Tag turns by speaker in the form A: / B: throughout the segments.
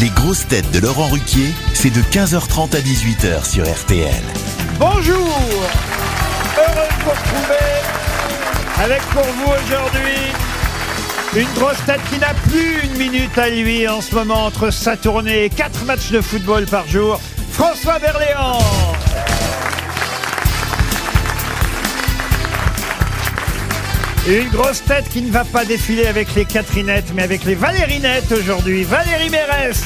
A: Les grosses têtes de Laurent Ruquier, c'est de 15h30 à 18h sur RTL.
B: Bonjour Heureux de vous retrouver avec pour vous aujourd'hui une grosse tête qui n'a plus une minute à lui en ce moment entre sa tournée et quatre matchs de football par jour, François Berléand Et Une grosse tête qui ne va pas défiler avec les Catherinettes, mais avec les Valérinettes aujourd'hui, Valérie Mérès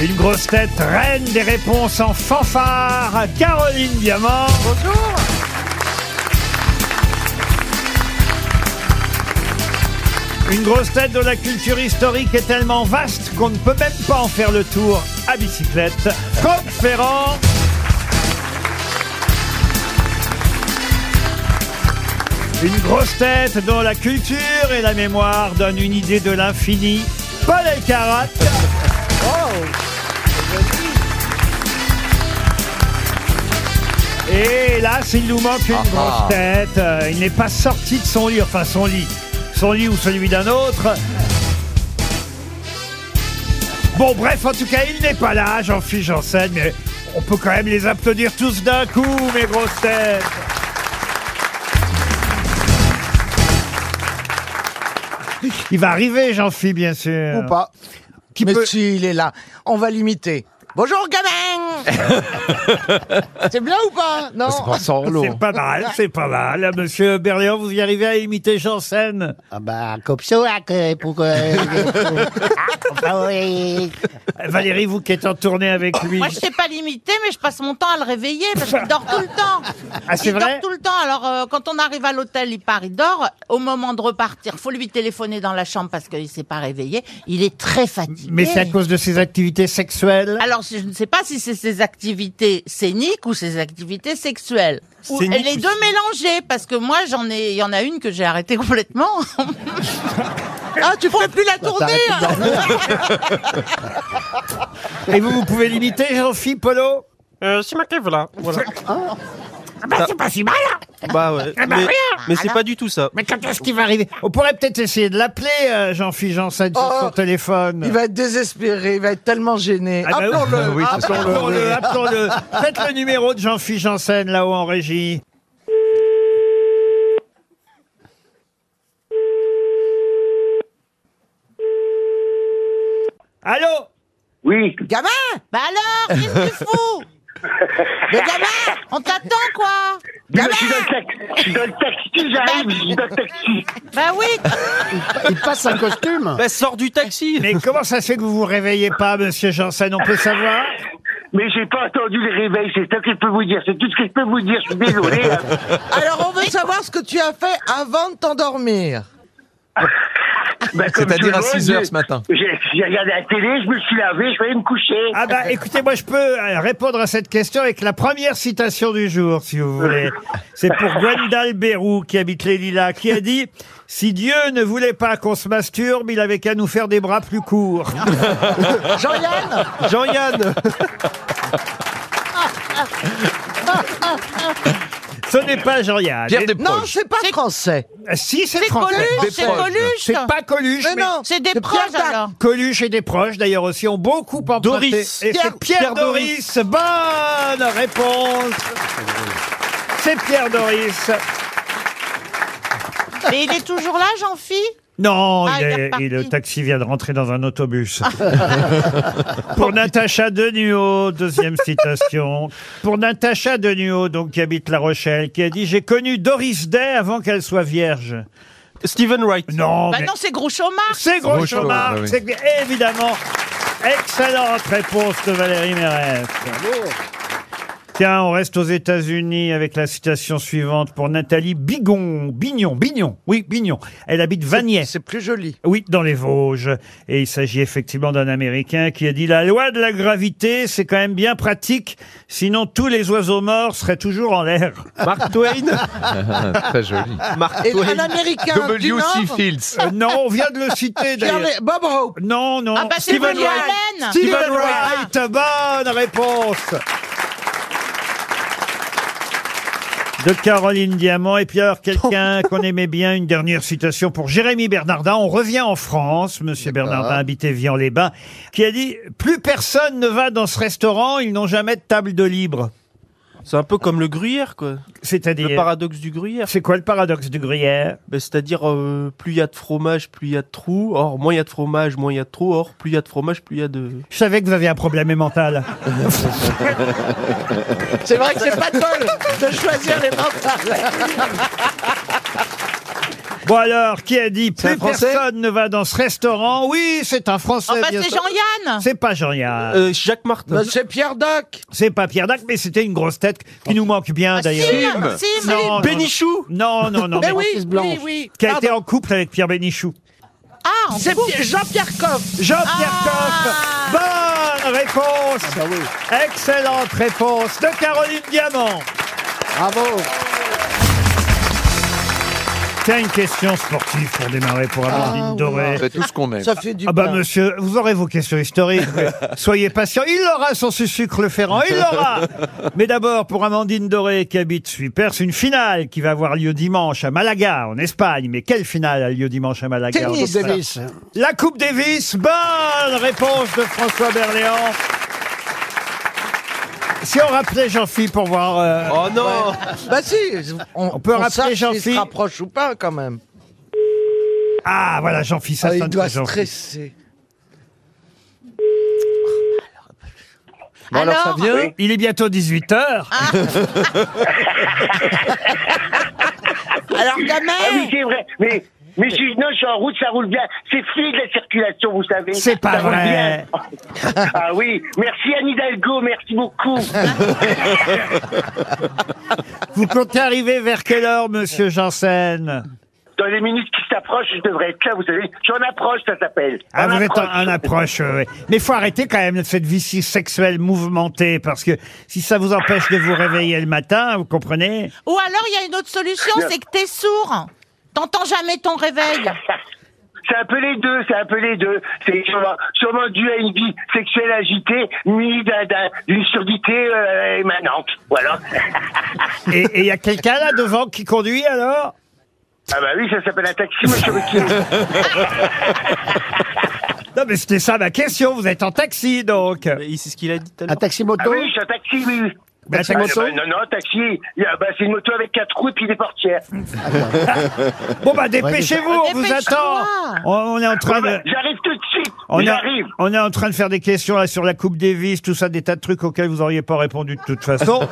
B: Une grosse tête reine des réponses en fanfare, Caroline Diamant. Bonjour. Une grosse tête dont la culture historique est tellement vaste qu'on ne peut même pas en faire le tour à bicyclette. Franck Ferrand. Une grosse tête dont la culture et la mémoire donnent une idée de l'infini. Paul Elkarat. Et là, s'il nous manque une grosse tête, euh, il n'est pas sorti de son lit, enfin son lit, son lit ou celui d'un autre. Bon, bref, en tout cas, il n'est pas là, j'en fiche, j'en sais, mais on peut quand même les applaudir tous d'un coup, mes grosses têtes. Il va arriver, j'en fiche, bien sûr.
C: Ou pas. Mais si, il est là. On va l'imiter. Bonjour, gamin C'est bien ou pas Non
B: C'est pas mal, c'est pas mal. Monsieur Berléand, vous y arrivez à imiter Janssen
D: Ah bah, comme ça, là, que- pour que... Ah, bah oui.
B: Valérie, vous qui êtes en tournée avec lui.
E: Moi, je sais pas l'imiter, mais je passe mon temps à le réveiller parce qu'il dort tout le temps.
B: Ah, c'est
E: il dort
B: vrai
E: tout le temps. Alors, euh, quand on arrive à l'hôtel, il part, il dort. Au moment de repartir, faut lui téléphoner dans la chambre parce qu'il s'est pas réveillé. Il est très fatigué.
B: Mais c'est à cause de ses activités sexuelles.
E: Alors, je ne sais pas si c'est ses activités scéniques ou ses activités sexuelles. Ou-
B: Scéniques
E: les
B: ou
E: deux mélangées, parce que moi, j'en ai, il y en a une que j'ai arrêtée complètement. ah, tu ferais plus
B: Bah,
E: la tournée hein.
B: Et vous, vous pouvez l'imiter, Jean-Philippe Polo
F: Euh, c'est marqué, voilà. voilà. Ah
D: bah, c'est pas si mal, hein
F: Bah ouais.
D: bah
F: mais
D: rien.
F: mais c'est
D: Alors
F: pas du tout ça.
D: Mais quand est-ce qu'il va arriver
B: On pourrait peut-être essayer de l'appeler, euh, Jean-Philippe Janssen, sur
C: Oh.
B: son téléphone.
C: Il va être désespéré, il va être tellement gêné.
B: Ah bah oui.
C: Appelons-le.
B: Ah, Appelons-le, appelons-le. Faites le numéro de Jean-Philippe Janssen, là-haut en régie. Allô
G: Oui,
D: Gamin
E: Bah alors, qu'est-ce que tu fous
D: Mais gamin
E: On t'attend, quoi
G: je suis dans le taxi, je suis dans le taxi, j'arrive, je suis dans le taxi.
E: Bah oui,
D: Il passe un costume »
F: Bah sors du taxi
B: Mais comment ça se fait que vous vous réveillez pas, monsieur Janssen On peut savoir
G: Mais j'ai pas entendu le réveil, c'est ça que je peux vous dire, c'est tout ce que je peux vous dire, je suis désolé. hein.
C: Alors, on veut savoir ce que tu as fait avant de t'endormir.
G: Ben, comme
H: C'est-à-dire
G: tout
H: à
G: le monde,
H: 6 heures
G: j'ai-
H: ce matin.
G: J'ai j'ai regardé la télé, je me suis lavé, je vais aller me coucher.
B: Ah bah écoutez, moi je peux euh, répondre à cette question avec la première citation du jour, si vous voulez. C'est pour Gwendal Bérou, qui habite les Lilas, qui a dit « Si Dieu ne voulait pas qu'on se masturbe, il avait qu'à nous faire des bras plus courts.
C: Jean-Yann
F: Jean-Yann
B: Ce n'est pas Jean-Yann.
H: Pierre
C: Non,
H: Desproges.
C: c'est pas français.
B: Et- Euh, Si, c'est
E: c'est
B: français.
E: Coluche, c'est
H: proches.
B: C'est
E: Coluche
B: pas Coluche,
C: Mais
B: mais,
C: non,
E: C'est des
C: c'est
E: proches,
C: Pierre Dac.
E: alors
B: Coluche et des proches, d'ailleurs aussi, ont beaucoup emprunté.
F: Doris.
B: Et c'est
C: Pierre-
B: Pierre,
F: Pierre
B: Doris. Bonne réponse C'est Pierre Doris.
E: Mais il est toujours là, Jean-Phi
B: Non,
E: Ah,
B: il
E: il est
B: est-
E: reparti.
B: et le taxi vient de rentrer dans un autobus.
E: Ah.
B: Pour Natacha Denuot, deuxième citation. Pour Natacha Denuot, donc, qui habite La Rochelle, qui a dit « J'ai connu Doris Day avant qu'elle soit vierge.
F: Steven Wright. »
B: Non,
E: Bah
B: Oh, mais
E: non, c'est Groucho Marx
B: c'est gros
H: Groucho,
B: chômage.
H: oui.
B: C'est que- évidemment excellente réponse de Valérie Mérès. Tiens, on reste aux États-Unis avec la citation suivante pour Nathalie Bigon. Bignon, Bignon, oui, Bignon. Elle habite Vanier.
C: C'est plus joli.
B: Oui, dans les Vosges. Et il s'agit effectivement d'un Américain qui a dit la loi de la gravité, c'est quand même bien pratique, sinon tous les oiseaux morts seraient toujours en l'air.
F: Mark Twain
H: Très joli.
F: Mark
C: Et un
F: Twain.
C: américain du
H: W.C.
C: Nord,
H: Fields.
B: Euh, non, on vient de le citer
C: Pierre
B: d'ailleurs.
C: Lé- Bob Hope.
B: Non, non.
E: Ah bah c'est
F: Steven
E: Woody
F: Wright.
E: Allen
B: Steven Ah,
F: Steven
B: Wright, bonne réponse. de Caroline Diamant. Et puis alors, quelqu'un qu'on aimait bien, une dernière citation pour Jérémy Bernardin. On revient en France,
C: Ah.
B: monsieur Bernardin habitait Vian-les-Bains, qui a dit « Plus personne ne va dans ce restaurant, ils n'ont jamais de table de libre.
F: C'est un peu comme le gruyère, quoi. » Le
B: C'est-à-dire,
F: paradoxe du gruyère.
B: c'est quoi le paradoxe du gruyère
F: Ben, C'est-à-dire, euh, plus il y a de fromage, plus il y a de trous. Or, moins il y a de fromage, moins il y a de trous. Or, plus il y a de fromage, plus il y a de...
B: Je savais que vous aviez un problème mental.
C: C'est vrai que c'est pas drôle de choisir les mentales.
B: Bon alors, qui a dit «
H: C'est un
B: Plus
H: Français
B: personne ne va dans ce restaurant » Oui, c'est un Français,
E: Oh, bah,
B: bien
E: c'est
B: sûr.
E: Jean-Yann
B: C'est pas Jean-Yann.
F: Euh, Jacques Martin.
C: Bah, c'est Pierre Doc.
B: C'est pas Pierre Dac, mais c'était une grosse tête qui nous manque bien d'ailleurs.
E: Ah, Sim, Sim.
B: Non,
F: Bénichou
B: Non, non, non.
C: Mais
B: non.
C: oui,
D: Francis Blanche.
C: oui, oui.
B: Qui a
C: Ah,
B: été en couple avec Pierre Bénichou.
E: Ah, on
C: C'est
E: coupe.
C: Pierre- Jean-Pierre Coff.
B: Jean-Pierre Coff Bonne réponse
C: Ah
B: Excellente réponse de Caroline Diamant
C: Bravo.
B: Tiens, une question sportive pour démarrer pour Amandine Doré.
H: On fait Ah, tout ce qu'on aime.
C: Ça fait du
B: Ah bah
C: bien.
B: monsieur, vous aurez vos questions historiques. mais soyez patient, il aura son sucre le ferrand, il l'aura. Mais d'abord pour Amandine Doré qui habite Super, c'est une finale qui va avoir lieu dimanche à Malaga en Espagne. Mais quelle finale a lieu dimanche à Malaga en
C: Tennis
B: Espagne
C: Davis.
B: La Coupe Davis, bonne réponse de François Berléand. Si on rappelait Jean-Philippe pour voir... euh,
F: Oh non
C: Bah si, on,
B: On peut rappeler
C: sache s'il
B: Jean-Phi.
C: se rapproche ou pas quand même.
B: Ah voilà Jean-Philippe, ça
C: Ah, il
B: sonne
C: doit
B: pas Jean-Phi.
C: stresser.
H: Bon, alors, ça
E: Alors
H: vient Ah.
B: Il est bientôt 18h.
E: Alors, gamin
G: Ah oui, c'est vrai. Mais, mais si non, je suis en route, ça roule bien. C'est fluide la circulation, vous savez.
B: C'est pas
G: Ça roule
B: vrai.
G: bien. Ah oui. Merci Anne Hidalgo, merci beaucoup.
B: Vous comptez arriver vers quelle heure monsieur Janssen
G: Dans les minutes qui s'approchent, je devrais être là, vous savez. Je suis en approche, ça s'appelle.
B: Ah,
G: En
B: vous êtes en,
G: approche.
B: en approche, euh, ouais. Mais faut arrêter quand même cette vie si sexuelle mouvementée, parce que si ça vous empêche de vous réveiller le matin, vous comprenez
E: Ou alors, il y a une autre solution, c'est que t'es sourd. T'entends jamais ton réveil.
G: C'est un peu les deux, c'est un peu les deux. C'est sûrement, sûrement dû à une vie sexuelle agitée, munie d'un- d'un- d'une surdité euh, émanante. Voilà.
B: Et et il y a quelqu'un là devant qui conduit alors
G: Ah bah oui, ça s'appelle un taxi, monsieur Ruquier.
B: Non mais c'était ça ma question, vous êtes en taxi donc
F: Mais C'est ce qu'il a dit tout à
D: Un
F: l'heure.
G: Ah
D: taxi-moto
G: oui, je suis un taxi, oui, oui.
B: Mais attends,
G: Ah, bah, non, non, taxi. Il y a- bah, c'est une moto avec quatre roues et puis des portières.
B: Bon bah dépêchez-vous, on vous
E: Dépêche-toi.
B: attend on, on est en train de...
G: bah, J'arrive tout de suite.
B: On est,
G: Ah, J'arrive.
B: on est en train de faire des questions là sur la Coupe Davis, tout ça, des tas de trucs auxquels vous auriez pas répondu de toute façon.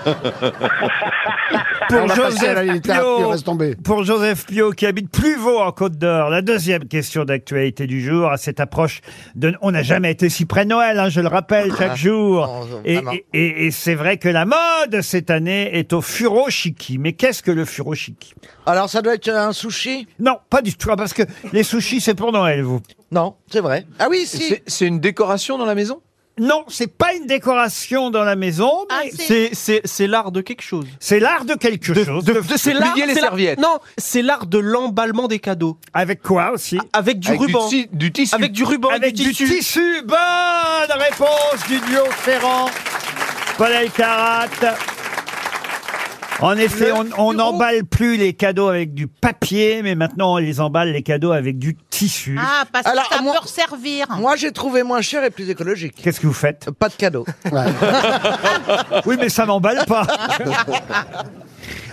B: pour,
D: On va passer à la
B: Joseph
D: littérature,
B: Pio,
D: laisse tomber.
B: pour Joseph Pio, qui habite Pluvaux en Côte d'Or, la deuxième question d'actualité du jour, à cette approche de... On n'a jamais été si près de Noël, hein, je le rappelle, chaque jour.
C: Ah, non,
B: Et,
C: vraiment.
B: et- et- et c'est vrai que la mode cette année est au furoshiki. Mais qu'est-ce que le furoshiki
C: Alors ça doit être un sushi
B: Non, pas du tout, ah, parce que les sushis, c'est pour Noël, vous.
C: Non, c'est vrai. Ah oui, si.
H: C'est- C'est une décoration dans la maison
B: Non, c'est pas une décoration dans la maison,
E: Ah,
B: mais
E: c'est-
F: C'est- C'est c'est l'art de quelque chose.
B: c'est l'art de quelque chose.
F: De- de- c'est l'art-
H: plier les
F: c'est l'art-
H: serviettes.
F: Non, c'est l'art de l'emballement des cadeaux.
B: Avec quoi aussi
F: Avec du
H: Avec
F: ruban.
H: ti- Du, tissu.
F: Avec du ruban
B: Avec
F: et du, tissu.
B: Bonne réponse du duo Ferrand. Paul Alcarat. En effet, on- on n'emballe plus les cadeaux avec du papier, mais maintenant on les emballe les cadeaux avec du tissu.
E: Ah, parce
C: Alors,
E: que ça
C: moi-
E: peut resservir.
C: Moi j'ai trouvé moins cher et plus écologique.
B: Qu'est-ce que vous faites
C: Pas de cadeau.
B: Oui, mais ça m'emballe pas.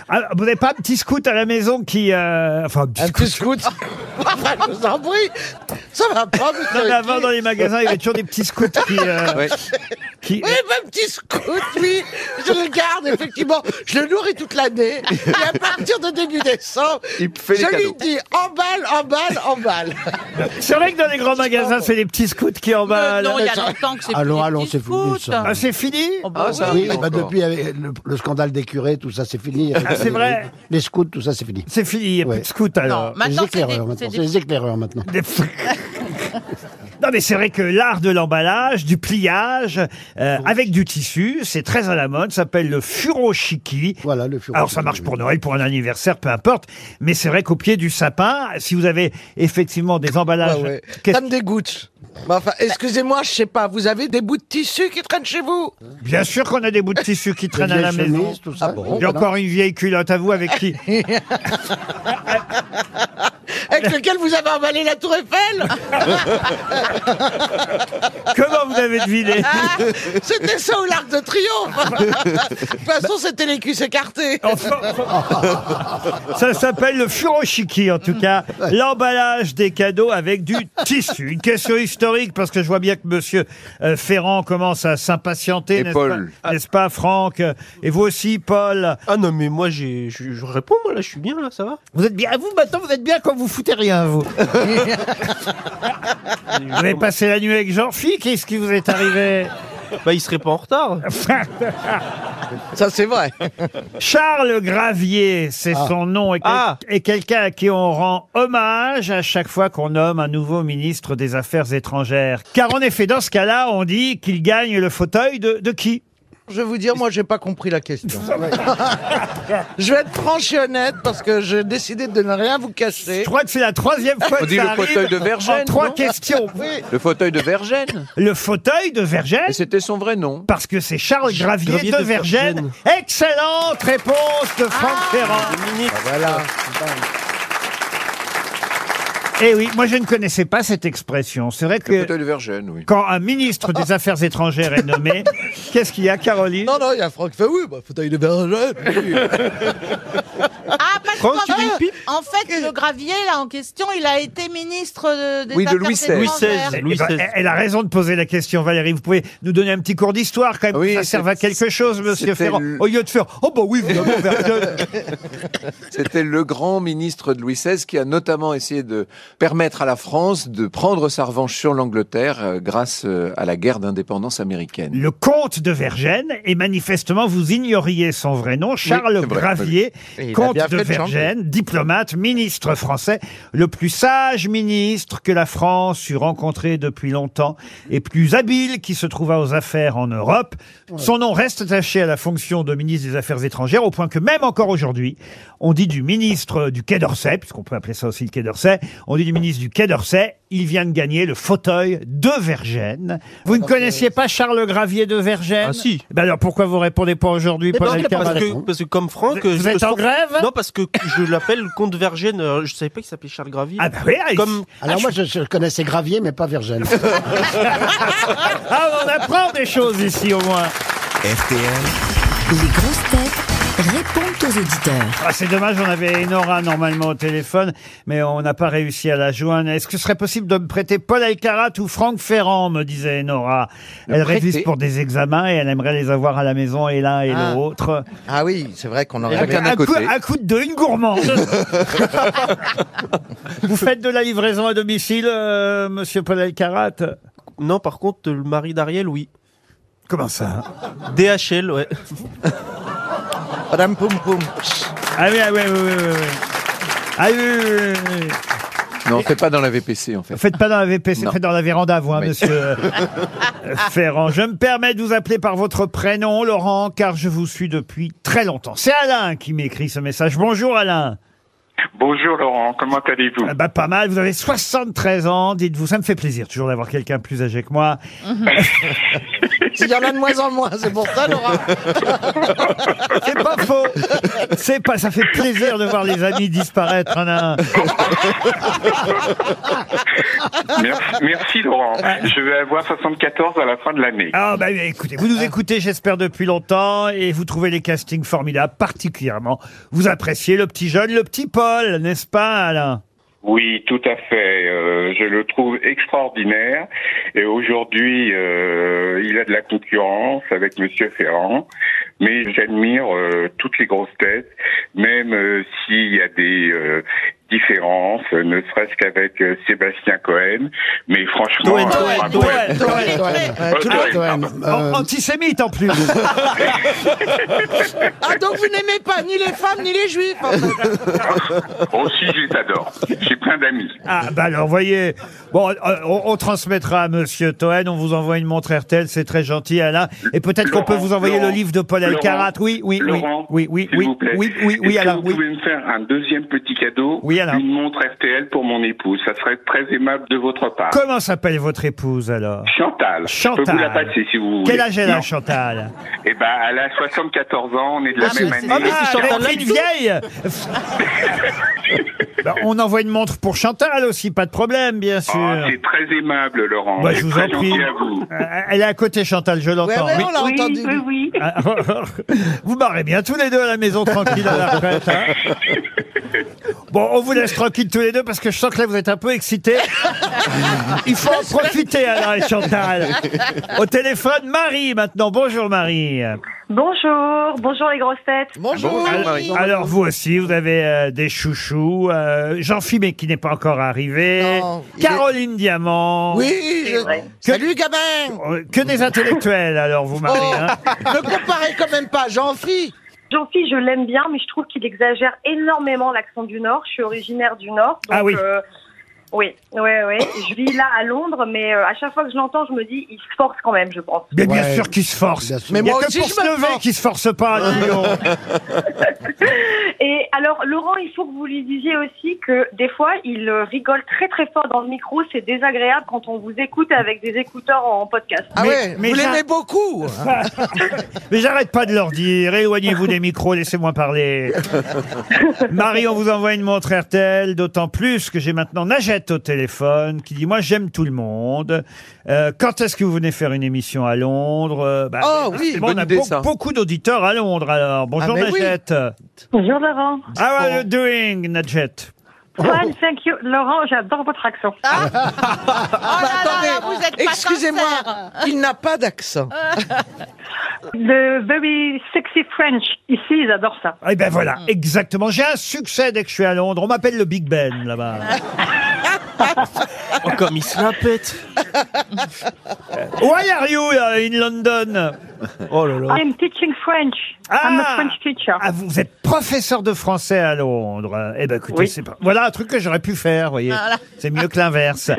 B: Alors, vous n'avez pas un petit scout à la maison qui... euh, Enfin, un petit
C: Un
B: scout.
C: petit scout. Ah, je vous en prie. Ça va pas,
B: Non,
C: monsieur.
B: mais avant,
C: Ruquier.
B: dans les magasins, il y avait toujours des petits scouts qui... euh,
H: Ouais.
B: qui-
C: Oui, ma petite scout, oui. Je le garde, effectivement. Je le nourris toute l'année. Et à partir de début décembre,
H: Il fait les
C: je lui
H: cadeaux.
C: dis emballe, emballe, emballe.
B: C'est vrai que dans les grands magasins, c'est les petits scouts qui emballent.
E: non, il y a longtemps que c'est plus
D: Allons,
E: des
D: allons,
E: petits
D: c'est fou,
E: scouts.
D: ça.
B: Ah, c'est fini
E: Oh, bah
H: Ah, ça
E: oui.
D: Oui,
H: oui,
D: bah,
H: encore.
D: depuis avec le, le scandale des curés, tout ça, c'est fini. Avec
B: c'est
D: les-
B: vrai
D: Les scouts, tout ça, c'est fini.
B: C'est fini, il n'y a
D: Ouais.
B: plus de scouts alors.
E: Non, maintenant,
D: les
E: c'est
D: éclaireurs,
E: des-
D: maintenant.
E: c'est
D: C'est
E: des-
D: les éclaireurs, maintenant.
B: Des- Non, mais c'est vrai que l'art de l'emballage, du pliage, euh, avec du tissu, c'est très à la mode, ça s'appelle le furoshiki.
I: Voilà, le furoshiki,
B: Alors, ça marche pour Noël, pour un anniversaire, peu importe. Mais c'est vrai qu'au pied du sapin, si vous avez effectivement des emballages.
C: Ah ouais.
B: Qu'est-ce-
C: Ça me dégoûte. Bah, enfin, excusez-moi, je sais pas, vous avez des bouts de tissu qui traînent chez vous
B: Bien sûr qu'on a des bouts de tissu qui traînent à la
I: vieilles
B: maison.
I: chemises, tout ça.
C: Ah bon,
B: Il y a encore une vieille culotte à vous avec qui
C: Avec lequel vous avez emballé la tour Eiffel
B: Comment vous avez deviné
C: C'était ça ou l'arc de triomphe De toute façon, c'était les cuisses écartées.
B: Enfin, ça s'appelle le furoshiki, en tout cas. L'emballage des cadeaux avec du tissu. Une question historique, parce que je vois bien que monsieur euh, Ferrand commence à s'impatienter,
H: Et
B: n'est-ce
H: Paul.
B: pas, Ah. n'est-ce pas, Franck Et vous aussi, Paul.
F: Ah non, mais moi, j'ai, je, je réponds, moi, là, je suis bien, là, ça va
B: Vous êtes bien, Ah, vous, maintenant, vous êtes bien quand vous foutez rien, vous. vous avez passé la nuit avec Jean-Philippe, qu'est-ce qui vous est arrivé
F: Bah, il serait pas en retard.
C: Ça, c'est vrai.
B: Charles Gravier, c'est son nom, et, quel-
F: Ah.
B: et quelqu'un à qui on rend hommage à chaque fois qu'on nomme un nouveau ministre des Affaires étrangères. Car en effet, dans ce cas-là, on dit qu'il gagne le fauteuil de, de qui
C: Je vais vous dire, moi, j'ai pas compris la question. je vais être franche et honnête parce que j'ai décidé de ne rien vous cacher.
B: Je crois que c'est la troisième fois
H: On
B: que
H: dit
B: ça
H: le
B: arrive
H: fauteuil de Vergène,
B: en trois
H: non
B: questions.
H: Le fauteuil de Vergène.
B: Le fauteuil de Vergène
H: Et c'était son vrai nom.
B: parce que c'est Charles Gravier,
F: Gravier
B: de,
F: de
B: Vergène.
F: Vergène.
B: Excellente réponse de Franck Ferrand.
C: Ah,
I: Voilà.
B: Eh oui, moi je ne connaissais pas cette expression. C'est vrai
H: Le
B: que
H: fauteuil de Vergène, oui.
B: quand un ministre des Affaires étrangères est nommé, qu'est-ce qu'il y a, Caroline
C: Non, non, il y a Franck qui fait oui, bah, fauteuil de Vergène.
E: Ah, parce
F: Franck,
E: qu'en
F: tu veux une
E: fait, en fait, le gravier, là, en question, il a été ministre de, des
H: Oui, de
E: Affaires
H: Louis XVI.
F: Louis
E: étrangères.
F: XVI.
B: Eh ben, elle- elle a raison de poser la question, Valérie. Vous pouvez nous donner un petit cours d'histoire, quand même,
H: Oui,
B: que ça serve à
H: c'est-
B: quelque chose, monsieur
H: c'était
B: Ferrand.
H: le-
B: Au lieu de faire, oh bah oui, vous avez Verdun.
H: C'était le grand ministre de Louis XVI qui a notamment essayé de permettre à la France de prendre sa revanche sur l'Angleterre euh, grâce euh, à la guerre d'indépendance américaine.
B: Le comte de Vergène, et manifestement, vous ignoriez son vrai nom, Charles
H: c'est vrai,
B: Gravier,
C: oui. Et il a
B: comte
C: bien
B: de
C: fait de changer.
B: Vergène, diplomate, ministre français, le plus sage ministre que la France eût rencontré depuis longtemps, et plus habile qui se trouva aux affaires en Europe. Son nom reste attaché à la fonction de ministre des Affaires étrangères, au point que même encore aujourd'hui, on dit du ministre du Quai d'Orsay, puisqu'on peut appeler ça aussi le Quai d'Orsay, on dit du ministre du Quai d'Orsay, il vient de gagner le fauteuil de Vergène. Vous ne connaissiez pas Charles Gravier de Vergène
F: Ah, si.
B: Ben alors pourquoi vous répondez pas aujourd'hui, Paul
F: Parce que-
B: Alcarat
F: parce, que, parce que comme Franck...
B: Vous-
F: euh, je
B: vous
F: me
B: êtes en
F: sens-
B: grève
F: Non, parce que je l'appelle Comte Vergène. euh, Je savais pas qu'il s'appelait Charles Gravier.
B: Ah bah oui, ah, il-
F: Comme...
I: Alors moi, je, je connaissais Gravier, mais pas Vergène.
B: Ah, on apprend des choses ici au moins.
A: RTL,
J: Les grosses têtes répondent aux auditeurs.
B: Ah, c'est dommage, on avait Enora normalement au téléphone, mais on n'a pas réussi à la joindre. Est-ce que ce serait possible de me prêter Paul Alcarat ou Franck Ferrand, me disait Enora. Elle
H: prêter.
B: révise pour des examens et elle aimerait les avoir à la maison et l'un et
C: Ah.
B: l'autre.
C: Ah oui, c'est vrai qu'on aurait.
H: Chacun
B: Un,
H: d'un
B: coup,
H: côté.
B: un coup de deux, une gourmande. Vous faites de la livraison à domicile, euh, monsieur Paul Alcarat
F: Non, par contre, le mari d'Ariel, oui.
B: Comment ça
F: DHL, ouais.
C: Madame Poum Poum.
B: Ah oui, ah oui, oui, oui, oui, oui. Ah oui, oui, oui, oui, oui.
H: Non, c'est pas dans la VPC en fait.
B: Faites pas dans la VPC,
H: Non.
B: faites dans la véranda, vous, hein,
H: Oui.
B: monsieur euh, Ferrand. Je me permets de vous appeler par votre prénom, Laurent, car je vous suis depuis très longtemps. C'est Alain qui m'écrit ce message. Bonjour Alain.
K: Bonjour Laurent, comment allez-vous
B: Ah bah pas mal, vous avez 73 ans, dites-vous, ça me fait plaisir toujours d'avoir quelqu'un plus âgé que moi.
C: Il y en a de moins en moins, c'est pour ça, Laura.
B: C'est pas faux. C'est pas, ça fait plaisir de voir les amis disparaître un à un.
K: merci, merci Laurent. Je vais avoir 74 à la fin de l'année.
B: Ah bah écoutez, vous nous écoutez, j'espère depuis longtemps, et vous trouvez les castings formidables, particulièrement. Vous appréciez le petit jeune, le petit Paul, n'est-ce pas, Alain
K: Oui, tout à fait. Euh, je le trouve extraordinaire. Et aujourd'hui, euh, il a de la concurrence avec Monsieur Ferrand. Mais j'admire euh, toutes les grosses têtes, même euh, s'il y a des euh, différence, euh, ne serait-ce qu'avec euh, Sébastien Cohen, mais franchement...
B: Toen,
K: euh,
B: Toen,
K: bravo.
B: Toen, Toen,
K: Euh,
B: Toen.
K: Toen,
B: An-
K: pardon.
B: Antisémite en plus.
C: Ah, donc vous n'aimez pas ni les femmes ni les juifs en fait.
K: Oh si, je les adore. J'ai plein d'amis.
B: Ah, bah alors, voyez. Bon, euh, on, on transmettra à Monsieur Toen. On vous envoie une montre RTL. C'est très gentil, Alain. Et peut-être qu'on peut
K: Laurent,
B: vous envoyer
K: Laurent,
B: le livre de Paul
K: Laurent,
B: Alcarat. Oui, oui, oui.
K: Laurent,
B: Oui, oui,
K: s'il
B: oui.
K: vous plaît.
B: Oui, oui, oui,
K: Est-ce que
B: Alain.
K: Vous
B: Oui.
K: pouvez me faire un deuxième petit cadeau,
B: Oui, Alain.
K: une montre RTL pour mon épouse. Ça serait très aimable de votre part.
B: Comment s'appelle votre épouse alors
K: Chantal. Je peux vous la
B: Chantal.
K: passer si vous voulez.
B: Quel âge elle
K: Non.
B: a, Chantal
K: Eh ben, elle a 74 ans, on est de la
B: Ah,
K: même
B: mais
K: année.
B: c'est- ah, mais c'est Chantal Ah, elle est Lacou. vieille. Bah, On envoie une montre pour Chantal aussi, pas de problème, bien sûr.
K: Ah, c'est très aimable, Laurent.
B: Bah,
K: C'est
B: je vous
K: très
B: en prie.
K: gentil à vous.
B: Euh, Elle est à côté, Chantal, je l'entends.
C: ouais, Ben on l'a
B: Oui.
C: entendu.
B: Ah, vous marrez bien tous les deux à la maison tranquille à la retraite. hein. Bon, on vous laisse tranquille tous les deux parce que je sens que là vous êtes un peu excités. Il faut en profiter Alain et Chantal. Au téléphone, Marie maintenant. Bonjour Marie.
L: Bonjour, bonjour les grosses têtes.
B: Alors- Alors vous aussi, vous avez euh, des chouchous. Euh, Jean Fimé qui n'est pas encore arrivé. Caroline Diamant.
C: Oui, je... salut gamin
B: Euh, Que des intellectuels alors vous Marie.
C: Oh,
B: hein.
C: Ne comparez quand même pas, jean phi
L: jean phi je l'aime bien, mais je trouve qu'il exagère énormément l'accent du Nord. Je suis originaire du Nord. Donc,
B: Ah oui.
L: euh, oui, oui, oui. Je vis là à Londres, mais euh, à chaque fois que je l'entends, je me dis, il se force quand même, je pense.
B: Mais bien sûr qu'il se force.
L: Mais
B: Il y a
L: moi
B: que
L: aussi,
B: pour
L: je
B: se
L: me
B: lever
L: force.
B: qu'il se force pas. dis donc.
L: Et alors, Laurent, il faut que vous lui disiez aussi que des fois, il euh, rigole très très fort dans le micro. C'est désagréable quand on vous écoute avec des écouteurs en podcast.
B: Ah Mais- ouais, mais vous ça- l'aimez
C: beaucoup
B: Mais j'arrête pas de leur dire, éloignez-vous des micros, laissez-moi parler. Marie, on vous envoie une montre RTL, d'autant plus que j'ai maintenant Najette au téléphone qui dit, moi j'aime tout le monde. Euh, quand est-ce que vous venez faire une émission à Londres Euh, bah,
C: Oh, oui,
B: forcément,
C: bonne
B: on a
C: idée,
B: beau-
C: ça. Ah,
B: beaucoup d'auditeurs à Londres alors. Bonjour
C: mais oui.
B: Najette.
L: Bonjour Laurent.
B: How are you doing, Najette
L: Fine, thank you. Laurent, j'adore votre accent.
C: Ah, Bah, attendez,
E: Oh vous êtes pas
C: excusez-moi, il n'a pas d'accent.
L: Le very sexy French. Ici, ils adorent ça.
B: Eh ben voilà, exactement. J'ai un succès dès que je suis à Londres. On m'appelle le Big Ben là-bas. oh, comme il se la pète. Why are you uh, in London Oh là là.
L: I'm teaching French. I'm a French teacher.
B: Ah, vous êtes professeur de français à Londres. Eh ben écoutez,
L: Oui.
B: c'est pas... voilà un truc que j'aurais pu faire, voyez.
L: Voilà.
B: C'est mieux que l'inverse.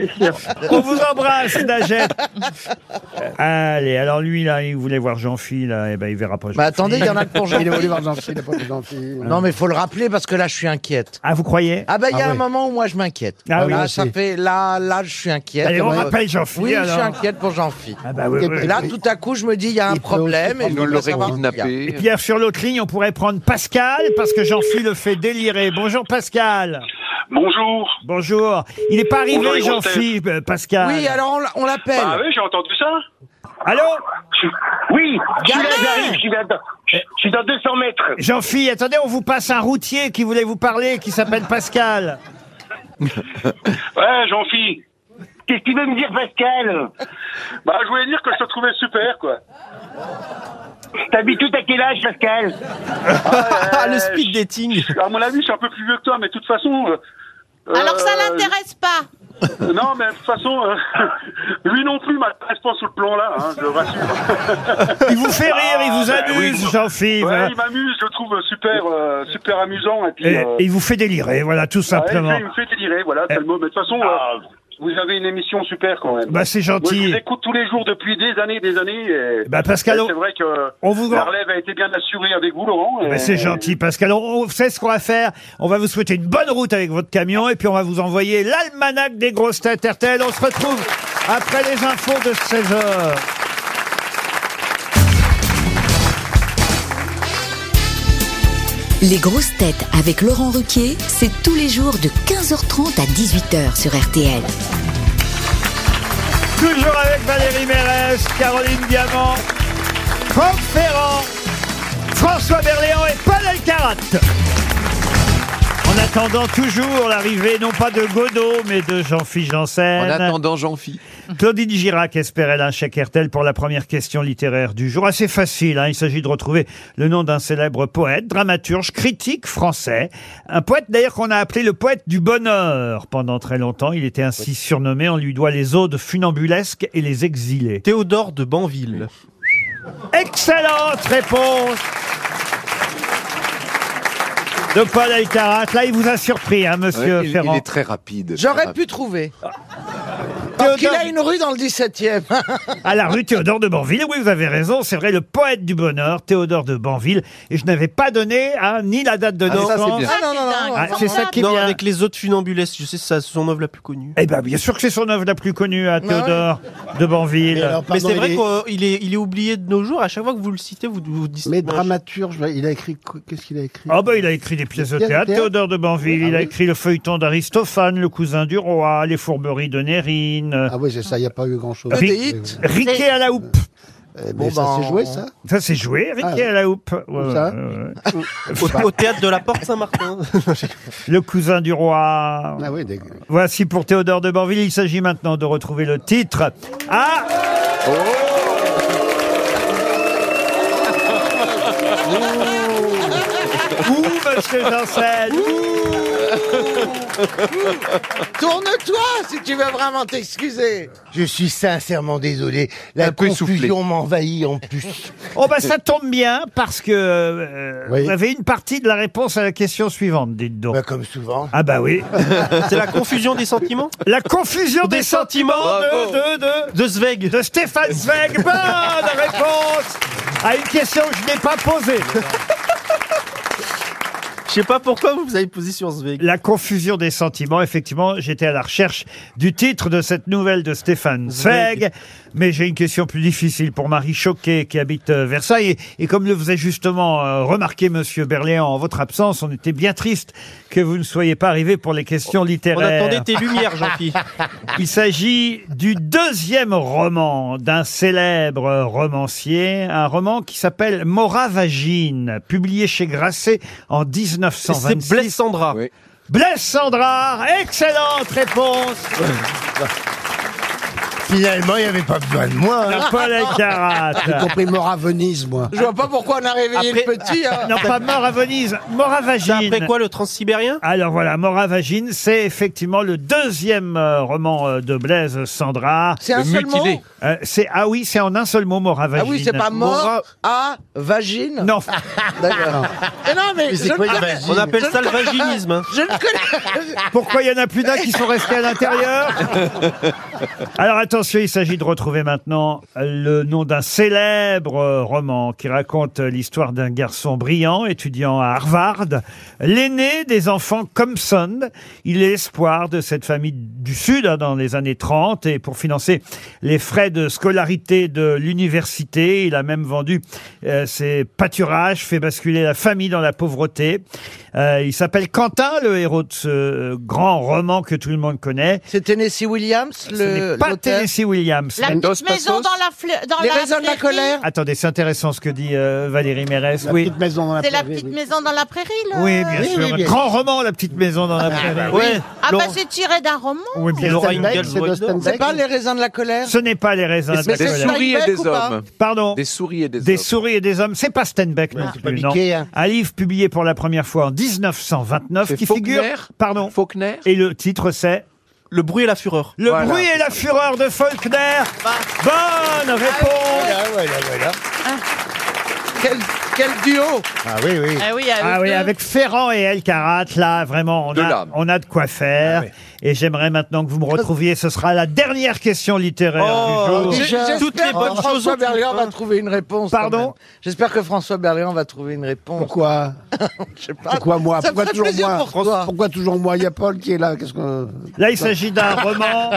B: On vous embrasse, Najette. Allez, alors lui là, il voulait voir Jean-Phil, là, eh ben il verra pas.
C: Bah, attendez, il y en a que pour Jean-Phi.
I: Il est voulu voir Jean-Phi, il est pas vu Jean-Phi.
C: Non, mais faut le rappeler parce que là, je suis inquiète.
B: Ah, vous croyez
C: Ah, bah, il y a
I: Ah
C: un
I: oui.
C: moment où moi, je m'inquiète.
I: Ah oui,
C: là,
I: moi
C: ça
I: aussi.
C: fait, là, là, je suis inquiète.
B: Allez, on
C: Ouais,
B: rappelle
C: ouais.
B: Jean-Philippe,
C: Oui, je suis
B: alors.
C: inquiète pour Jean-Philippe.
B: Ah bah oui, oui,
C: Et là,
B: oui.
C: tout à coup, je me dis, il y a un problème. Et je voudrais savoir ce qu'il y a.
B: Et puis alors, sur l'autre ligne, on pourrait prendre Pascal, parce que j'en suis le fait délirer. Bonjour Pascal.
M: Bonjour.
B: Bonjour. Il n'est pas
M: Bonjour,
B: arrivé,
M: les
B: j'en
M: grosses
B: suis
M: têtes.
B: Pascal.
C: on l'appelle.
K: Bah,
M: Ah oui, j'ai entendu ça.
B: Allô
M: Oui, je suis là,
B: Gamin
M: j'arrive, je suis là, dans- je je suis dans 200 mètres.
B: J'en suis. Attendez, on vous passe un routier qui voulait vous parler, qui s'appelle Pascal.
M: Ouais, j'en suis. Qu'est-ce qu'il veut me dire, Pascal Bah, je voulais dire que je te trouvais super, quoi. T'habites tout à quel âge, Pascal Ah, Le speed dating. À mon avis, je suis un peu plus vieux que toi, mais de toute façon. euh,
E: Alors ça
M: euh,
E: l'intéresse pas.
M: Non, mais de toute façon, euh, lui non plus m'intéresse pas sur le plan-là, hein, je le rassure.
B: Il vous fait rire, il vous amuse, Jean-Philippe.
M: ben
B: hein.
M: Ouais, il m'amuse, je le trouve super, euh, super amusant. Et puis,
B: Et,
M: euh,
B: et il vous fait délirer, voilà, tout
M: ouais,
B: simplement.
M: il me fait délirer, voilà, c'est le mot. Mais de toute façon, euh, vous avez une émission super quand même.
B: Bah, c'est gentil.
M: Moi, je vous écoute tous les jours depuis des années, des années. et-
B: Bah, Pascal,
M: et
B: on-
M: c'est vrai que
B: on vous-
M: la relève a été bien assurée avec vous, Laurent.
B: Eh ben,
M: et-
B: c'est gentil, Pascal. On, on sait ce qu'on va faire. On va vous souhaiter une bonne route avec votre camion et puis on va vous envoyer l'almanach des grosses têtes RTL. On se retrouve après les infos de 16h.
J: Les grosses têtes avec Laurent Ruquier, c'est tous les jours de 15h30 à 18h sur RTL.
B: Toujours avec Valérie Mérès, Caroline Diamant, Franck Ferrand, François Berléand et Paul Alcarat. On a attendant toujours l'arrivée, non pas de Godot, mais de Jean-Philippe Janssen.
H: En attendant, Jean-Phi.
B: Claudine Girac espérait un chèque RTL pour la première question littéraire du jour. Assez facile, hein, il s'agit de retrouver le nom d'un célèbre poète, dramaturge, critique français. Un poète d'ailleurs qu'on a appelé le poète du bonheur pendant très longtemps. Il était ainsi surnommé, on lui doit les odes funambulesques et les exilés. Théodore de Banville. Excellente réponse de Paul Alcarat. Là, il vous a surpris, hein, monsieur
H: Ouais, il- il
B: Ferrand.
H: est très rapide.
C: J'aurais pu trouver.
B: Ah.
C: Parce qu'il a une rue dans le 17e.
B: à la rue Théodore de Banville. Oui, vous avez raison, c'est vrai, le poète du bonheur, Théodore de Banville. Et je n'avais pas donné hein, ni la date de
F: Ah, ça,
B: naissance.
F: c'est bien. Ah,
C: non, non, non,
B: Ah, c'est ça qui est
F: non,
B: bien.
F: avec les autres funambulistes, je sais ça, c'est son œuvre la plus connue.
B: Eh ben, bien sûr que c'est son œuvre la plus connue
C: Bah
B: à Théodore de Banville.
F: mais c'est vrai qu'il est, il est oublié de nos jours. À chaque fois que vous le citez, vous vous dites.
I: Mais dramaturge, il a écrit. quoi- Qu'est-ce qu'il a écrit
B: Ah bah il a écrit des pièces de théâtre, Théodore de Banville, il a écrit le feuilleton d'Aristophane, le cousin du roi, les fourberies de Nérine. Ah oui, c'est ça, il n'y a pas eu grand-chose.
I: Odéite.
B: Riquet à la houppe.
I: mais ça
N: ben,
I: s'est joué, ça
B: Ça s'est joué, Riquet
F: Ah.
B: à la houppe. Ouais,
F: Où ça
B: ouais, ouais.
F: Au, au théâtre de la Porte Saint-Martin.
B: Le cousin du roi.
I: Ah oui, des-
B: Voici pour Théodore de Banville. Il s'agit maintenant de retrouver le titre. Ah
C: Oh.
B: Ouh, monsieur Janssen
C: Tourne-toi si tu veux vraiment t'excuser.
N: Je suis sincèrement désolé. La confusion m'envahit en plus.
B: Oh bah ça tombe bien parce que euh,
N: Oui.
B: vous avez une partie de la réponse à la question suivante, dites donc.
N: comme souvent.
B: Ah bah oui.
F: C'est la confusion des sentiments
B: La confusion des,
F: Des
B: sentiments
F: sentiments.
B: de, de, de, Zweig. De Stéphane Zweig. Bonne réponse à une question que je n'ai pas posée.
F: Je sais pas pourquoi vous vous avez posé sur Zweig.
B: La confusion des sentiments, effectivement, j'étais à la recherche du titre de cette nouvelle de Stéphane Zweig, mais j'ai une question plus difficile pour Marie Choquet qui habite euh, Versailles. Et, et comme le faisait justement euh, remarquer Monsieur Berléand en votre absence, on était bien triste que vous ne soyez pas arrivé pour les questions
F: On
B: littéraires.
F: attendait tes lumières, Jean-Pierre.
B: Il s'agit du deuxième roman d'un célèbre romancier, un roman qui s'appelle Mora Vagine, publié chez Grasset en 1926.
F: C'est Blaise Sandra.
B: Blaise Sandra, excellente réponse.
N: Finalement, il n'y avait pas besoin de moi.
B: La Paul Alcarat.
I: J'ai compris mort à Venise, moi.
C: hein. Je vois pas pourquoi on a réveillé le petit. hein.
B: Non, pas mort à Venise, mort à Vagine.
F: C'est après quoi, le transsibérien
B: Alors voilà, mort à Vagine, c'est effectivement le deuxième euh, roman euh, de Blaise Sandra.
C: C'est un Le seul mutilé. mot
B: Euh, c'est, Ah oui, c'est en un seul mot, mort à
C: Ah
B: Vagine.
C: oui, c'est pas mort à vagine. Ah,
B: Non.
C: D'accord. Mais non, mais.
B: Mais c'est
C: je
B: quoi
C: ne
B: une
C: connais-
B: vagine On appelle
C: je
B: ça
C: ne
B: le
C: connais-
B: vaginisme, hein.
C: Je ne connais.
B: Pourquoi il y en a plus d'un qui sont restés à l'intérieur Alors attention, il s'agit de retrouver maintenant le nom d'un célèbre euh, roman qui raconte euh, l'histoire d'un garçon brillant, étudiant à Harvard, l'aîné des enfants Compson. Il est l'espoir de cette famille du Sud hein, dans les années 30 et pour financer les frais de scolarité de l'université, il a même vendu euh, ses pâturages, fait basculer la famille dans la pauvreté. Euh, il s'appelle Quentin, le héros de ce euh, grand roman que tout le monde connaît.
C: C'est Tennessee Williams,
B: Ce n'est
C: le.
B: pas
C: l'auteur
B: Tennessee Williams.
E: La petite maison dans la fleur. Dans
C: Les raisins de la
E: prairie.
C: colère.
B: Attendez, c'est intéressant ce que dit euh, Valérie Mérès.
E: La
B: oui.
E: petite
I: maison
E: C'est la petite maison dans la prairie, là.
B: Oui, bien sûr. un grand roman, La petite maison dans la prairie.
E: Ah, bah c'est tiré d'un roman.
B: Oui, bien sûr.
C: C'est pas les raisins de la colère.
B: Ce n'est pas les raisins.
C: Mais c'est
B: de la colère.
C: souris et des Steinbeck ou pas hommes.
B: Pardon.
H: Des souris et des,
B: Des
H: hommes.
B: souris et des hommes, c'est pas Steinbeck non
H: c'est
B: plus,
H: pas
B: non.
H: Mickey, hein.
B: Un livre publié pour la première fois en 1929
H: C'est
B: qui
H: Faulkner
B: figure, pardon,
H: Faulkner.
B: Et le titre c'est
F: Le bruit et la fureur.
B: Le
H: Voilà.
B: bruit et la fureur de Faulkner. Bonne réponse.
C: Quel, quel duo
N: Ah oui, oui.
E: Ah oui,
B: Ah oui, avec Ferrand et Elkarat, là, vraiment, on
N: De
B: a,
N: l'âme.
B: on a de quoi faire.
C: Ah
B: Et j'aimerais maintenant que vous me retrouviez. Ce sera la dernière question littéraire
C: Oh,
B: hein, du jour.
C: déjà, j'espère que François Berléand va trouver une réponse. Pardon J'espère que François Berléand va trouver une réponse. Pourquoi Je sais pas.
I: Pourquoi moi
C: Ça me
I: Pourquoi
C: ferait
I: toujours
C: plaisir
I: moi
C: pour toi.
I: Pourquoi toujours moi Il y a Paul qui est là. Qu'est-ce que...
B: Là, il s'agit
N: Ah.
B: d'un roman,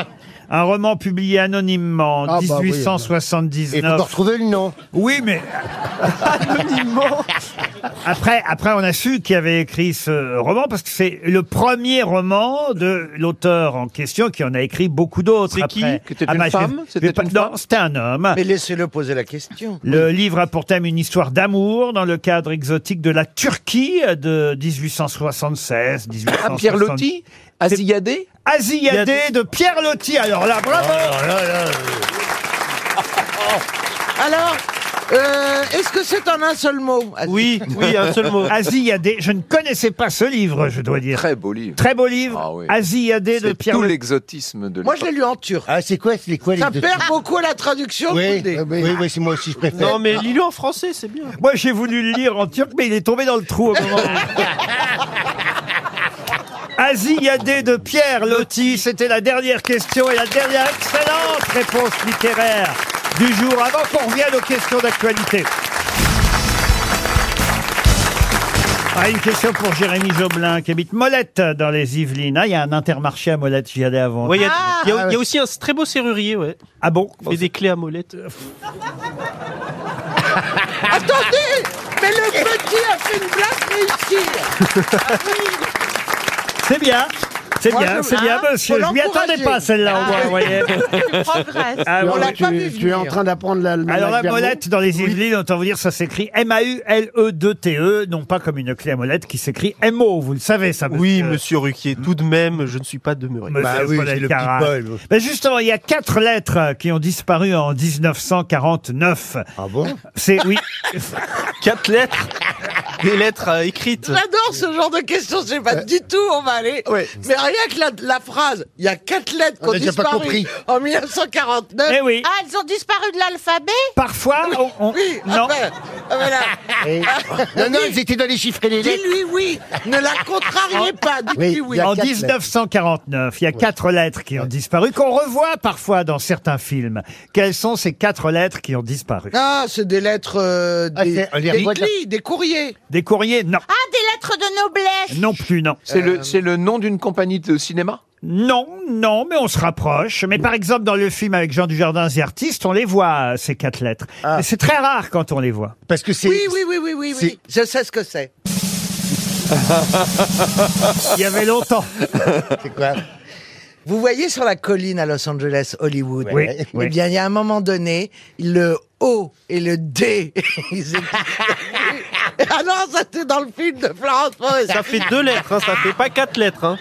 B: un roman publié anonymement en
I: Ah, bah oui.
B: 1879.
I: Et faut retrouver
B: le nom. Oui, mais anonymement. Après, après, on a su qu'il avait écrit ce roman parce que c'est le premier roman de l'auteur en question qui en a écrit beaucoup d'autres.
H: C'est qui
B: après.
H: Que c'était
B: Ah,
H: une
B: bah, je vais-
H: femme
B: je vais
H: C'était
B: pas-
H: une
B: Non, c'était un homme.
N: Mais laissez-le poser la question.
B: Le livre a pour thème une histoire d'amour dans le cadre exotique de la Turquie de 1876. 1870.
H: Ah, Pierre Loti
B: Aziyadeh Aziyadeh de Pierre Loti. Alors là,
C: Ah
B: bravo
C: Alors, euh, est-ce que c'est en un seul mot
B: Oui,
F: oui, un seul mot.
B: Aziyadeh. Je ne connaissais pas ce livre, je dois dire.
H: Très beau livre.
B: Très beau livre.
H: Ah oui.
B: Aziyadeh de
H: C'est
B: Pierre
H: tout
B: Loti.
H: l'exotisme de
C: Moi, je l'ai lu en turc.
N: Ah, c'est quoi, c'est quoi les
C: Ça
N: deux-
C: perd beaucoup la traduction.
N: Oui,
C: écoutez.
N: oui, oui, c'est moi aussi, je préfère.
F: Non, mais lis-le en français, c'est bien.
B: Moi, j'ai voulu le lire en turc, mais il est tombé dans le trou au moment où... Aziyadeh de Pierre Loti, c'était la dernière question et la dernière excellente réponse littéraire du jour avant qu'on revienne aux questions d'actualité. Ah, une question pour Jérémy Joblin qui habite Molette dans les Yvelines. Ah, il y a un intermarché à Molette, j'y allais avant.
F: Ouais, Il y, a- il y a- il y a
B: Ah,
F: aussi un très beau serrurier, ouais.
B: Ah bon
F: Il fait des clés à molette.
C: Attendez Mais le petit a fait une blague réussie
B: C'est bien. C'est
C: Moi,
B: bien,
C: je-
B: c'est bien,
C: hein,
B: monsieur.
C: faut
B: Je m'y attendais
C: l'encourager.
B: pas, celle-là, au moins,
C: Ah.
B: vous voyez.
C: Tu progresses.
B: Ah,
I: Non,
B: oui.
I: mais tu, tu es en train d'apprendre la.
B: Alors la
I: l'almanach d'Hermon.
B: molette dans les Yvelines, autant vous dire, ça s'écrit E M-A-U-L-E-2-T-E, non pas comme une clé à molette qui s'écrit M-O, vous le savez ça.
F: Oui, monsieur Ruquier, tout de même, je ne suis pas demeuré.
B: Monsieur Paul Alcarat. Ben justement, il y a quatre lettres qui ont disparu en 1949. Ah bon C'est oui.
F: Quatre lettres Des lettres euh, écrites.
C: J'adore ce genre de questions, je sais
N: Euh,
C: pas du tout où on va aller. Mais rien que la, la phrase, il y a quatre lettres
N: On
C: qu'on
N: a déjà pas compris.
C: en 1949.
B: Eh oui.
E: Ah, elles ont disparu de l'alphabet
B: Parfois, on...
C: Oui,
B: non.
C: après, voilà.
N: Non, non, ils étaient dans les chiffres et les lettres.
C: Dis-lui oui, ne la contrariez pas, dites-lui oui.
B: En 1949, il y a quatre lettres qui ont disparu, qu'on revoit parfois dans certains films. Quelles sont ces quatre lettres qui ont disparu
C: Ah, c'est des lettres, euh, des,
N: Ah, c'est- les
C: des
N: boîtes-
C: clés, des courriers.
B: Des courriers Non.
E: Ah, des lettres de noblesse
B: Non plus, non.
H: C'est
N: Euh,
H: le, c'est le nom d'une compagnie de cinéma
B: Non, non, mais on se rapproche. Mais par exemple, dans le film avec Jean Dujardin et artistes, on les voit, euh, ces quatre lettres. Mais c'est très rare quand on les voit.
N: Ah. Parce que c'est.
C: Oui, oui, oui, oui, oui, oui. Je sais ce que c'est.
B: Il y avait longtemps.
N: C'est quoi
C: Vous voyez sur la colline à Los Angeles, Hollywood,
B: Oui,
C: eh
B: oui.
C: bien, il y a un moment donné, le O et le D, ils étaient- Ah non, ça c'était dans le film de Florence Foresti.
F: Ça fait deux lettres, hein, ça fait pas quatre lettres. Hein.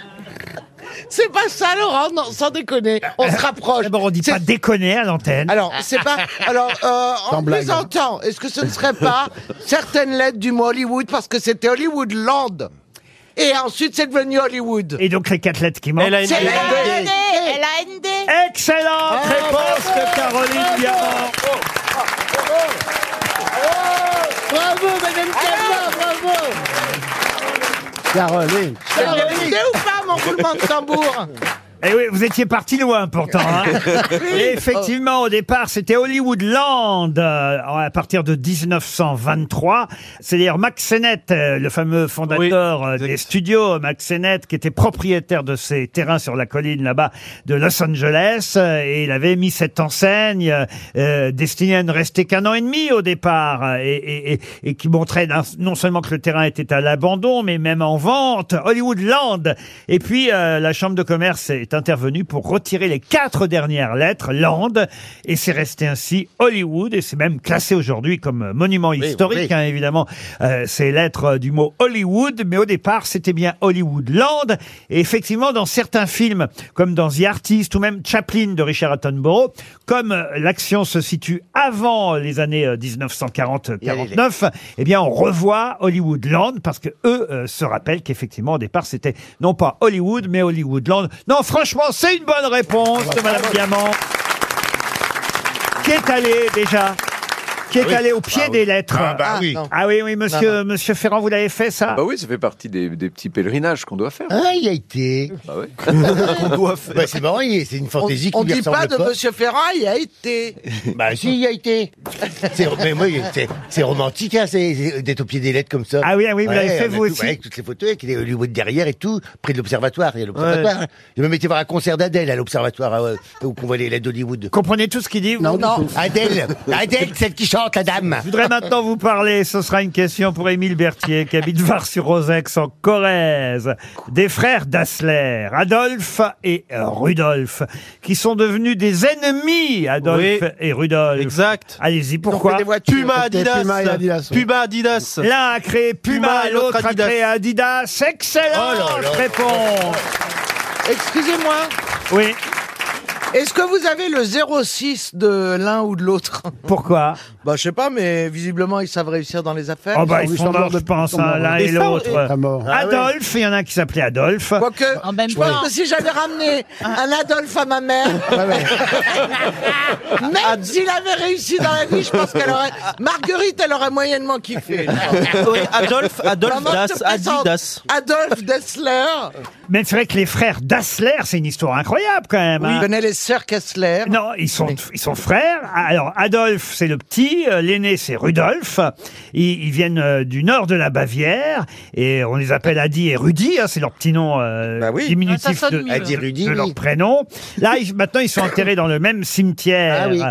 C: C'est pas ça, Laurent, non, sans déconner. On se rapproche.
B: D'abord, on dit pas déconner à l'antenne.
C: Alors, c'est pas. Alors, euh,
I: Sans
C: en
I: blague,
C: plaisantant, est-ce que ce ne serait pas certaines lettres du mot Hollywood parce que c'était Hollywood Land et ensuite c'est devenu Hollywood.
B: Et donc, les quatre lettres qui manquent.
F: Elle a une
C: C'est
E: Elle
C: la
E: a ND Elle
C: D. Oh,
E: a ND
B: Excellente réponse de Caroline Diamant.
C: Bravo, Madame Calva, bravo.
I: Caroline.
C: C'est vérité ou pas mon roulement de tambour
B: Eh oui, vous étiez parti loin pourtant. hein. Et effectivement, au départ, c'était Hollywood Land euh, à partir de 1923. C'est d'ailleurs Max Sennett, euh, le fameux fondateur euh, des studios, Max Sennett, qui était propriétaire de ces terrains sur la colline là-bas de Los Angeles. euh, Et il avait mis cette enseigne euh, euh, destinée à ne rester qu'un an et demi au départ euh, et, et- et- et qui montrait d'un- non seulement que le terrain était à l'abandon, mais même en vente. Hollywood Land. Et puis, euh, la Chambre de commerce est intervenue pour retirer les quatre dernières lettres, Land, et c'est resté ainsi Hollywood, et c'est même classé aujourd'hui comme monument historique,
N: oui.
B: hein, évidemment, euh, ces lettres euh, du mot Hollywood, mais au départ, c'était bien Hollywood Land, et effectivement, dans certains films, comme dans The Artist, ou même Chaplin de Richard Attenborough, comme euh, l'action se situe avant les années euh,
N: y a les
B: 1940-49, eh bien, on revoit Hollywood Land, parce que eux euh, se rappellent qu'effectivement, au départ, c'était non pas Hollywood, mais Hollywoodland. Non, franchement, c'est une bonne réponse de Madame Diamant. Qui est allée déjà Qui est allée au pied des lettres
N: Ah, bah oui.
B: Ah oui, oui, monsieur, monsieur Ferrand, vous l'avez fait, ça
H: Bah oui, ça fait partie des, des petits pèlerinages qu'on doit faire.
N: Ah, il a été.
H: Bah oui.
N: On doit faire. Bah, c'est marrant, il est- c'est une
C: On,
N: fantaisie
C: on
N: qui lui
C: dit pas
N: ressemble
C: de Monsieur Ferrand, il a été.
N: Bah si, il y a été. C'est, mais moi, c'est, c'est romantique, hein, c'est, c'est d'être au pied des lettres comme ça.
B: Ah oui, ah oui, vous l'avez fait,
N: avec
B: vous
N: tout-
B: aussi.
N: Avec toutes les photos, avec les Hollywood derrière et tout, près de l'observatoire. Il y a l'observatoire. hein. J'ai même été voir un concert d'Adèle à l'observatoire, hein, ouais, où on voit les lettres d'Hollywood.
B: Comprenez tout ce qu'il dit vous
N: Adèle, Adèle, celle qui méchante, la dame.
B: Je voudrais maintenant vous parler, ce sera une question pour Émile Berthier qui habite Var-sur-Rosex en Corrèze, des frères Dassler, Adolphe et Rudolf, qui sont devenus des ennemis, Adolphe
F: Oui.
B: et Rudolf. Exact. Allez-y, pourquoi
F: fait des voitures. Puma, Adidas. Puma et Adidas, oui. Puma, Adidas.
B: L'un a créé Puma,
F: Puma et l'autre
B: l'autre a
F: Adidas.
B: créé Adidas. Excellente
C: Oh là là.
B: réponse.
C: Excusez-moi.
B: Oui.
C: Est-ce que vous avez le 06 de l'un ou de l'autre
B: Pourquoi
C: Bah je sais pas, mais visiblement ils savent réussir dans les affaires.
B: Oh bah ils sont morts, je pense, hein, l'un et l'autre.
C: Ah ouais.
B: Adolphe, il y en a un qui s'appelait Adolphe.
C: Quoique, je pense que si j'avais ramené
F: Ah.
C: un Adolphe à ma mère, même s'il avait réussi dans la vie, je pense qu'elle aurait... Marguerite, elle aurait moyennement kiffé. je pense.
F: Oui, Adolphe- Adolphe
C: Maman, je te
F: Das-
C: présente
F: Adidas.
C: Adolphe Dessler.
B: Mais c'est vrai que les frères Dassler, c'est une histoire incroyable quand même.
C: Oui,
B: hein.
C: je connais les sœurs Kessler.
B: Non, ils sont, ils sont frères. Alors, Adolphe, c'est le petit. euh, L'aîné, c'est Rudolf. Ils, ils viennent euh, du nord de la Bavière. Et on les appelle Adi et Rudy. hein, c'est leur petit nom euh,
N: Ah, ça
B: diminutif
N: sonne
B: de,
N: mieux. Adi,
B: de-
N: Rudy,
B: de
N: oui.
B: leur prénom. Là, ils- maintenant, ils sont enterrés dans le même cimetière. Euh,
N: Ah oui.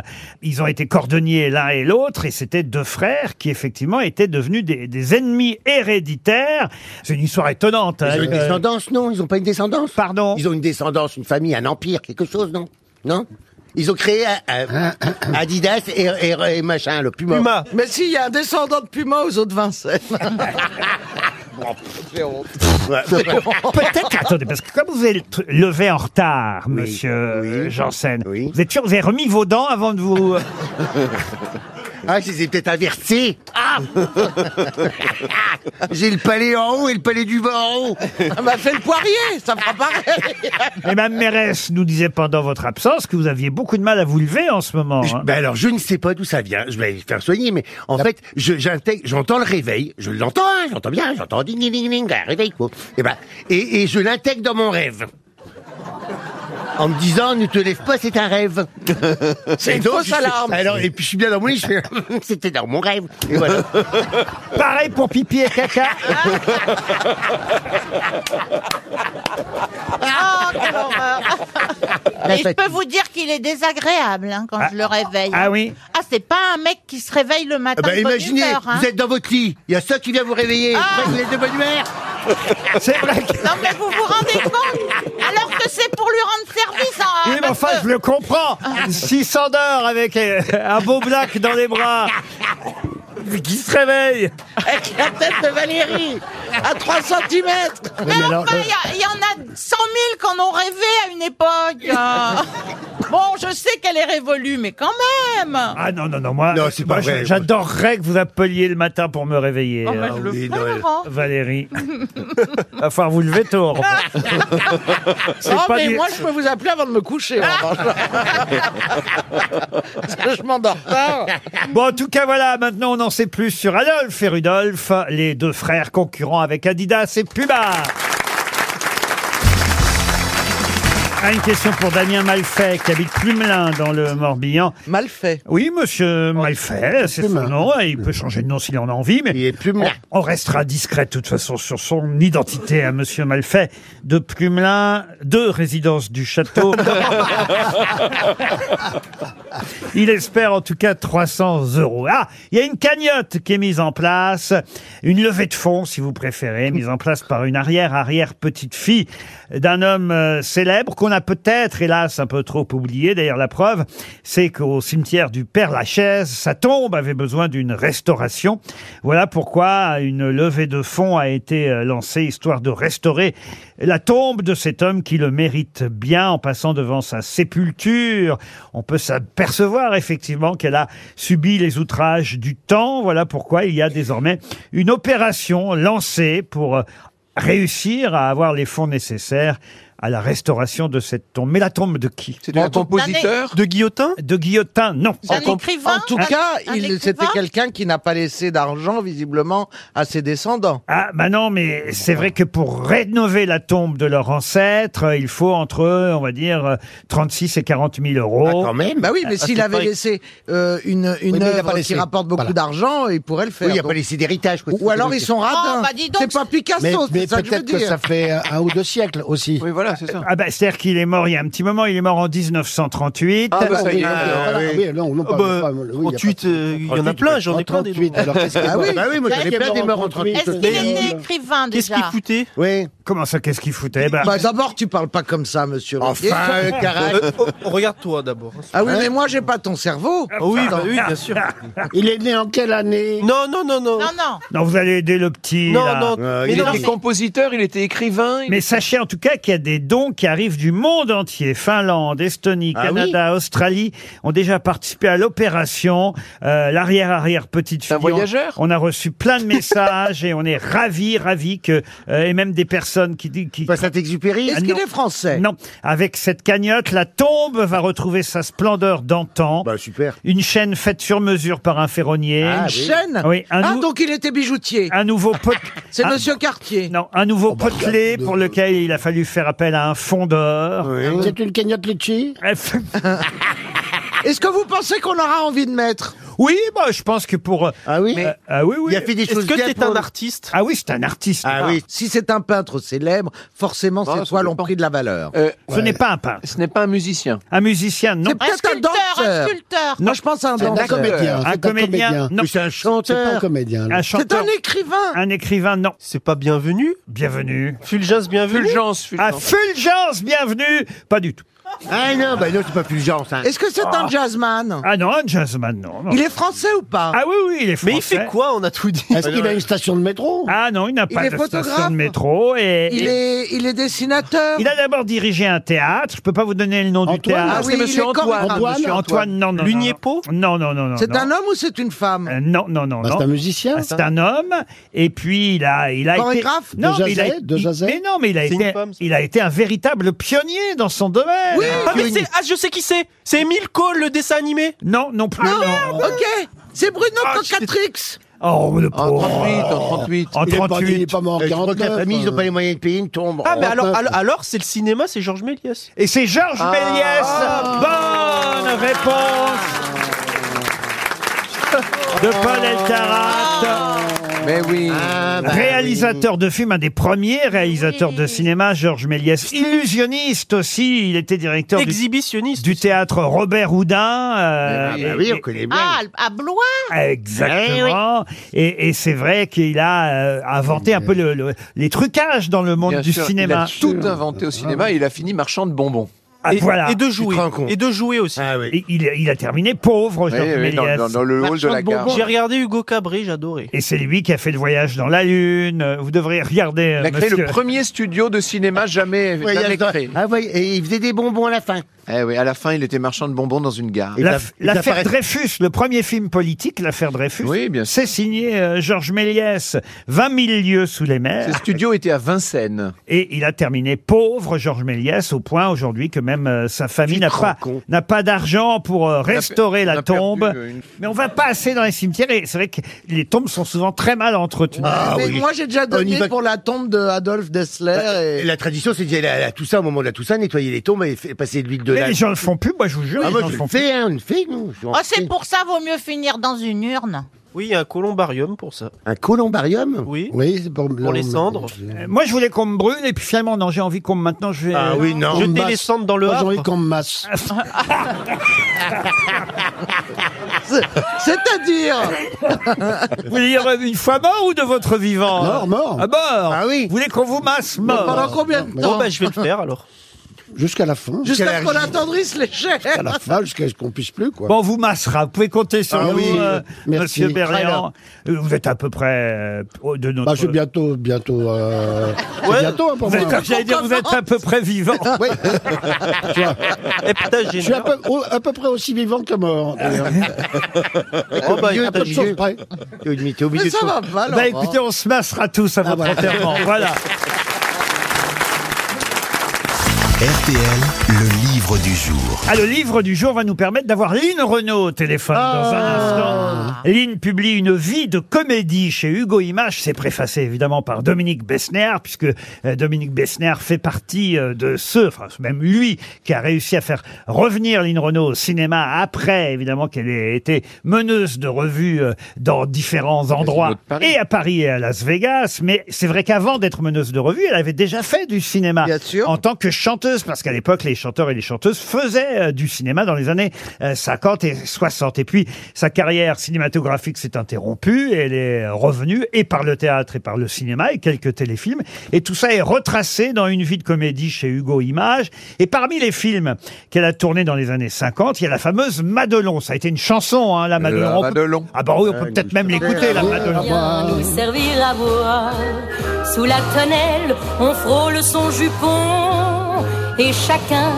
B: Ils ont été cordonniers l'un et l'autre. Et c'était deux frères qui, effectivement, étaient devenus des, des ennemis héréditaires. C'est une histoire étonnante.
N: Ils ont
B: hein.
N: une
B: Euh,
N: descendance, non Ils n'ont pas une descendance
B: Pardon
N: Ils ont une descendance, une famille, un empire, quelque chose, non Non Ils ont créé euh, euh, Adidas et, et- et machin, le Puma.
C: Mais si, il y a un descendant de Puma aux autres Vincennes.
B: Peut-être, attendez, parce que comme vous êtes levé en retard, monsieur euh, Janssen, vous êtes sûr que vous avez remis vos dents avant de vous. euh
N: Ah, je les ai peut-être inversés. Ah J'ai le palais en haut et le palais du vent en haut.
C: Ah bah fais le poirier, ça fera pareil.
B: Et Mme Eh ben, Mérès nous disait pendant votre absence que vous aviez beaucoup de mal à vous lever en ce moment. hein.
N: Ben alors, je ne sais pas d'où ça vient. Je vais me faire soigner, mais en fait, je- j'intègre, j'entends le réveil. Je l'entends, hein, j'entends bien, j'entends ding ding ding ding, un réveil quoi. Et ben, et, et je l'intègre dans mon rêve. En me disant, ne te lève pas, c'est un rêve.
C: C'est une
N: donc,
C: fausse
N: je fais-
C: alarme.
N: Alors, et puis je suis bien dans mon lit, je fais, c'était dans mon rêve. Et voilà. Eh ben,
B: Pareil pour pipi et caca.
E: Ah, quelle horreur. Et je peux vous dire qu'il est désagréable hein, quand je le réveille.
B: Ah oui Eh
E: Ah, c'est pas un mec qui se réveille le matin.
N: Ah ben,
E: de bonne
N: imaginez,
E: humeur, hein.
N: vous êtes dans votre lit, il y a ça qui vient vous réveiller. Vous êtes de bonne humeur.
B: Ah. C'est vrai que.
E: Non, mais vous vous rendez compte Ah Alors que c'est pour lui rendre service. hein, en-
B: Oui, mais enfin, je le comprends. 600 d'heures avec euh, un beau black dans les bras. Qui se réveille
C: Avec la tête de Valérie, à 3 cm.
E: Mais enfin, il y a- il y, en a 100 000 qu'on ont rêvé à une époque. hein. Bon, je sais qu'elle est révolue, mais quand même.
B: Ah non, non, non, moi, moi, je- j'adorerais que vous appeliez le matin pour me réveiller.
E: Oh, bah,
B: hein.
E: je le Oui, ferai, Noël. Laurent.
B: Valérie. enfin, vous levez tôt. Laurent. C'est
C: Oh,
B: pas
C: mais
B: du-
C: moi, je peux vous appeler avant de me coucher. en revanche. Parce que je m'endors pas.
B: Bon, en tout cas, voilà, maintenant on en sait plus sur Adolphe et Rudolf, les deux frères concurrents avec Adidas et Puma. Ah, une question pour Damien Malfait, qui habite Plumelin dans le Morbihan.
C: Malfait
B: Oui, monsieur Malfait, c'est son nom, et il peut changer de nom s'il en a envie, mais on, on restera discret de toute façon sur son identité à monsieur Malfait de Plumelin, deux résidences du château. Il espère en tout cas 300 euros. Ah, il y a une cagnotte qui est mise en place, une levée de fonds si vous préférez, mise en place par une arrière-arrière petite fille d'un homme euh, célèbre qu'on a peut-être, hélas, un peu trop oublié. D'ailleurs, la preuve, c'est qu'au cimetière du Père Lachaise, sa tombe avait besoin d'une restauration. Voilà pourquoi une levée de fonds a été euh, lancée, histoire de restaurer la tombe de cet homme qui le mérite bien en passant devant sa sépulture. On peut s'apercevoir effectivement qu'elle a subi les outrages du temps. Voilà pourquoi il y a désormais une opération lancée pour euh, réussir à avoir les fonds nécessaires à la restauration de cette tombe. Mais la tombe de qui C'est
H: un compositeur
B: De Guillotin De Guillotin, non.
C: En com- En tout cas, il- c'était quelqu'un qui n'a pas laissé d'argent, visiblement, à ses descendants.
B: Ah, bah non, mais c'est vrai que pour rénover la tombe de leur ancêtre, euh, il faut entre, on va dire, euh, 36 et 40 000 euros.
N: quand même.
C: Bah oui, mais
B: Ah,
C: s'il
B: c'est
C: avait
B: pas-
C: laissé euh, une, une
N: Oui, mais il a pas
C: œuvre qui
N: laissé.
C: rapporte beaucoup
N: Voilà.
C: d'argent, il pourrait le faire.
N: Oui, il a
C: donc.
N: pas laissé d'héritage. quoi.
C: Ou alors ils sont radins.
E: Oh, bah dis donc,
C: c'est pas Picasso,
I: Mais, mais
C: c'est ça que je veux
I: peut-être que
C: dire.
I: ça fait un ou deux siècles aussi.
H: voilà, c'est ça.
B: Ah bah, c'est-à-dire qu'il est mort il y a un petit moment, il est mort en 1938.
I: Ah bah, ça y est, Ah, alors, oui. oui, non, non, pas-
F: Ah bah,
I: pas- oui, y a pas-
F: 38, euh, il y en a plein, j'en ai plein des
I: 38, alors, qu'est-ce que- Ah oui, bah oui, moi, j'en ai
F: Qu'est-ce
I: plein des morts en 38.
E: Est-ce qu'il était écrivain déjà
F: foutait
I: Oui.
B: Comment ça, qu'est-ce qu'il foutait bah...
C: d'abord, tu parles pas comme ça, monsieur. Ruquier.
F: Euh, oh, Regarde-toi d'abord. hein.
C: Ah oui, mais moi, j'ai pas ton cerveau.
F: Ah oui, bah oui, bien sûr.
I: Il est né en quelle année
F: Non, non, non, non.
E: Non, non.
B: Non, vous allez aider le petit.
F: Non,
B: là.
F: non,
H: mais Euh, il était compositeur, il était écrivain. il
B: Mais sachez en tout cas qu'il y a des dons qui arrivent du monde entier. Finlande, Estonie,
H: Ah
B: Canada, Australie ont déjà participé à l'opération. Euh, L'arrière-arrière petite fille.
H: un voyageur
B: on, on a reçu plein de messages et on est ravis, ravis que euh, et même des personnes qui disent qui. Pas
C: Saint-Exupéry. Est-ce qu'il est français
B: Non. Avec cette cagnotte, la tombe va retrouver sa splendeur d'antan. Bah
I: super.
B: Une chaîne faite sur mesure par un ferronnier.
C: Une chaîne
B: Oui. un
C: Ah,
B: nou-
C: donc il était bijoutier.
B: Un nouveau pot.
C: C'est
B: un-
C: monsieur Cartier.
B: Non, un
I: Oh,
B: nouveau
I: bah,
B: pot de clé
I: euh,
B: pour lequel il a fallu faire appel à un fondeur.
I: Ah, C'est une cagnotte litchi
C: Est-ce que vous pensez qu'on aura envie de mettre
B: Oui, bah, je pense que pour.
I: Ah oui
B: Euh, ah oui, oui.
I: Il a fait des Est-ce choses que bien c'est pour un le-
F: artiste
B: Ah oui, c'est un artiste.
C: Ah oui. Si c'est un peintre célèbre, forcément,
H: Ah,
C: ses
H: ça
C: toiles ont
H: dépend.
C: pris de la valeur.
H: Euh,
B: Ce n'est pas un peintre.
H: Ce n'est pas un musicien.
B: Un musicien, non.
C: C'est peut-être un
E: Un
C: danseur.
E: sculpteur.
C: Moi, je pense à un
I: C'est un
C: danseur.
I: comédien.
B: Un comédien. Non.
I: C'est un chanteur. C'est pas un comédien.
B: Un chanteur.
C: écrivain.
B: Un écrivain, non.
F: C'est pas bienvenu
B: Bienvenue.
F: Fulgence, bienvenue
H: Fulgence,
B: Ah,
H: Fulgence.
B: Fulgence, bienvenue Pas du tout.
I: Ah non, bah non, c'est pas Fulgence. Hein.
C: Est-ce que c'est un jazzman
B: Ah non, un jazzman, non. non.
C: Il est français ou pas
B: Ah oui, oui, il est français.
F: Mais il fait quoi On a tout dit.
I: Est-ce qu'il a une station de métro
B: Ah non, il n'a
C: Il
B: pas
C: est
B: de
C: photographe
B: station de métro. Et,
C: il, est, il est dessinateur.
B: il a d'abord dirigé un théâtre. Je peux pas vous donner le nom du
I: Antoine
B: théâtre.
C: Ah oui, il est comédien.
I: Antoine
B: Monsieur Antoine, non, non. non, non.
F: Lugnepo
B: Non, non, non, non.
C: C'est
B: non.
C: un homme ou c'est une femme Ah,
B: Euh, Non, non, non,
I: Bah,
B: non. Ah,
I: C'est un musicien.
B: C'est un homme, et puis il a, il a été.
C: Chorégraphe
I: De
B: non, mais il a,
I: Jazet, de
B: il-
I: Jazet.
B: mais non, mais il a
F: C'est une
B: été,
F: femme, ça.
B: il a été un véritable pionnier dans son domaine.
C: Oui.
F: Ah, mais c'est- ah, je sais qui c'est C'est Emile Cole, le dessin animé Ah,
B: Non, non plus.
C: Non,
B: non. Ah,
C: ok. C'est Bruno Cocatrix.
B: Oh,
I: Ah,
B: le
H: En
B: pauvre.
H: 38, en 38.
B: En
I: Il est pas- Il est
B: 38.
I: pas mort en
N: Euh, je crois que
I: 49.
N: la famille, ils n'ont
I: euh.
N: pas les moyens de payer une tombe. Oh.
F: Ah, mais alors,
I: Enfin,
F: alors, alors, c'est le cinéma, c'est Georges Méliès.
B: Et c'est Georges
N: Ah.
F: Ah.
B: Méliès. Bonne réponse de Paul Elkarat. Ah, bah
H: Mais oui. bah
B: Réalisateur de films, un des premiers réalisateurs de cinéma, Georges Méliès. Illusionniste aussi, il était directeur du
F: Exhibitionniste.
B: du théâtre Robert Houdin.
H: Eh
B: euh,
N: Ah oui, on connaît bien.
E: Ah, à Blois Ah,
B: Exactement.
H: Eh
B: Et, et c'est vrai qu'il a euh, inventé un peu le- le- les trucages dans le monde
H: Bien
B: du
H: sûr,
B: cinéma.
H: Il a tout inventé au cinéma. Il a fini marchand de bonbons.
B: Ah,
F: Et,
B: voilà.
F: et de
N: Tu
F: jouer.
N: te rends compte.
F: Et de jouer aussi.
N: Ah oui.
B: Et il, il a terminé pauvre,
H: Oui,
B: Georges
H: oui, dans,
B: Méliès.
H: dans- dans le hall de la gare.
F: J'ai regardé Hugo Cabré, j'adorais.
B: Et c'est lui qui a fait le voyage dans la Lune. Vous devrez regarder, euh,
H: Il a créé
B: monsieur.
H: le premier studio de cinéma jamais,
N: Ouais, il y a
H: jamais
N: le-
H: créé.
N: Ah oui, et il faisait des bonbons à la fin.
H: Eh oui, à la fin, il était marchand de bonbons dans une gare.
B: La-
N: t'as- et
B: L'affaire
N: t'as pas-
B: Dreyfus, le premier film politique, l'affaire Dreyfus,
H: Oui, bien sûr.
B: c'est signé euh, Georges Méliès, 20 000 lieues sous les
H: Ces
B: mers,
H: studios étaient à Vincennes.
B: et il a terminé pauvre Georges Méliès au point aujourd'hui que même euh, sa famille
N: Tu
B: n'a
N: te
B: pas
N: rends compte.
B: n'a pas d'argent pour euh, restaurer
H: on
B: la
H: a perdu,
B: tombe.
H: euh, une-
B: Mais on va pas assez dans les cimetières et c'est vrai que les tombes sont souvent très mal entretenues.
C: Mais moi, j'ai déjà
N: Ah On y
C: donné
N: va-
C: pour la tombe de Adolphe Dessler.
B: Bah,
I: Euh,
C: et-
N: La tradition, c'est d'aller à la Toussaint, au moment de la Toussaint, nettoyer les tombes et f- passer de l'huile de
B: Mais
N: la...
B: les gens le font plus, moi je vous jure.
N: Ah,
B: les
N: moi,
B: gens
N: je
B: le
N: le
B: font plus.
N: fais, hein, on le fait, nous. je le
E: Oh, c'est
N: fais.
E: pour ça, vaut mieux finir dans une urne.
F: Ah, Oui, il y a un columbarium pour ça.
N: Un columbarium
F: Oui.
I: Oui, c'est pour,
F: Pour les cendres.
B: Euh, Moi je voulais qu'on me brûle et puis finalement non, j'ai envie qu'on me maintenant je vais euh,
N: Ah oui, non.
F: Jeter
I: masse.
F: les cendres dans le
I: Moi, j'ai envie
F: Havre.
I: qu'on me masse.
C: C'est- C'est-à-dire
B: Vous voulez dire euh, une fois mort ou de votre vivant
I: Mort, mort.
B: Ah, mort.
N: Ah oui.
B: Vous voulez qu'on vous masse mort
C: pendant combien de
F: Bon,
C: temps
F: bah, je vais le faire alors.
I: Jusqu'à la fin.
C: Jusqu'à ce Ah, qu'on
N: Jusqu'à la-
C: attendrisse les chairs.
I: Jusqu'à la fin, jusqu'à ce qu'on puisse plus, quoi.
B: Bon, on vous massera. Vous pouvez compter sur
I: Ah
B: nous,
I: oui,
B: euh,
I: merci.
B: Monsieur Berriand. Euh, Vous êtes à peu près euh, au- de notre.
I: Bah, je suis bientôt, bientôt, euh... c'est
F: Ouais.
I: bientôt hein, pour
B: Vous
I: moi.
B: êtes, j'allais dire, vous êtes à peu près vivant.
I: Oui,
F: Eh putain, j'ai
I: je suis à
F: une
I: peu, au- à peu près aussi vivant que mort. d'ailleurs.
F: Oh, bah,
I: À peu de
F: putain,
I: choses près.
N: T'es obligé- t'es obligé
C: Mais
N: de
C: ça
N: tout-
C: va pas,
B: bah
C: Laurent. Ah, bah.
B: écoutez, on se massera tous à votre enterrement. Voilà.
A: RTL, le livre du jour.
B: Ah, le livre du jour va nous permettre d'avoir Lynn Renault au téléphone dans un instant. Lynn publie Une vie de comédie chez Hugo Image. C'est préfacé évidemment par Dominique Bessner, puisque euh, Dominique Bessner fait partie euh, de ceux, enfin c'est même lui, qui a réussi à faire revenir Lynn Renault au cinéma après évidemment qu'elle ait été meneuse de revues euh, dans différents endroits et à Paris et à Las Vegas. Mais c'est vrai qu'avant d'être meneuse de revue, elle avait déjà fait du cinéma en tant que chanteuse, parce qu'à l'époque, les chanteurs et les chanteuses faisaient euh, du cinéma dans les années euh, 50 et 60. Et puis, sa carrière cinématographique s'est interrompue, et elle est revenue, et par le théâtre, et par le cinéma, et quelques téléfilms. Et tout ça est retracé dans Une vie de comédie chez Hugo Image. Et parmi les films qu'elle a tournés dans les années 50, il y a la fameuse Madelon. Ça a été une chanson, hein, la Madelon. On peut-
H: Madelon.
B: Ah bah oui, on peut peut-être même l'écouter, la
O: Viens
B: Madelon.
O: nous servir à boire. Sous la tonnelle, on frôle son jupon et chacun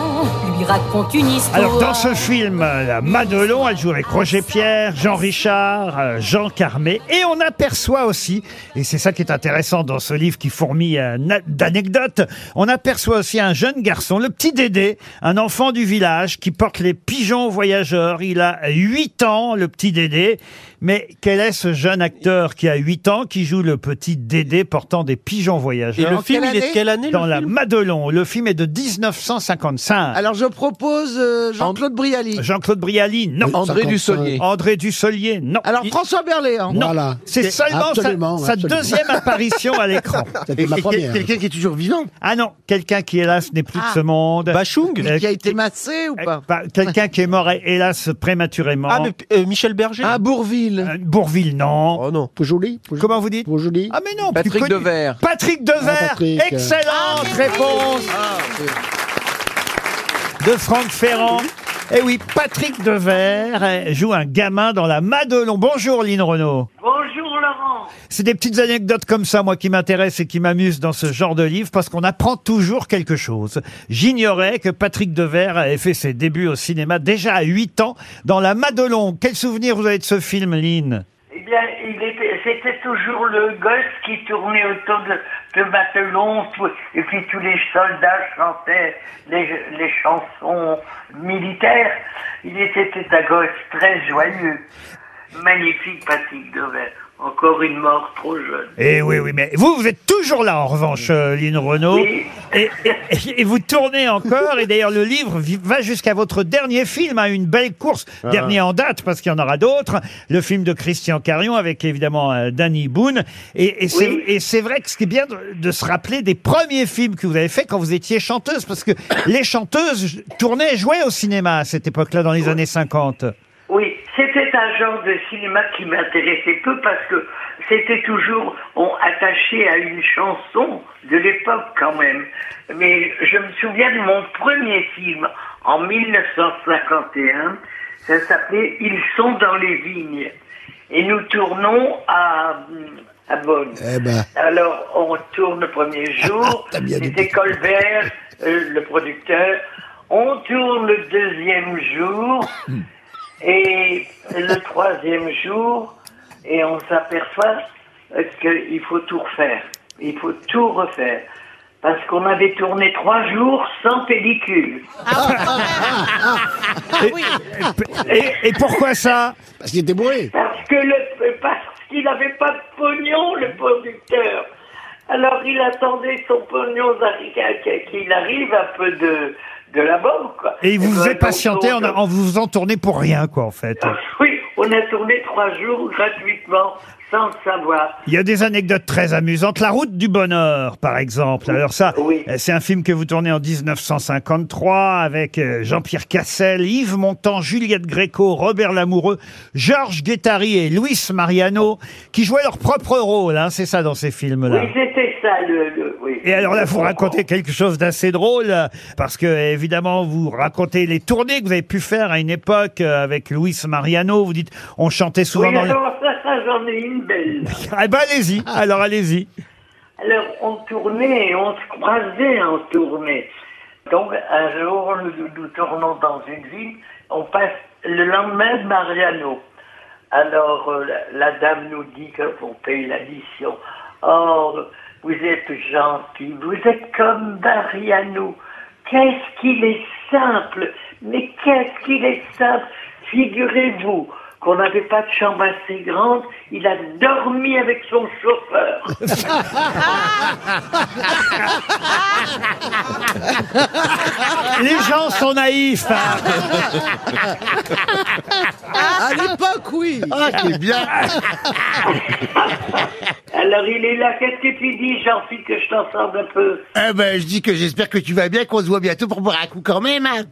O: lui raconte une histoire.
B: Alors dans ce film, euh, la Madelon, elle joue avec Roger Pierre, Jean Richard, euh, Jean Carmé, et on aperçoit aussi, et c'est ça qui est intéressant dans ce livre qui fourmille euh, na- d'anecdotes, on aperçoit aussi un jeune garçon, le petit Dédé, un enfant du village qui porte les pigeons voyageurs. Il a 8 ans, le petit Dédé, mais quel est ce jeune acteur qui a 8 ans, qui joue le petit Dédé portant des pigeons voyageurs
F: Et le film, il est de quelle année, le
B: Dans la
F: film
B: Madelon. Le film est de 1955.
C: Alors je propose euh, Jean-Claude Brialy.
B: Jean-Claude Brialy, non.
C: Oui, André 55. Dussolier.
B: André Dussolier, non.
C: Alors François Berléand.
B: Non. C'est seulement sa, sa deuxième apparition à l'écran.
N: C'était ma Et- et- première. quelqu'un
B: qui est toujours vivant Ah non, quelqu'un qui hélas n'est plus
C: Ah.
B: de ce monde. Bachung
C: Qui a été massé ou pas
B: Quelqu'un qui est mort hélas prématurément.
C: Ah, mais,
B: Michel Berger Ah, Bourville. Bourville, non. Oh non. Poujoli Comment vous dites Poujoli. Ah mais non. plus
H: Patrick
B: connu.
H: Devers.
B: Patrick Devers.
H: Ah,
C: euh.
H: Patrick.
B: Excellente
H: Ah, mais oui.
B: réponse
C: Ah.
B: de Franck Ferrand. Et oui, Patrick Devers euh, joue un gamin dans la Madelon. Bonjour, Lynn Renault.
P: Bonjour Laurent.
B: C'est des petites anecdotes comme ça, moi, qui m'intéressent et qui m'amusent dans ce genre de livre, parce qu'on apprend toujours quelque chose. J'ignorais que Patrick Devers avait fait ses débuts au cinéma déjà à 8 ans dans la Madelon. Quel souvenir vous avez de ce film, Lynn
P: Eh bien, il était, c'était toujours le gosse qui tournait autour de, de Matelon, tout- et puis tous les soldats chantaient les, les chansons militaires. Il était un gosse très joyeux. Magnifique Patrick Devers. Encore une mort trop jeune.
B: Eh oui, oui, mais vous, vous êtes toujours là, en revanche, euh, Lynn Renault. Et, et- et vous tournez encore. Et d'ailleurs, le livre vi- va jusqu'à votre dernier film, à une belle course,
F: Ah.
B: dernier en date, parce qu'il y en aura d'autres. Le film de Christian Carion avec évidemment euh, Danny Boone. Et, et c'est-
F: Oui.
B: et c'est vrai que ce qui est bien de, de se rappeler des premiers films que vous avez faits quand vous étiez chanteuse, parce que les chanteuses tournaient et jouaient au cinéma à cette époque-là, dans les années 50.
P: Oui, c'était un genre de cinéma qui m'intéressait peu parce que c'était toujours on, attaché à une chanson de l'époque quand même. Mais je me souviens de mon premier film en 1951. Ça s'appelait Ils sont dans les vignes. Et nous tournons à, à Bonn.
I: Eh ben. Ah,
P: Alors, on tourne le premier jour. C'était Colbert, euh, le producteur. On tourne le deuxième jour et le troisième jour, et on s'aperçoit euh, qu'il faut tout refaire. Il faut tout refaire. Parce qu'on avait tourné trois jours sans pellicule.
B: Et, et pourquoi ça
I: Parce qu'il était bourré.
P: Parce que le, parce qu'il n'avait pas de pognon, le producteur. Alors il attendait son pognon d'arri- qu'il arrive un peu de, de la banque. quoi.
B: Et il vous
P: ben,
B: faisait
P: on
B: patienter en,
P: tourne-
B: en vous en tournez pour rien, quoi, en fait.
P: Oui, on a tourné trois jours gratuitement, sans le savoir.
B: Il y a des anecdotes très amusantes. La route du bonheur, par exemple. Alors ça, euh, c'est un film que vous tournez en 1953 avec euh, Jean-Pierre Cassel, Yves Montand, Juliette Gréco, Robert Lamoureux, Georges Guettari et Luis Mariano, qui jouaient leur propre rôle. hein, c'est ça dans ces films-là.
P: Oui, c'était ça le. le- oui.
B: Et alors là, vous racontez quelque chose d'assez drôle, euh, parce que évidemment, vous racontez les tournées que vous avez pu faire à une époque euh, avec Luis Mariano. Vous dites, on chantait souvent
P: Oui,
B: dans le...
P: alors, ça, ça, j'en ai une belle.
B: Ah ben allez-y, alors allez-y.
P: Alors, on tournait et on se croisait en tournée. Donc, un jour, nous, nous tournons dans une ville, on passe le lendemain de Mariano. Alors, euh, la, la dame nous dit que- qu'on paye l'addition. Oh, vous êtes gentil, vous êtes comme Mariano. Qu'est-ce qu'il est simple Mais qu'est-ce qu'il est simple Figurez-vous qu'on n'avait pas de chambre assez grande, il a dormi avec son chauffeur.
B: Les
P: Ah,
B: gens sont naïfs. hein.
C: À l'époque, oui.
P: Ah, c'est bien. Alors il est là, qu'est-ce que tu dis, jean philippe que je t'en sors un peu
N: Eh ben, je dis que j'espère que tu vas bien, qu'on se voit bientôt pour boire un coup quand même. hein.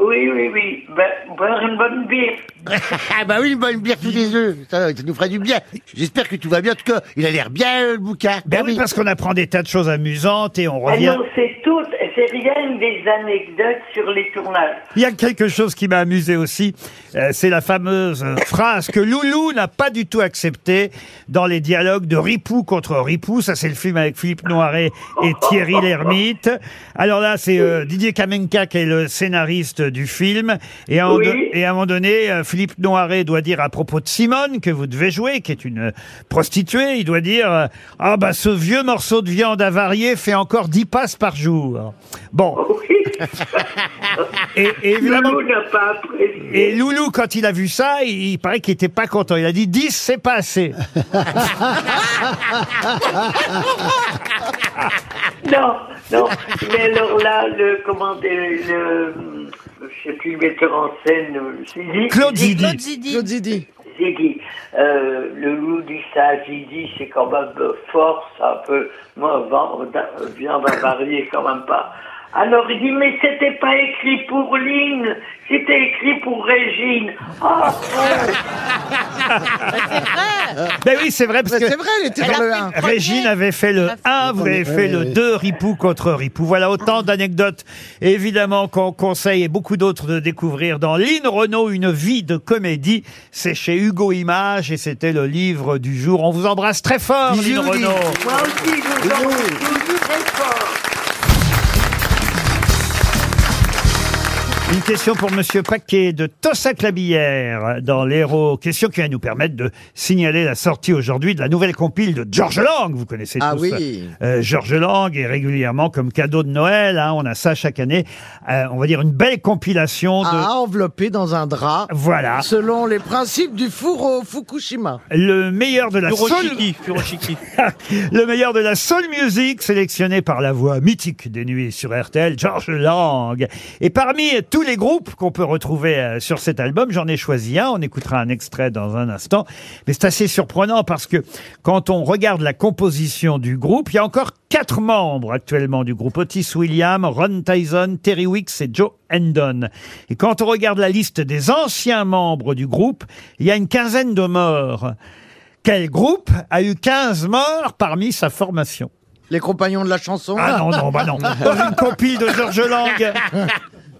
P: Oui, oui, oui, ben, boire une bonne bière.
N: ah bah oui, une bonne bière tous les œufs, ça, ça nous fera du bien. J'espère que tout va bien, en tout cas, il a l'air bien euh, le bouquin.
B: Ben oui, parce qu'on apprend des tas de choses amusantes et on revient.
P: Ah non, c'est tout, c'est rien des anecdotes sur les tournages.
B: Il y a quelque chose qui m'a amusé aussi, euh, c'est la fameuse euh, phrase que Loulou n'a pas du tout acceptée dans les dialogues de Ripou contre Ripou. Ça, c'est le film avec Philippe Noiret et Thierry Lhermitte. Alors là, c'est euh, Didier Kamenka qui est le scénariste du film. Et à, un
P: Oui.
B: moment don- et à un moment donné, euh, Philippe Noiret doit dire à propos de Simone, que vous devez jouer, qui est une euh, prostituée, il doit dire euh, Ah bah ce vieux morceau de viande avariée fait encore 10 passes par jour. » Bon. et, et évidemment...
P: Loulou n'a pas apprécié.
B: Et Loulou, quand il a vu ça, il, il paraît qu'il était pas content. Il a dit 10, c'est pas assez.
P: Non, non, mais alors là, le, comment, dire, le, je sais plus le metteur en scène, euh, c'est Zidi
B: Claude Zidi. Claude
P: Zidi. Zidi. Euh, le loup dit ça à Zidi, c'est quand même euh, fort, ça un peu. Moi, vendre, euh, viande avariée, quand même pas. Alors il dit, mais c'était pas écrit pour Lynn, c'était écrit pour Régine. Ah,
B: Ben oui, c'est vrai. parce
C: Mais
B: que
C: c'est vrai, il était Elle dans a le fait le un. premier.
B: Régine avait fait le 1, vous avez fait le 2, Ripou contre Ripou. Voilà autant d'anecdotes, évidemment, qu'on conseille et beaucoup d'autres de découvrir dans Lynn Renault, une vie de comédie. C'est chez Hugo Image et c'était le livre du jour. On vous embrasse très fort, Lynn Renault.
P: Moi aussi, je vous en prie, très fort.
B: Une question pour Monsieur Paquet de Tossac-la-Billière dans l'Hérault. Question qui va nous permettre de signaler la sortie aujourd'hui de la nouvelle compile de George Lang. Vous connaissez
Q: Ah
B: tous
Q: oui.
B: euh, George Lang et régulièrement comme cadeau de Noël, hein, on a ça chaque année. euh, on va dire une belle compilation de.
C: Ah, enveloppé dans un drap.
B: Voilà.
C: Selon les principes du four au Fukushima.
B: Le meilleur de la
C: Furoshiki,
B: soul... le meilleur de la soul music sélectionné par la voix mythique des nuits sur RTL, George Lang. Et parmi tous les groupes qu'on peut retrouver euh, sur cet album, j'en ai choisi un. On écoutera un extrait dans un instant. Mais c'est assez surprenant parce que quand on regarde la composition du groupe, il y a encore quatre membres actuellement du groupe Otis William, Ron Tyson, Terry Wicks et Joe Hendon. Et quand on regarde la liste des anciens membres du groupe, il y a une quinzaine de morts. Quel groupe a eu 15 morts parmi sa formation
C: Les compagnons de la chanson.
B: Ah non, non, bah non. Une compile de Georges Lang.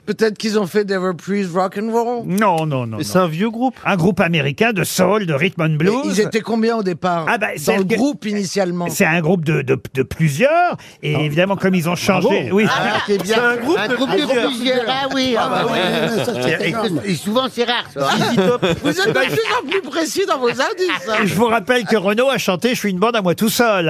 C: Peut-être qu'ils ont fait des reprises rock and roll.
B: Non, non, non. C'est un vieux groupe. Un groupe américain de soul, de rhythm and blues.
C: Ils étaient combien au départ
B: Ah bah, c'est
C: Dans le
B: que-
C: groupe initialement.
B: C'est un groupe de, de- de plusieurs. Et évidemment, comme ils ont changé.
N: Bravo. Ah, c'est bien. Un groupe de plusieurs. Ah oui, ah bah oui.
B: ça, c'est
N: Et-
B: énorme.
N: Et souvent, c'est rare, ça.
C: Vous
N: Bah,
C: êtes de plus en plus précis dans vos indices. hein.
B: Je vous rappelle que Renaud a chanté Je suis une bande à moi tout seul.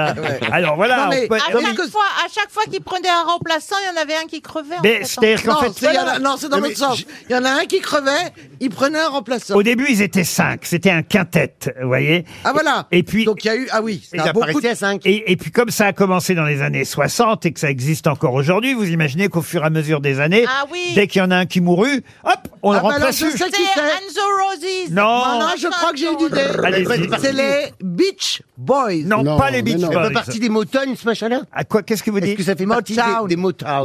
B: Alors voilà. on peut-
E: à,
C: ah,
E: chaque fois, à chaque fois qu'il prenait un remplaçant, il y en avait un qui crevait. en
B: Mais
E: fait, hein.
B: c'est-à-dire qu'en
E: en-
B: fait-
C: C'est- il y en a- non, c'est dans
B: Mais
C: l'autre sens. Il y en a un qui crevait, il prenait un remplaçant.
B: Au début, ils étaient cinq. C'était un quintet, vous voyez.
C: Ah voilà.
B: Et puis.
C: Donc il y a eu. Ah oui, ça a beaucoup de-
B: Et, et puis comme ça a commencé dans les années 60 et que ça existe encore aujourd'hui, vous imaginez qu'au fur et à mesure des années,
E: Ah oui.
B: dès qu'il y en a un qui mourut, hop, on
C: Ah, bah
B: le remplace.
E: C'est Enzo Roses.
B: Non.
C: Non, non, je crois que j'ai une
B: Allez-y.
C: idée. C'est les Beach Boys.
B: Non, pas les Beach Boys.
N: Ça fait partie des Motown, ce machin-là
B: À quoi Qu'est-ce que vous dites
N: Est-ce que ça fait partie des,
C: Motown.
N: des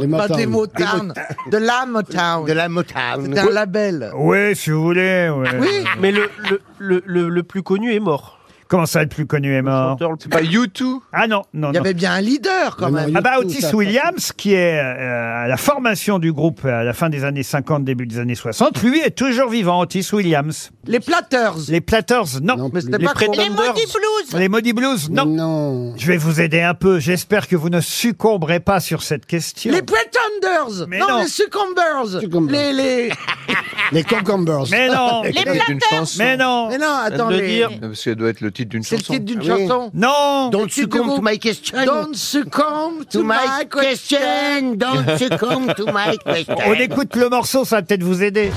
N: Motown
C: Pas des Motown. De la Motown.
N: De la Motown.
C: C'est un label.
B: Oui, si vous voulez. ouais.
C: Oui.
F: Mais le, le, le, le, le plus connu est mort.
B: Comment ça, le plus connu est mort
F: C'est pas
B: YouTube Ah non, non,
C: Il y
B: non.
C: avait bien un leader quand même.
B: Ah bah Otis Williams, qui est euh, à la formation du groupe euh, à la fin des années 50, début des années 60, lui est toujours vivant, Otis Williams.
C: Les Platters.
B: Les Platters, non.
C: c'était pas con. Les Moody
E: Blues.
B: Les Moody Blues, non. Je vais vous aider un peu. J'espère que vous ne succomberez pas sur cette question.
C: Les Pretenders.
B: Mais
C: non,
B: non.
C: les Succumbers. Les, les...
I: Les Cucumbers.
B: Mais non. Les plateurs. Mais non.
C: Mais non,
H: Attends,
C: attendez.
H: Parce que ça doit être le titre d'une chanson. Ah
C: C'est le titre d'une
N: Ah
C: chanson.
B: Non.
C: Don't succumb to my question. Don't succumb to my question. Don't succumb to my question.
B: On écoute le morceau, ça va peut-être vous aider.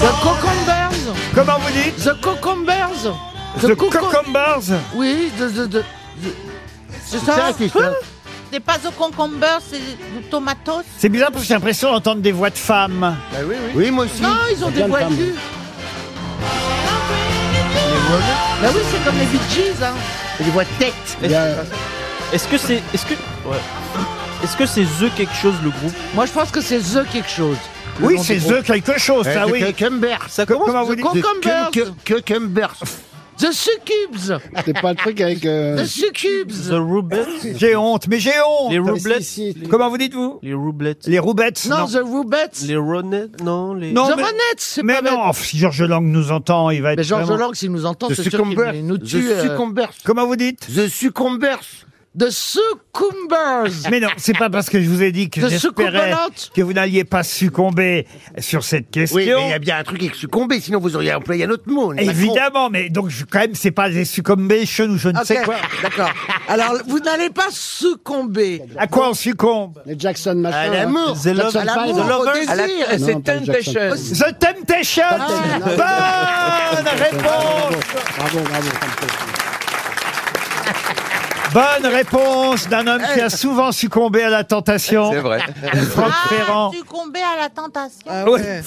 C: The Cucumbers.
B: Comment vous dites
C: The Cucumbers.
B: The
C: Cucu-
B: Cucumbers
C: Oui, de, de, de- de- c'est ça.
E: C'est pas au Hein concombre, c'est du tomatos.
B: C'est bizarre parce que j'ai l'impression d'entendre des voix de femmes.
C: Bah oui, oui.
N: moi aussi.
E: Non, ils ont des voitures.
C: Bah oui, c'est comme les Bee Gees, hein.
N: Les voix de tête.
F: Est-ce est-ce que c'est. Est-ce que. Ouais. Est-ce que c'est The quelque chose le groupe
C: Moi, je pense que c'est The quelque chose. Le
B: Oui,
C: nom
B: c'est
C: du
B: The
C: groupe.
B: quelque chose,
N: Euh,
B: ça
I: Eh,
N: the
B: oui.
N: Cucumbers.
B: Ça commence Comment vous
C: The
B: dites
C: Cucumbers.
N: Cucumbers.
C: The Succubes.
I: C'est pas le truc avec. euh,
C: The Succubes.
F: Rubettes
B: J'ai honte, mais j'ai honte.
F: Les Roublets
B: Ah, Comment vous dites-vous
F: Les Roublettes.
B: Les roubettes
C: Non, The Roubettes.
F: Les Ronettes Non, les.
B: Non,
C: The
B: mais-
C: Ronettes, c'est
B: Mais
C: pas
B: non,
C: bête.
B: oh, si Georges Lang nous entend, il va être.
C: Mais Georges
B: vraiment-
C: Lang, s'il nous entend,
F: The
C: c'est sûr
F: Cucumbers.
C: qu'il nous tue.
F: The
C: euh,
B: Comment vous dites
N: The Succumbers.
C: The Succumbers.
B: Mais non, c'est pas parce que je vous ai dit que
C: The
B: j'espérais
C: succumbente.
B: que vous n'alliez pas succomber sur cette question.
N: Oui, mais il y a bien un truc avec succomber, sinon vous auriez employé un autre mot. on est pas con.
B: Évidemment, mais donc je- quand même, c'est pas des succombations ou je ne
C: Ok,
B: sais quoi.
C: d'accord. Alors, vous n'allez pas succomber.
B: À quoi on succombe
I: Les Jackson
N: Ah,
I: machin.
C: À
I: là.
C: l'amour.
I: Jackson
C: À
I: Five,
C: l'amour,
I: là.
C: au
I: À la-
C: désir.
I: Non, pas les Jackson Five.
N: Oh,
B: The Temptation Bonne réponse
I: Bravo, bravo.
B: Bonne réponse d'un homme qui a souvent succombé à la tentation.
H: C'est vrai.
B: Franck
E: Ah,
B: Ferrand.
E: succomber à la tentation.
C: Ah ouais.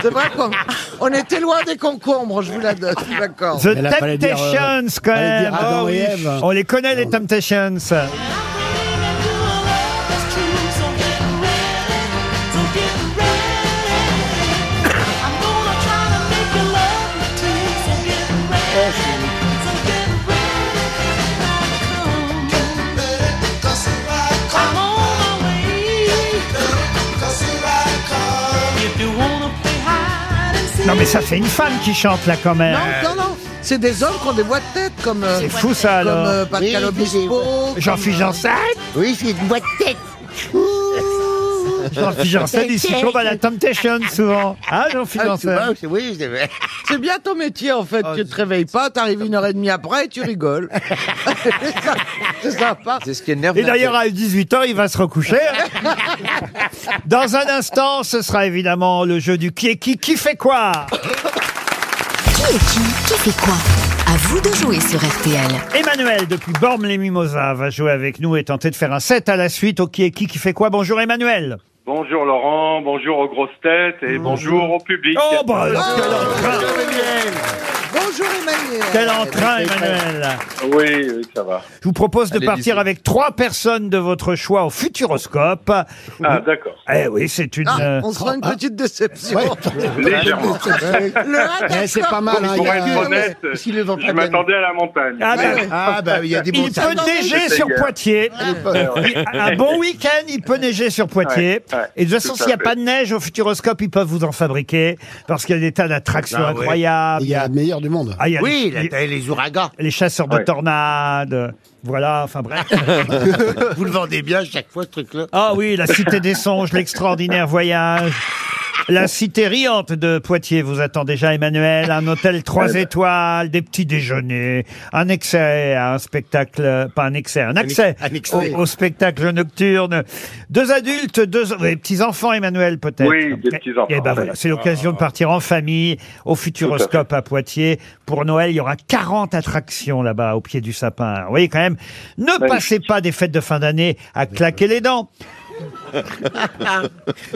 C: C'est vrai qu'on on était loin des concombres, je vous la donne, je suis d'accord.
B: The
I: Mais là, fallait dire, euh,
B: Temptations, quand
I: fallait
B: même.
I: dire Adam
B: Oh
I: et
B: oui.
I: Ève.
B: On les connaît, les Temptations. Non, mais ça, c'est une femme qui chante, là, quand même.
C: Non, non, non. C'est des hommes qui ont des voix de tête comme. euh,
B: C'est fou, ça,
C: Comme
B: alors.
C: euh, Pascal
N: Oui, c'est des
C: Obispo. euh,
B: Jean-Philippe Janssen
N: Oui, c'est une voix de tête.
B: Jean-Philippe Janssen, il succombe à la Temptation, souvent. Ah, Jean-Philippe
N: Ah, tu
B: Janssen
N: vois, c'est- oui, c'est vrai.
C: C'est bien ton métier en
N: Oh,
C: fait, tu te réveilles pas, t'arrives une heure et demie après et tu rigoles. c'est sympa.
H: C'est ce qui énerve.
B: Et d'ailleurs, à 18 ans, il va se recoucher. Dans un instant, ce sera évidemment le jeu du qui est qui, qui fait quoi.
J: Qui est qui Qui fait quoi À vous de jouer sur RTL.
B: Emmanuel, depuis Bormes-les-Mimosas, va jouer avec nous et tenter de faire un set à la suite au qui est qui, qui fait quoi. Bonjour Emmanuel.
M: Bonjour Laurent, bonjour aux grosses têtes et bonjour, au public.
B: Mmh. Oh, bah, alors, quel entrain,
C: Bonjour Emmanuel.
B: quel entrain, Emmanuel.
M: Oui, oui, ça va.
B: Je vous propose de
H: Allez,
B: partir
H: Lizzie.
B: avec trois personnes de votre choix au Futuroscope.
M: Ah, d'accord.
B: Eh oui, c'est une... euh,
C: Ah, on sera une petite déception.
I: Ouais.
M: Légèrement.
C: Le un,
I: Eh, c'est
C: d'accord.
I: pas mal, hein,
M: Pour
I: il y a-
M: être honnête,
I: Parce qu'il le vend
M: je
I: pas bien.
M: m'attendais à la montagne.
B: ah, bah,
N: Ah, bah, il y a des
B: Il
N: bons
B: peut
N: salles.
B: neiger
M: c'est
B: sur
M: gars.
B: Poitiers. Un bon week-end, il peut neiger sur Poitiers.
M: Ouais, ouais,
B: Et de toute façon,
M: tout à
B: s'il n'y a
M: fait.
B: pas de neige, au Futuroscope, ils peuvent vous en fabriquer. Parce qu'il y a des tas d'attractions
N: Ah ouais.
B: incroyables.
I: Il y a le meilleur du monde.
B: Ah, il y a
N: Oui,
B: les,
N: là, les ouragans.
B: les chasseurs de
M: Ouais.
B: tornades. Voilà, enfin bref.
N: Vous le vendez bien chaque fois, ce truc-là.
B: Ah oui, la cité des songes, l'extraordinaire voyage. La cité riante de Poitiers vous attend déjà, Emmanuel. Un hôtel trois
N: bah.
B: étoiles, des petits déjeuners, un excès à un spectacle, pas un excès, un accès,
N: un excès.
B: Au, au spectacle nocturne. Deux adultes, deux des petits enfants, Emmanuel peut-être.
M: Oui, des petits-enfants,
B: Eh ben
M: oui.
B: voilà, c'est l'occasion de partir en famille au Futuroscope à Poitiers. Pour Noël, il y aura 40 attractions là-bas au pied du sapin. Vous voyez quand même, ne
M: Magnifique.
B: passez pas des fêtes de fin d'année à claquer les dents.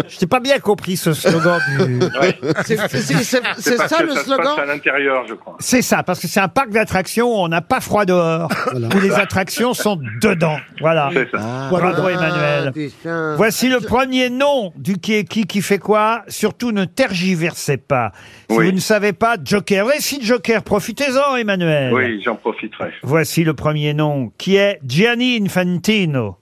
Q: Je n'ai pas bien compris ce slogan du.
K: Ouais.
Q: c'est
K: parce
Q: ça,
K: que
Q: le
K: se
Q: slogan
K: passe à l'intérieur, je crois.
B: C'est ça, parce que c'est un parc d'attractions où on n'a pas froid dehors, où les attractions sont dedans. Voilà.
K: C'est ça.
B: Bravo Emmanuel. Voici le premier nom du qui est qui qui fait quoi. Surtout ne tergiversez pas. Si vous ne savez pas, Joker. Et si Joker, profitez-en Emmanuel.
K: Oui, j'en profiterai.
B: Voici le premier nom qui est Gianni Infantino.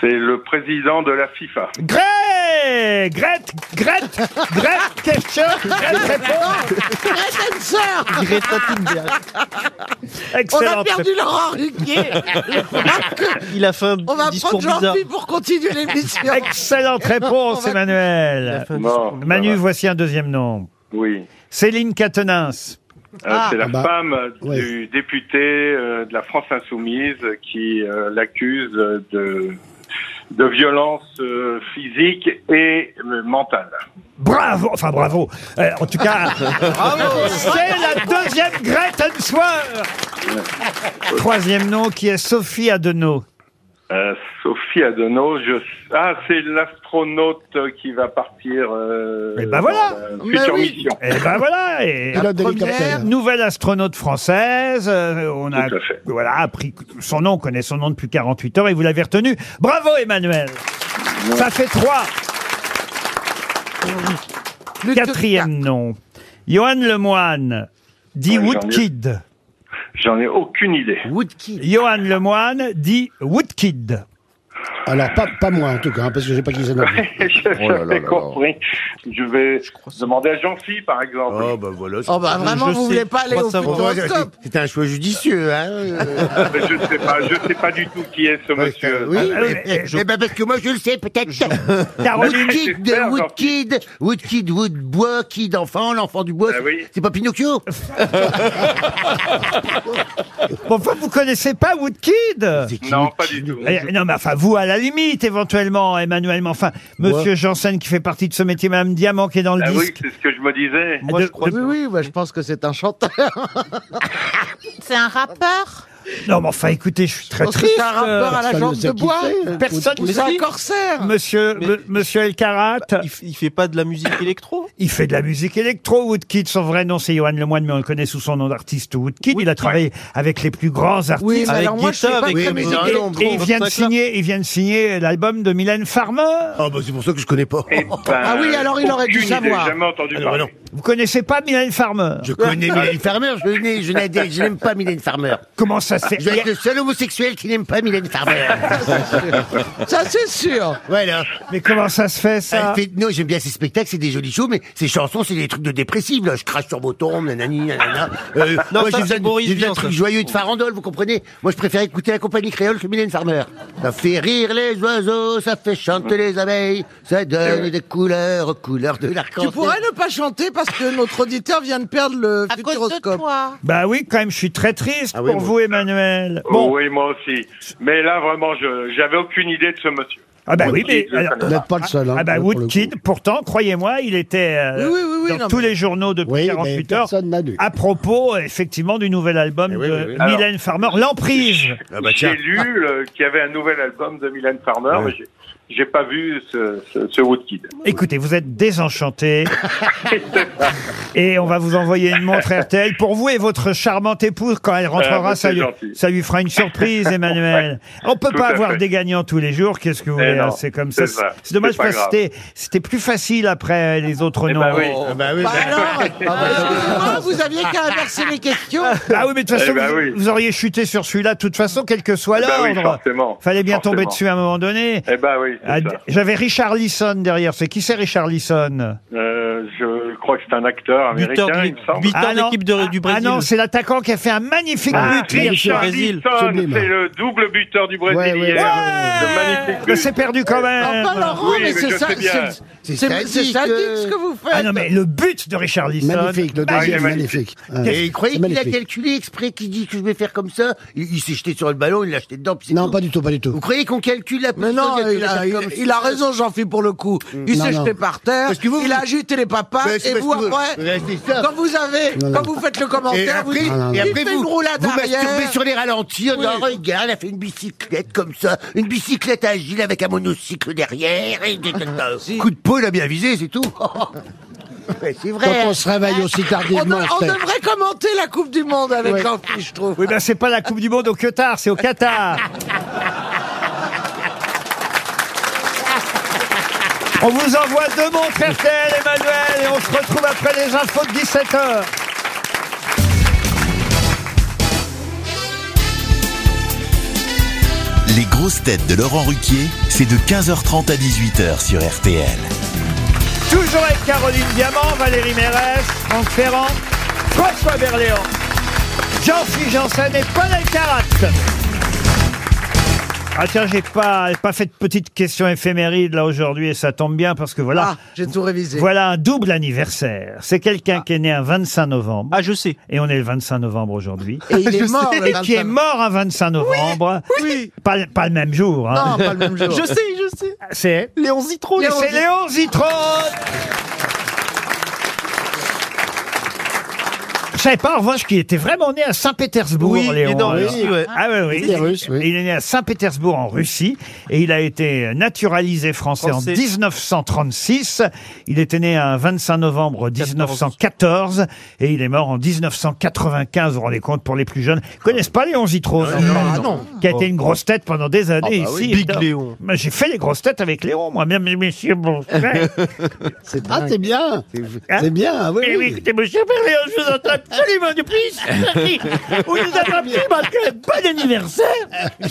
K: C'est le président de la FIFA. Euh,
B: Greg Grete Grete Grete question Grete réponse
Q: Greta Thunberg.
B: Excellente réponse.
F: Il a fait un discours bizarre.
C: pour continuer l'émission.
B: Excellente réponse, Emmanuel.
K: Bon,
B: Manu, voici un deuxième nom.
K: Oui.
B: Céline Catenins.
K: Euh,
B: Ah.
K: c'est la
B: bah,
K: femme du député euh, de la France Insoumise qui euh, l'accuse euh, de, de violence euh, physique et euh, mentale.
B: Bravo, enfin bravo. Euh, en tout cas,
K: Bravo.
B: c'est la deuxième Greta soir. Troisième nom qui est Sophie Adenau.
K: Euh, Sophie Adenau, je... ah, c'est l'astronaute qui va partir. Euh,
B: Eh ben voilà.
K: dans la
B: Mais
K: future
B: oui.
K: mission.
B: Eh ben voilà, et la première nouvelle astronaute française. euh, on a
K: Tout à fait.
B: voilà appris son nom, on connaît son nom depuis 48 heures et vous l'avez retenu. Bravo Emmanuel. Ça fait trois. Quatrième nom. Johan Lemoine, dit
K: Oui, j'en ai-
B: Woodkid.
K: J'en ai aucune idée.
B: Woodkid. Johan Lemoine, dit Woodkid.
I: Alors, Ah, pas, pas moi, en tout cas, hein, parce que j'ai pas qui c'est. non plus.
K: Je- je
I: Oh là là
K: t'ai
I: là
K: compris. Je vais demander à Jean-Phi, par exemple. Oh, bah voilà.
C: Oh, bah, vraiment, vous voulez pas aller au futuroscope
N: C'est un choix judicieux, hein
K: Ah, ben, je ne sais, pas- je sais pas du tout qui est ce monsieur.
B: Ah,
N: Oui, mais- mais- mais ben, parce que moi je le sais peut-être.
K: euh, Caroline,
N: Woodkid, de
K: j'espère,
N: Woodkid, Woodkid, Woodbois, Kid enfant, l'enfant du
K: Ah
N: bois. C'est pas Pinocchio Ah
B: Bon, enfin, vous connaissez pas Woodkid
K: Non, pas du tout.
B: Eh, non, mais enfin, vous, à la limite, éventuellement, Emmanuel, mais enfin, monsieur Janssen, qui fait partie de ce métier, Madame Diamant, qui est dans le
K: Ah oui,
B: disque. Ah,
K: c'est ce que je me disais.
C: Oui, oui, bah, je pense que c'est un chanteur.
E: C'est un rappeur
B: Non, mais enfin, écoutez, je suis très
C: pense que
B: triste.
C: c'est un rappeur à la Ça jambe nous a de quittés, bois. euh,
B: Personne
C: ou c'est un corsaire.
B: Monsieur, me- monsieur El Karat. il, fait pas de la musique électro Il fait de la musique électro, Woodkid. Son vrai nom, c'est Johan Lemoine, mais on le connaît sous son nom d'artiste Woodkid. Il a travaillé avec les plus grands artistes.
C: Oui, mais alors moi, je sais pas
B: et,
C: qui c'est.
B: et- et il vient de signer, il vient de signer l'album de Mylène Farmer.
N: Ah, bah c'est pour ça que je connais pas.
B: Ah oui, alors il aurait dû
K: Eh ben, aucune idée,
B: savoir.
K: jamais entendu
N: Alors,
K: parler.
N: non.
B: Vous connaissez pas Mylène Farmer
N: Ah, Je connais Mylène Farmer, je n'ai- je n'ai- je n'aime pas Mylène Farmer.
B: Comment ça se fait
N: Je vais être le seul homosexuel qui n'aime pas Mylène Farmer.
C: Ça, c'est sûr.
N: Voilà. Ah,
B: Mais comment ça se fait, ça
N: Non, j'aime bien ces spectacles, c'est des jolis shows, mais ces chansons, c'est des trucs de dépressifs. Là. Je crache sur Bottom, nanani, nanana. Euh,
F: Non,
N: moi,
F: ça,
N: j'ai
F: c'est
N: besoin, de-
F: Boris
N: j'ai besoin
F: Vian,
N: de trucs
F: ça.
N: joyeux et de farandole, vous comprenez Moi, je préfère écouter la compagnie créole que Mylène Farmer. Ça fait rire les oiseaux, ça fait chanter les abeilles, ça donne des couleurs aux couleurs de
C: Tu
N: l'arc-en-ciel.
C: pourrais ne pas chanter parce que notre auditeur vient de perdre le futuroscope.
B: Bah oui, quand même, je suis très triste
N: Ah
K: oui,
B: pour
K: moi-
B: vous, Emmanuel.
K: Oh
B: Bon.
K: Oui, moi aussi. Mais là, vraiment, je j'avais aucune idée de ce monsieur.
B: Ah bah oui,
K: Woodkid,
B: mais...
K: je le connais
B: alors-
I: pas le seul, hein,
B: ah bah
I: pour le
B: Woodkid, pourtant, croyez-moi, il était euh,
I: Oui, oui, oui, oui,
B: dans
I: non,
B: tous
I: mais-
B: les journaux depuis 48 heures
I: personne n'a lu.
B: à propos, effectivement, du nouvel album de
K: Eh oui.
B: Mylène
K: Alors-
B: Farmer, L'Emprise.
K: J'ai lu le- qu'il y avait un nouvel album de Mylène Farmer, mais j'ai- j'ai pas vu ce, ce, ce Woodkid.
B: Écoutez, vous êtes désenchanté. et on va vous envoyer une montre RTL pour vous et votre charmante épouse quand elle rentrera.
K: Ah,
B: ça,
K: c'est
B: lui,
K: gentil.
B: ça lui fera une surprise, Emmanuel. On peut
K: Tout
B: pas
K: à
B: avoir
K: fait.
B: des gagnants tous les jours. Qu'est-ce que vous
K: Eh
B: voulez hein,
K: non,
B: C'est comme ça.
K: c'est
B: C'est
K: ça.
B: c'est dommage
K: C'est pas
B: parce que
K: grave.
B: c'était- c'était plus facile après les autres
K: Eh
B: noms.
K: ben oui. Ah ben
C: Bah
K: oui, ben-
B: bah,
C: Ah, vous aviez qu'à inverser les questions.
B: Ah oui, mais de toute
K: Eh
B: façon,
K: ben
B: vous,
K: oui.
B: vous auriez chuté sur celui-là, de toute façon, quel que soit
K: Eh ben oui,
B: l'ordre.
K: forcément.
B: Fallait bien tomber
K: Forcément.
B: dessus à un moment donné.
K: Eh ben oui, c'est
B: Ah,
K: ça.
B: J'avais Richard Lisson derrière. C'est qui c'est Richard Lisson
K: Euh, je crois que c'est un acteur américain, il me semble.
B: du Brésil. Ah non, c'est l'attaquant qui a fait un magnifique
K: Ah,
B: but hier
K: Richard
B: soir.
K: Lisson, c'est le double buteur du Brésil hier. Le magnifique
B: Mais
K: but.
B: Ah, bah, c'est perdu quand même.
C: Enfin, Laurent, mais, c'est ça. c'est-
N: c'est
C: C'est- c'est
N: sadique,
C: sadique,
N: euh.
C: ce que vous faites.
B: Ah non, mais le but de Richard Lisson.
N: Magnifique, le deuxième,
B: Ah, il est
N: magnifique. Et il croyait
B: C'est
N: qu'il a
B: magnifique.
N: calculé exprès, qu'il dit que je vais faire comme ça. Il, il s'est jeté sur le ballon, il l'a jeté dedans. Non,
I: pas du tout, pas du tout.
N: Vous croyez qu'on calcule la
C: Mais non,
N: position,
C: il a,
N: calcule la
C: il-
N: comme-
C: il a raison, Jean-Philippe, pour le coup. Il
N: Non,
C: s'est
N: non.
C: jeté par terre,
N: Parce que vous-
C: il a agité les papas,
N: Mais c'est
C: et
N: parce
C: vous,
N: que vous-
C: après,
N: Restez stop.
C: quand vous avez,
N: Non, non.
C: quand vous faites le
N: Et
C: commentaire, vous
N: après,
C: dites,
N: et
C: il
N: après,
C: fait
N: vous,
C: une roulade
N: vous
C: arrière.
N: masturbez sur les ralentis. en
C: Oui.
N: disant, regarde, elle a fait une bicyclette comme ça, une bicyclette agile avec un monocycle derrière. Et... Coup de peau, il a bien visé, c'est tout. Ouais, c'est vrai.
I: Quand on se réveille aussi
C: On,
I: tardivement,
C: de- on
I: c'est-
C: devrait commenter la Coupe du Monde avec
B: Ouais.
C: Jean-Philippe, je trouve.
B: Oui, ben c'est pas la Coupe du Monde au Qatar, c'est au Qatar. On vous envoie deux montres RTL, Emmanuel, et on se retrouve après les infos de 17h.
A: Les grosses têtes de Laurent Ruquier, c'est de 15h30 à 18h sur RTL.
B: Toujours avec Caroline Diamant, Valérie Mérès, Franck Ferrand, François Berléand, Jean-Philippe Janssen et Paul Alcarat. Ah tiens, j'ai pas, j'ai pas fait de petite question éphéméride là aujourd'hui et ça tombe bien parce que voilà.
C: Ah, j'ai tout révisé.
B: Voilà un double anniversaire. C'est quelqu'un qui est né un 25 novembre. Ah, je sais. Et on est le 25 novembre aujourd'hui.
C: Et il est
B: Je
C: mort
B: sais.
C: le
B: Et qui
C: 25.
B: est mort un 25 novembre. Oui. Pas, le- pas le même jour. hein.
Q: Non, pas le même jour.
F: Je sais, je sais.
B: C'est
F: Léon Zitron.
B: Et c'est Léon Zitron Je savais pas en revanche qu'il était vraiment né à Saint-Pétersbourg,
F: Oui, il est
B: Léon.
F: né en
B: alors.
F: Russie, ouais.
B: Ah ouais, oui.
F: Il est russe,
B: Il est né à Saint-Pétersbourg en Russie et il a été naturalisé français,
F: Français.
B: en 1936. Il était né un 25 novembre 1914 et il est mort en 1995. Vous vous rendez compte pour les plus jeunes, ils connaissent pas Léon Zitron,
F: Ah
B: non,
F: non,
B: non,
F: non.
B: qui a été une grosse tête pendant des années
F: Ah bah oui,
B: ici.
F: Big
B: évidemment.
F: Léon.
B: Mais J'ai fait les grosses têtes avec Léon, moi-même, monsieur Bonfray.
I: C'est Ah, c'est bien.
B: Hein
I: C'est bien, ah oui.
B: Mais oui, écoutez, monsieur Berléon, je vous entends absolument du prix. Où nous avons appris parce que bon anniversaire.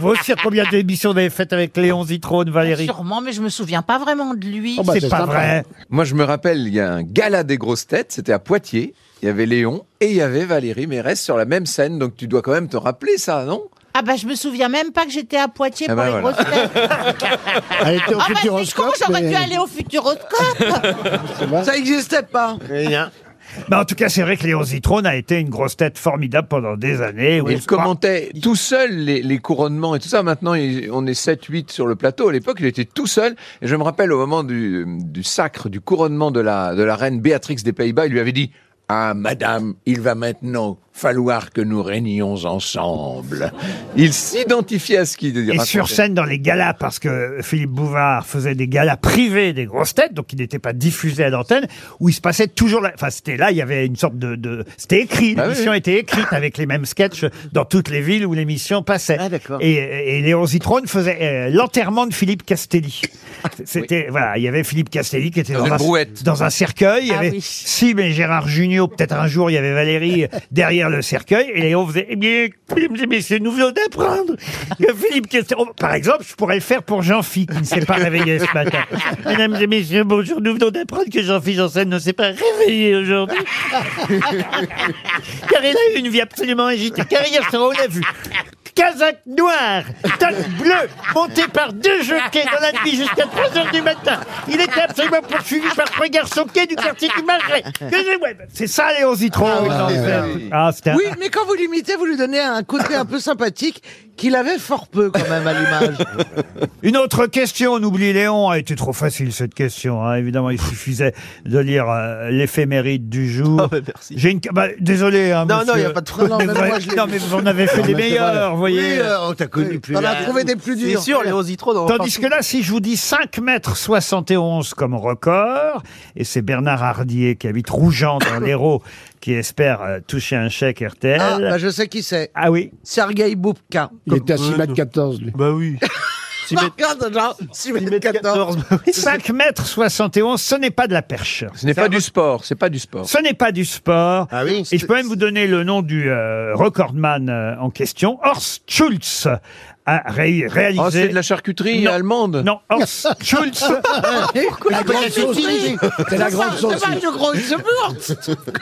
B: Vous aussi, combien d'émissions vous avez faites avec Léon Zitrone, Valérie
E: Sûrement, mais je me souviens pas vraiment de
N: Oh
H: Oh,
E: lui.
N: bah,
H: bah, Moi, je me rappelle, il y a un gala des grosses têtes, c'était à Poitiers. Il y avait Léon et il y avait Valérie Mérès sur la même scène, donc tu dois quand même te rappeler ça, non
E: Ah bah je me souviens même pas que j'étais à Poitiers
H: Ah
E: pour
H: bah
E: les
H: voilà.
E: grosses têtes.
H: Elle était
E: ah
H: au
E: bah c'est
H: Futuroscope,
E: con, j'aurais
H: mais-
E: dû aller au Futuroscope.
C: Ça n'existait pas.
B: Mais en tout cas, c'est vrai que Léon Zitrone a été une grosse tête formidable pendant des années. où
H: il commentait tout seul les, les couronnements et tout ça. Maintenant, il- on est 7-8 sur le plateau. À l'époque, il était tout seul. Et je me rappelle au moment du, du sacre, du couronnement de la, de la reine Béatrix des Pays-Bas, il lui avait dit Ah, madame, il va maintenant falloir que nous régnions ensemble. Il s'identifiait à ce qu'il disait.
B: Et sur scène dans les galas, parce que Philippe Bouvard faisait des galas privés des grosses têtes, donc il n'était pas diffusé à l'antenne, où il se passait toujours... la- Enfin, c'était là, il y avait une sorte de... de- C'était écrit,
H: Bah
F: Ah oui,
B: l'émission
F: oui.
B: était écrite avec les mêmes sketchs dans toutes les villes où l'émission passait.
H: Ah,
B: et, et Léon Zitrone faisait euh, l'enterrement de Philippe Castelli. C'était... Voilà, il y avait Philippe Castelli qui était
H: Dans
B: dans,
H: une
B: un,
H: brouette.
B: dans un cercueil. Il y
H: Ah
B: avait
H: oui.
B: Sim et Gérard Junior, peut-être un jour, il y avait Valérie euh, derrière le cercueil, et Léon faisait, eh bien, mesdames et messieurs, nous venons d'apprendre que Philippe Castéro, par exemple, je pourrais le faire pour Jean-Phi, qui ne s'est pas réveillé ce matin. Mesdames et messieurs, bonjour, nous venons d'apprendre que Jean-Phi Janssen ne s'est pas réveillé aujourd'hui, car il a eu une vie absolument agitée, car hier soir, on l'a vu. Casaque noire, tasse bleue, monté par deux jockeys dans la nuit jusqu'à 3h du matin. Il était absolument poursuivi par trois garçons quais du quartier du Marais. Que je- ouais, bah, C'est ça, Léon Zitron.
C: Ah oui,
B: dans
C: oui,
B: le-
C: oui.
B: Ah, c'était un-
C: Oui, mais quand vous l'imitez, vous lui donnez un côté un peu sympathique qu'il avait fort peu quand même à l'image.
B: Une autre question, on oublie Léon, a été trop facile cette question. hein. Évidemment, il suffisait de lire euh, l'éphéméride du jour. J'ai une... bah, désolé. hein,
F: Non, non,
B: monsieur.
F: y a pas de problème.
B: Mais
F: Non,
B: vous-
F: mais moi, je l'ai
B: non,
F: vu.
B: mais vous en avez fait
F: Non,
B: des
F: mais c'est
B: meilleurs,
F: vrai.
B: vous voyez.
F: Oui, euh, on t'a connu Oui, plus t'en as large. trouvé des plus C'est durs. sûr, Léon Zitron, on va
B: Tandis
F: pas
B: que là, si je vous dis 5 mètres 71 comme record, et c'est Bernard Hardier qui habite Rougeant dans l'Hérault qui espère euh, toucher un chèque RTL.
C: Ah, bah, je sais qui c'est.
B: Ah oui.
C: Sergei Boubka.
I: Il était à 6 mètres 14, lui.
F: Bah oui.
C: Non, Regarde, genre, 6 mètres 14.
B: 5 mètres 71, ce n'est pas de la perche.
H: bah Ce n'est pas du sport, Ah c'est pas du sport.
B: Ce n'est pas du sport. Et je peux même vous donner le nom du euh, recordman euh, en question, Horst Schulz. a ré- réalisé.
H: Ah, c'est de la charcuterie allemande
B: Non, Horst Schulz.
C: Oh, La grande sauce. C'est la grande sauce.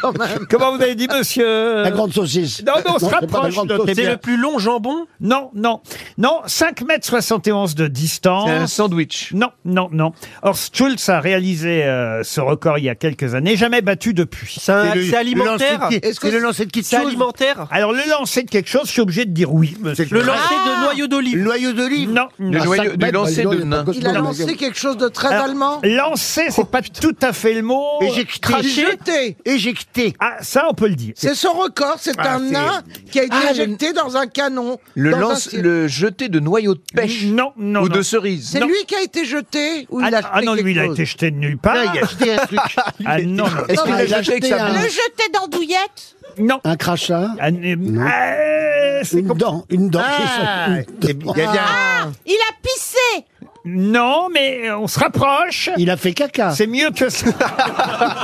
B: quand même. Comment vous avez dit, monsieur
I: La grande saucisse.
B: Non, non, on se
I: Non, c'est pas la
B: rapproche.
I: grande
B: de-
I: saucisse. C'est le
B: plus long jambon Non, non. Non, 5 mètres 71 de distance.
H: C'est un
B: sandwich. Non, non, non. Horst Schulz a réalisé euh, ce record il y a quelques années, jamais battu depuis. C'est
F: un- C'est le- c'est alimentaire le lancer de- Est-ce que c'est le lancer de quelque c'est chose alimentaire
B: Alors, le lancer de quelque chose, je suis obligé de dire oui, monsieur.
F: Le lancer de noyau d'olive.
B: Le noyau d'olive Non.
H: Le
B: non.
H: noyau-
C: Ah,
H: du lancer
B: bah,
H: de nain.
C: Il a lancé quelque chose de très
B: Alors,
C: allemand.
B: Lancer, c'est pas tout à fait le mot.
C: Éjecté.
B: Jeter. Éjecté. Ah, ça, on peut le dire.
C: C'est son record, c'est
B: Ah,
C: un
B: c'est-
C: nain qui a été
B: Ah, le-
C: injecté dans un canon.
H: Le,
C: dans un
H: lance,
C: cir-
H: le jeté de noyau de pêche
B: Non, non.
H: Ou de
B: non.
H: cerise
C: C'est lui qui a été jeté ou il a
B: Ah non, lui, Ah, il a
C: chose.
B: été jeté de nulle part.
C: Non, il a jeté un truc.
B: ah non, non.
I: Est-ce qu'il
B: Non,
I: l'a
B: il a
I: jeté
B: jeté
I: avec sa
B: un-
E: Le jeter d'andouillette
B: Non.
I: Un crachat
B: Ah,
I: Non.
B: une
I: dent, une dent. qui est sortie. Une dent.
E: Ah, il a pissé
B: Non, mais euh, on se rapproche.
I: Il a fait caca.
B: C'est mieux que ça.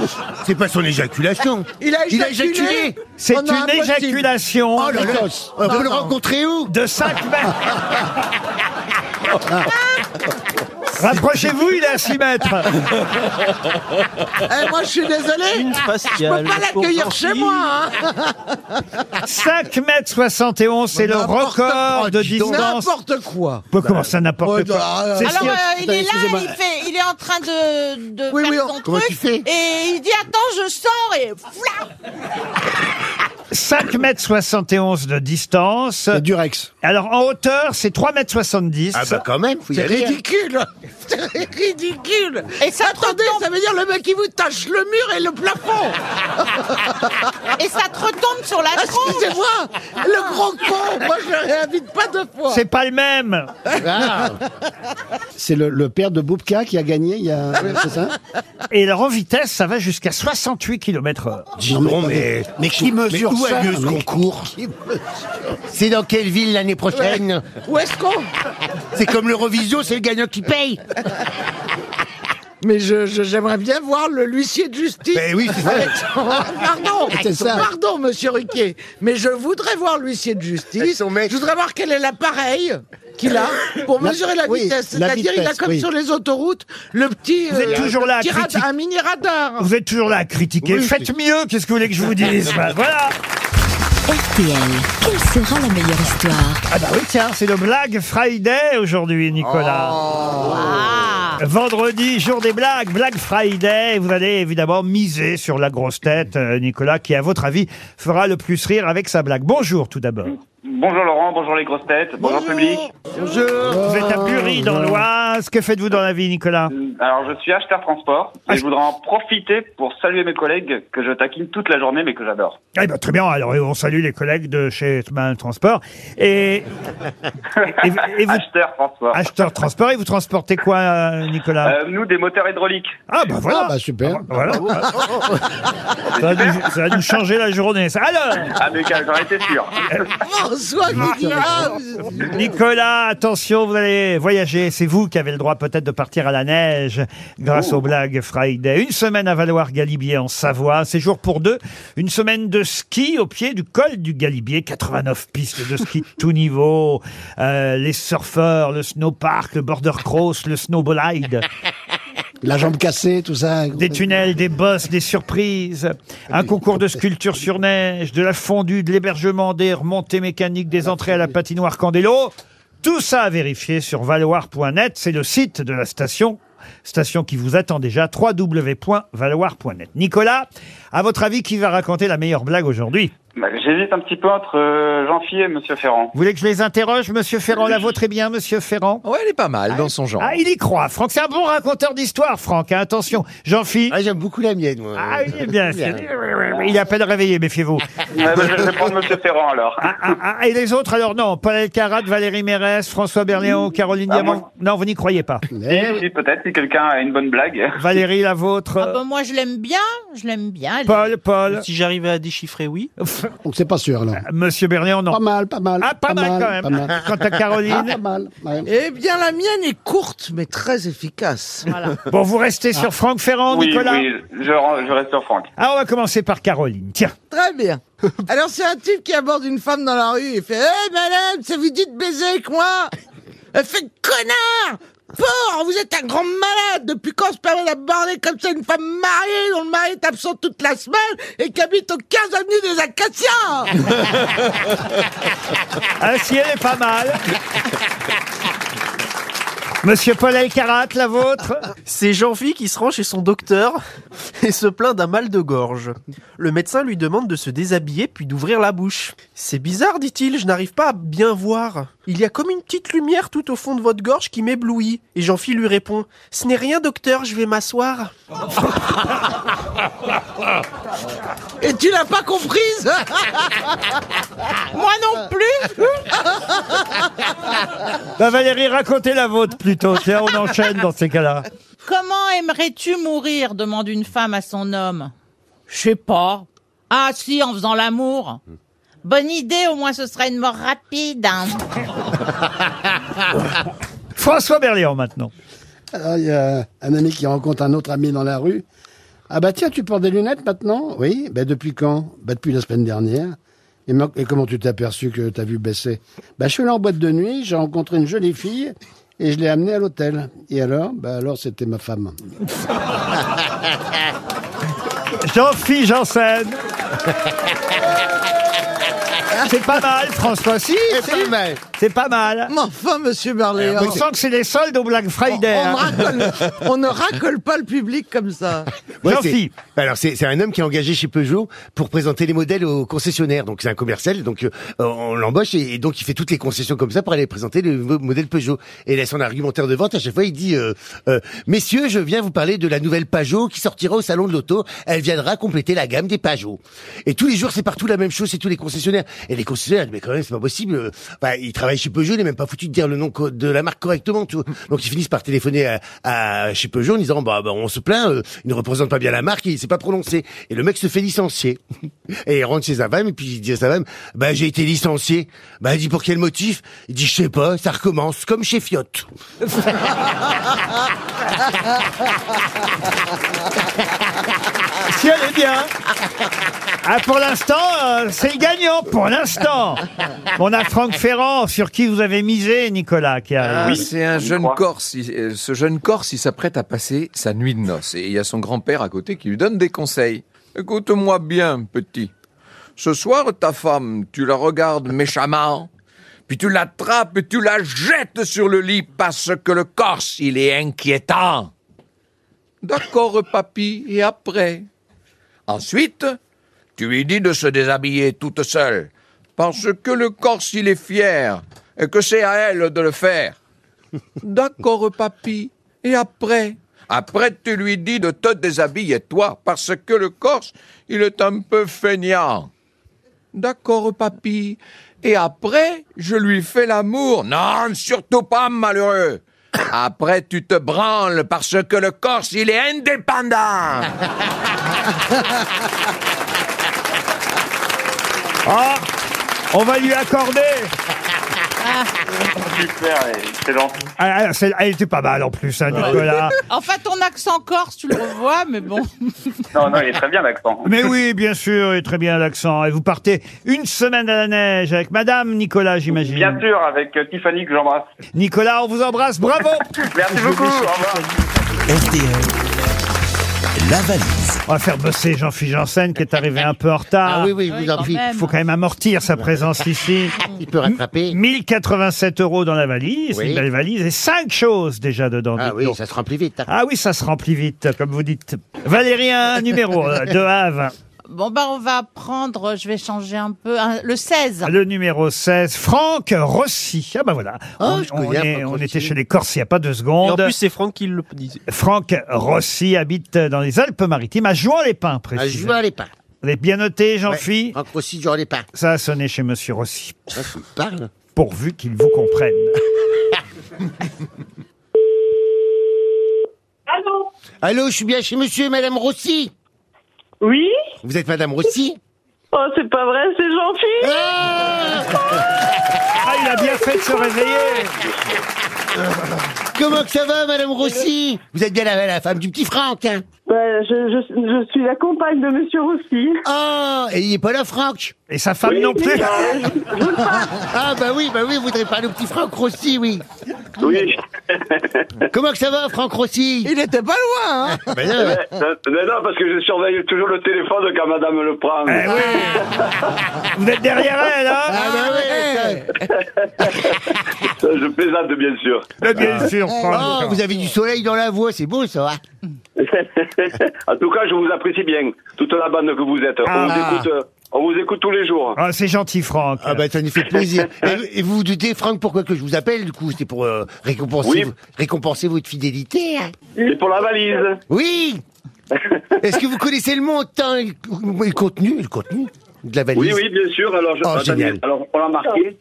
N: C'est pas son éjaculation.
C: Il a
N: Il a
C: éjaculé.
N: éjaculé.
B: C'est
C: On a un
B: une
C: possible.
B: éjaculation.
N: Oh là là. Euh, Vous le rencontrez où
B: De 5 mètres.
C: Ah.
B: Rapprochez-vous, il est à 6 mètres.
C: Eh, moi, je suis désolé.
B: Une
C: Je
B: faciale
C: peux pas l'accueillir
B: pour
C: chez moi. hein.
B: 5 mètres 71, c'est le
C: N'importe
B: record
C: quoi,
B: de
C: dis donc.
B: distance.
C: N'importe quoi.
B: Pourquoi comment ça, n'importe
C: Ouais,
B: quoi
C: alors,
B: C'est
E: Alors,
B: sûr.
E: euh, il est là, il, fait, il est en train de, de
C: Oui,
E: faire
C: oui,
E: son
C: comment
E: truc.
C: tu fais
E: Et il dit Attends, je sors et. Fla
B: 5 mètres 71 de distance.
I: Durex.
B: Alors en hauteur, c'est 3 mètres 70.
N: Ah bah quand même, faut y
C: C'est
N: aller.
C: ridicule. C'est ridicule. Et ça, attendez, ça veut dire le mec qui vous tâche le mur et le plafond. Ah,
E: et ça te retombe sur la tronche
C: Excusez-moi, le gros con. Moi, je le réinvite pas deux fois.
B: C'est pas le même.
N: Ah.
I: C'est le, le père de Boubka qui a gagné, il y a... c'est ça
B: Et alors en vitesse, ça va jusqu'à 68 km heure.
N: Dis donc, mais,
I: Mais qui mesure
N: où
I: ça,
N: a lieu ce
B: Ah,
I: mec
N: concours C'est dans quelle ville l'année prochaine
C: Où est-ce qu'on
N: C'est comme l'Eurovision, c'est le gagnant qui paye.
C: Mais je- je- j'aimerais bien voir le l'huissier de justice.
N: Mais Ben oui, c'est ça.
C: Avec son- Pardon,
I: C'est ça.
C: pardon, monsieur Riquet, mais je voudrais voir l'huissier de
N: Avec
C: justice.
N: son mec.
C: Je voudrais voir quel est l'appareil qu'il a pour
I: La-
C: mesurer la
I: oui,
C: vitesse.
I: la
C: C'est-à-dire, il a
I: vitesse,
C: comme
I: oui.
C: sur les autoroutes le petit,
B: Vous êtes toujours
C: le
B: là à
C: petit rad-
B: critiquer.
C: un mini radar.
B: Vous êtes toujours là à critiquer.
I: Oui,
B: Faites mieux, qu'est-ce que vous voulez que je vous dise Bah, Voilà.
J: RTL, quelle sera la meilleure histoire
B: Ah bah oui, tiens, c'est le Black Friday aujourd'hui, Nicolas.
J: Oh.
B: Vendredi, jour des blagues, Black Friday. Vous allez évidemment miser sur la grosse tête, euh, Nicolas, qui, à votre avis, fera le plus rire avec sa blague. Bonjour tout d'abord.
M: Bonjour Laurent, bonjour les grosses têtes, bonjour, public.
B: Vous êtes à Bury, dans l'Oise. Que faites-vous dans la vie, Nicolas
M: Alors je suis acheteur transport
B: Ah,
M: et je voudrais en profiter pour saluer mes collègues que je taquine toute la journée mais que j'adore.
B: Eh ben, très bien, alors on salue les collègues de chez Sman Transport. Et, et, et vous,
M: Acheteur transport.
B: acheteur transport, et vous transportez quoi, euh, Nicolas
M: Euh, nous des moteurs hydrauliques.
B: Ah bah voilà,
I: Ah bah super. Ah,
B: voilà. ça, va nous, ça va nous changer la journée. ça. Alors, Euh,
M: Ah mais j'en étais sûr.
C: François Nicolas, vous-
B: Nicolas, attention, vous allez voyager. C'est vous qui avez le droit peut-être de partir à la neige grâce
M: Oh.
B: au Black Friday. Une semaine à Valoir-Galibier en Savoie, séjour pour deux. Une semaine de ski au pied du col du Galibier, 89 pistes de ski de tout niveau. Euh, les surfeurs, le snowpark, le border cross, le snowbolide.
I: La jambe cassée, tout ça.
B: Des tunnels, des bosses, des surprises, un concours de sculpture sur neige, de la fondue, de l'hébergement, des remontées mécaniques, des entrées à la patinoire Candelo. Tout ça à vérifier sur valoir.net, c'est le site de la station, station qui vous attend déjà, www.valoir.net. Nicolas, à votre avis, qui va raconter la meilleure blague aujourd'hui
M: Bah, J'hésite un petit peu entre euh, jean philippe et Monsieur Ferrand.
B: Vous voulez que je les interroge, Monsieur Ferrand La vôtre est bien, Monsieur Ferrand
H: Ouais, elle est pas mal dans son genre.
B: Ah, il y croit, Franck. C'est un bon raconteur d'histoire, Franck. hein, attention, jean philippe
N: Ah, J'aime beaucoup la mienne, moi.
B: Ah, il est bien. c'est- Il est à peine réveillé, méfiez-vous.
M: Ouais, bah, je je vais prendre Monsieur Ferrand alors.
B: Ah, ah, ah, et les autres, alors non. Paul Elkarat, Valérie Mérès, François
I: Mmh.
B: Berléand, Caroline
M: Ah,
B: Diamant.
M: moi-
B: Non, vous n'y croyez pas.
I: Eh
M: Si, si, peut-être si quelqu'un a une bonne blague.
B: Valérie, la vôtre.
E: Ah ben, Moi, je l'aime bien, je l'aime bien. elle-
B: Euh. Paul, Paul.
F: Si j'arrivais à déchiffrer, oui.
I: Donc c'est pas sûr, alors.
B: Monsieur Bernier, non.
I: Pas mal, pas mal.
B: Ah, pas mal, quand même. Quant à Caroline
I: Ah, pas mal. ouais.
C: Eh bien, la mienne est courte, mais très efficace.
B: Bon, vous restez
I: Ah.
B: sur Franck Ferrand,
K: oui,
B: Nicolas
K: oui, je, re- je reste sur Franck.
B: Ah, on va commencer par Caroline. Tiens.
C: Très bien. Alors, c'est un type qui aborde une femme dans la rue et fait Hé, madame, ça vous dit de baiser avec moi Elle fait Connard Porc, vous êtes un grand malade Depuis quand on se permet d'aborder comme ça une femme mariée dont le mari est absent toute la semaine et qui habite au 15 avenue des Acacias
B: Ah, si elle est pas mal. Monsieur Paul Elkarat, la vôtre
F: C'est Jean-Phi qui se rend chez son docteur et se plaint d'un mal de gorge. Le médecin lui demande de se déshabiller puis d'ouvrir la bouche. C'est bizarre, dit-il, je n'arrive pas à bien voir. Il y a comme une petite lumière tout au fond de votre gorge qui m'éblouit. Et Jean-Phi lui répond Ce n'est rien, docteur, je vais m'asseoir.
C: Et tu l'as pas comprise hein
E: Moi non plus
B: Bah, Valérie, racontez la vôtre plutôt. Tiens, on enchaîne dans ces cas-là.
E: Comment aimerais-tu mourir demande une femme à son homme. Je sais pas. Ah si, en faisant l'amour. Bonne idée, au moins ce sera une mort rapide. hein.
B: François Berléand, maintenant.
I: Alors, il y a un ami qui rencontre un autre ami dans la rue. Ah bah tiens, tu portes des lunettes maintenant Oui, bah depuis quand Bah depuis la semaine dernière. Et, ma- et comment tu t'es aperçu que t'as vu baisser Bah je suis allé en boîte de nuit, j'ai rencontré une jolie fille et je l'ai amenée à l'hôtel. Et alors Bah alors c'était ma femme.
B: Jean-Philippe Janssen. C'est pas mal, François. Si, c'est pas mal. C'est pas mal.
C: Mais enfin, monsieur Berléand.
B: On sent que c'est les soldes au Black Friday.
C: On,
B: hein.
C: racole- on ne racole pas le public comme ça.
N: Ouais, c'est- Alors c'est c'est un homme qui est engagé chez Peugeot pour présenter les modèles aux concessionnaires. Donc c'est un commercial, donc euh, on l'embauche et, et donc il fait toutes les concessions comme ça pour aller présenter le mo- modèle Peugeot. Et là son argumentaire de vente à chaque fois il dit euh, euh, messieurs je viens vous parler de la nouvelle Peugeot qui sortira au salon de l'auto. Elle viendra compléter la gamme des Peugeot. Et tous les jours c'est partout la même chose chez tous les concessionnaires. Et les concessionnaires mais quand même c'est pas possible. euh, Bah, il travaille chez Peugeot, il n'est même pas foutu de dire le nom co- de la marque correctement. tu vois. Donc ils finissent par téléphoner à, à- chez Peugeot en disant bah, bah, on se plaint, euh, il ne représente pas bien la marque, il s'est pas prononcé. Et le mec se fait licencier. Et il rentre chez sa femme et puis il dit à sa femme bah j'ai été licencié. Bah elle dit pour quel motif Il dit je sais pas, ça recommence comme chez Fiat.
B: Si elle est bien. Ah, pour l'instant, euh, c'est gagnant. Pour l'instant. On a Franck Ferrand, sur qui vous avez misé, Nicolas. Qui
H: Ah,
B: a...
H: c'est un jeune Corse. il- euh, ce jeune Corse, il s'apprête à passer sa nuit de noces. Et il y a son grand-père à côté qui lui donne des conseils. Écoute-moi bien, petit. Ce soir, ta femme, tu la regardes méchamment, puis tu l'attrapes et tu la jettes sur le lit parce que le Corse, il est inquiétant. D'accord, papy, et après Ensuite, tu lui dis de se déshabiller toute seule, parce que le Corse, il est fier, et que c'est à elle de le faire. D'accord, papy. Et après Après, tu lui dis de te déshabiller, toi, parce que le Corse, il est un peu feignant. D'accord, papy. Et après, je lui fais l'amour. Non, surtout pas, malheureux. Après, tu te branles parce que le Corse, il est indépendant.
B: Ah, on va lui accorder.
K: Super, excellent.
B: Ah, ah, c'est- elle était pas mal en plus, hein, Nicolas.
E: En fait, ton accent corse, tu le revois, mais bon.
K: Non, non, il est très bien l'accent.
B: Mais oui, bien sûr, et très bien l'accent. Et vous partez une semaine à la neige avec Madame Nicolas, j'imagine.
K: Bien sûr, avec euh, Tiffany que j'embrasse.
B: Nicolas, on vous embrasse. Bravo.
K: Merci beaucoup, au revoir.
B: La valise. On va faire bosser Jean-Philippe Janssen qui est arrivé un peu en retard.
N: Ah oui, oui, je vous Oui, en quand prie. même.
B: Il faut quand même amortir sa présence ici. Il peut rattraper. 1087 euros dans la valise,
N: Oui.
B: une belle valise, et cinq choses déjà dedans.
N: Ah
B: dites
N: oui
B: donc.
N: ça se remplit vite.
B: Ah oui, ça se remplit vite, comme vous dites. Valérie, un numéro euh, de Havre.
E: Bon, bah, on va prendre, je vais changer un peu, hein, le 16.
B: Ah, Le numéro 16, Franck Rossi. Ah ben voilà, on, on est- on était chez les Corses il n'y a pas deux
F: Et en
B: secondes.
F: plus, c'est Franck qui le dit.
B: Franck Rossi habite dans les Alpes-Maritimes, à Jouan-les-Pins,
N: Ah,
B: précisément.
N: les pas.
B: Vous avez bien noté, Jean-Phi
N: Franck Rossi, Jean les pas.
B: Ça a sonné chez Monsieur Rossi.
N: Parle.
B: Pourvu qu'il vous comprenne.
N: Allô Allô, je suis bien chez monsieur et madame Rossi Oui Vous êtes madame Rossi
R: Oh, c'est pas vrai, c'est gentil.
B: Ah, il a bien fait de se réveiller.
N: Comment que ça va, Madame Rossi Vous êtes bien la, la femme du petit Franck, hein
R: je, suis la compagne de Monsieur Rossi.
N: Ah, et il est pas là, Franck
B: Et sa femme
R: Oui, non plus. mais, euh,
N: Ah bah oui, bah oui, vous voudrez parler au petit Franck Rossi, oui.
M: Oui.
N: Comment que ça va, Franck Rossi Il était pas loin, hein
B: Ah, ben,
M: Euh, mais non, parce que je surveille toujours le téléphone quand madame le prend.
B: Eh Vous êtes derrière elle, hein
R: Ah, ben
B: Ah,
M: Je plaisante, bien sûr. Ah.
B: Mais bien sûr,
R: Eh,
N: Oh, vous avez du soleil dans la voix, c'est beau ça. hein
M: en tout cas, je vous apprécie bien, toute la bande que vous êtes. On,
N: Ah.
M: vous écoute, euh, on vous écoute tous les jours.
B: Ah, c'est gentil, Franck.
N: Ah bah ça nous fait plaisir. Et, et vous vous doutez, Franck, pourquoi que je vous appelle du coup C'est pour euh, récompenser,
M: Oui.
N: récompenser votre fidélité. hein
M: C'est pour la valise.
N: Oui. Est-ce que vous connaissez le montant, et le, et le contenu, le contenu de la valise
M: Oui, oui, bien sûr. Alors, je-
N: Oh,
M: attendez,
N: génial.
M: alors on l'a marqué.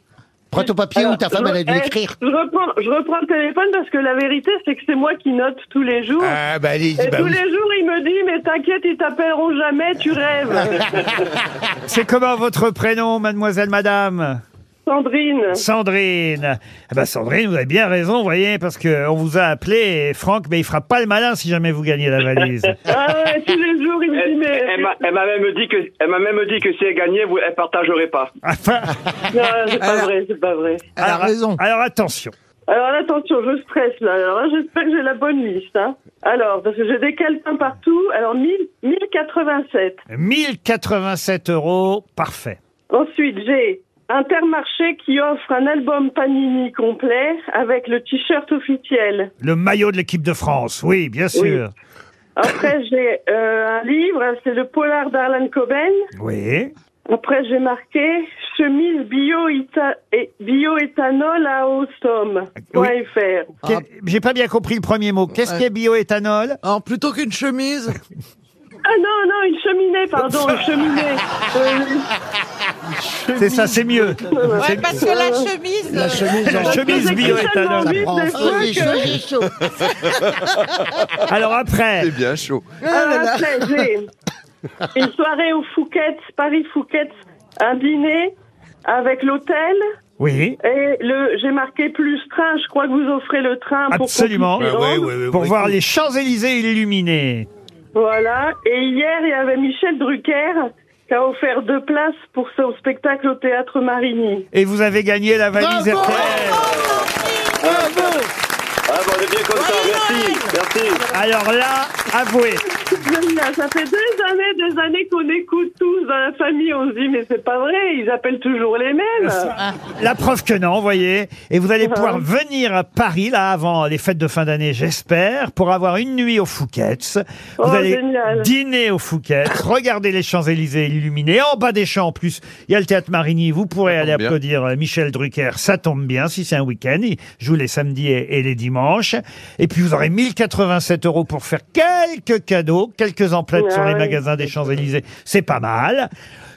N: Prends ton papier ou ta femme elle a dû
R: eh,
N: l'écrire.
R: Je reprends, je reprends le téléphone parce que la vérité, c'est que c'est moi qui note tous les jours.
N: Ah, bah, allez,
R: Et
N: bah
R: tous
N: oui.
R: les jours, il me dit, mais t'inquiète, ils t'appelleront jamais, tu rêves.
B: C'est comment votre prénom, mademoiselle, madame
R: Sandrine.
B: Sandrine. Ah bah Sandrine, vous avez bien raison, vous voyez, parce qu'on vous a appelé et Franck, mais il fera pas le malin si jamais vous gagnez la valise.
R: ah ouais, tous les jours, il me dit, mais...
M: Elle m'a- elle m'a même dit que, elle m'a même dit que si elle gagnait, vous, elle partagerait pas.
B: Ah,
R: Non, c'est pas vrai, c'est pas vrai.
B: Elle a raison. Alors attention.
R: Alors là, attention, je stresse là. Alors là, j'espère que j'ai la bonne liste. hein. Alors, parce que j'ai des calepins partout. Alors, 1000, 1087.
B: 1087 euros, parfait.
R: Ensuite, j'ai Intermarché qui offre un album Panini complet avec le t-shirt officiel.
B: Le maillot de l'équipe de France, oui, bien sûr.
R: Après, j'ai euh, un livre, c'est le Polar d'Arlan Coben.
B: Oui.
R: Après, j'ai marqué chemise bio ita- et- bioéthanol à haute somme. Point fr.
B: Qu'est- J'ai pas bien compris le premier mot. Qu'est-ce qu'est bioéthanol Alors, plutôt qu'une chemise.
R: Ah non, non, une cheminée, pardon, une cheminée. Euh,
B: C'est ça, c'est mieux.
E: Ouais,
B: C'est-
E: parce que la chemise.
B: La chemise, la
E: Parce que
B: chemise
E: c'est
B: bioéthanol.
E: tellement vite, des fois,
R: Ah, il est chaud,
E: que-
R: il est chaud.
B: Alors après. C'est
H: bien chaud.
R: Ah, après, j'ai une soirée au Fouquet's, Paris Fouquet's, un dîner avec l'hôtel.
B: Oui.
R: Et le, j'ai marqué plus train, je crois que vous offrez le train pour
B: Absolument.
R: Confluence.
B: Pour voir les Champs-Élysées illuminés.
R: Voilà. Et hier, il y avait Michel Drucker qui a offert deux places pour son spectacle au Théâtre Marigny.
B: Et vous avez gagné la valise
R: Bravo
B: RTL.
M: Ah, bon, on est bien contents. Merci, merci.
B: Alors là, avouez.
R: Ça fait des années, des années qu'on écoute tous dans la famille, on se dit mais c'est pas vrai, ils appellent toujours les mêmes.
B: La preuve que non, voyez. Et vous allez pouvoir venir à Paris, là, avant les fêtes de fin d'année, j'espère, pour avoir une nuit au Fouquet's. Vous
R: Oh,
B: allez
R: génial.
B: dîner au Fouquet's, regarder les Champs-Élysées illuminés. En bas des champs, en plus, il y a le théâtre Marigny. Vous pourrez aller
H: bien.
B: applaudir euh, Michel Drucker. Ça tombe bien, si c'est un week-end. Il joue les samedis et, et les dimanches. Et puis, vous aurez 1087 euros pour faire quelques cadeaux, quelques emplettes sur les
R: Ouais.
B: magasins des Champs-Élysées. C'est pas mal.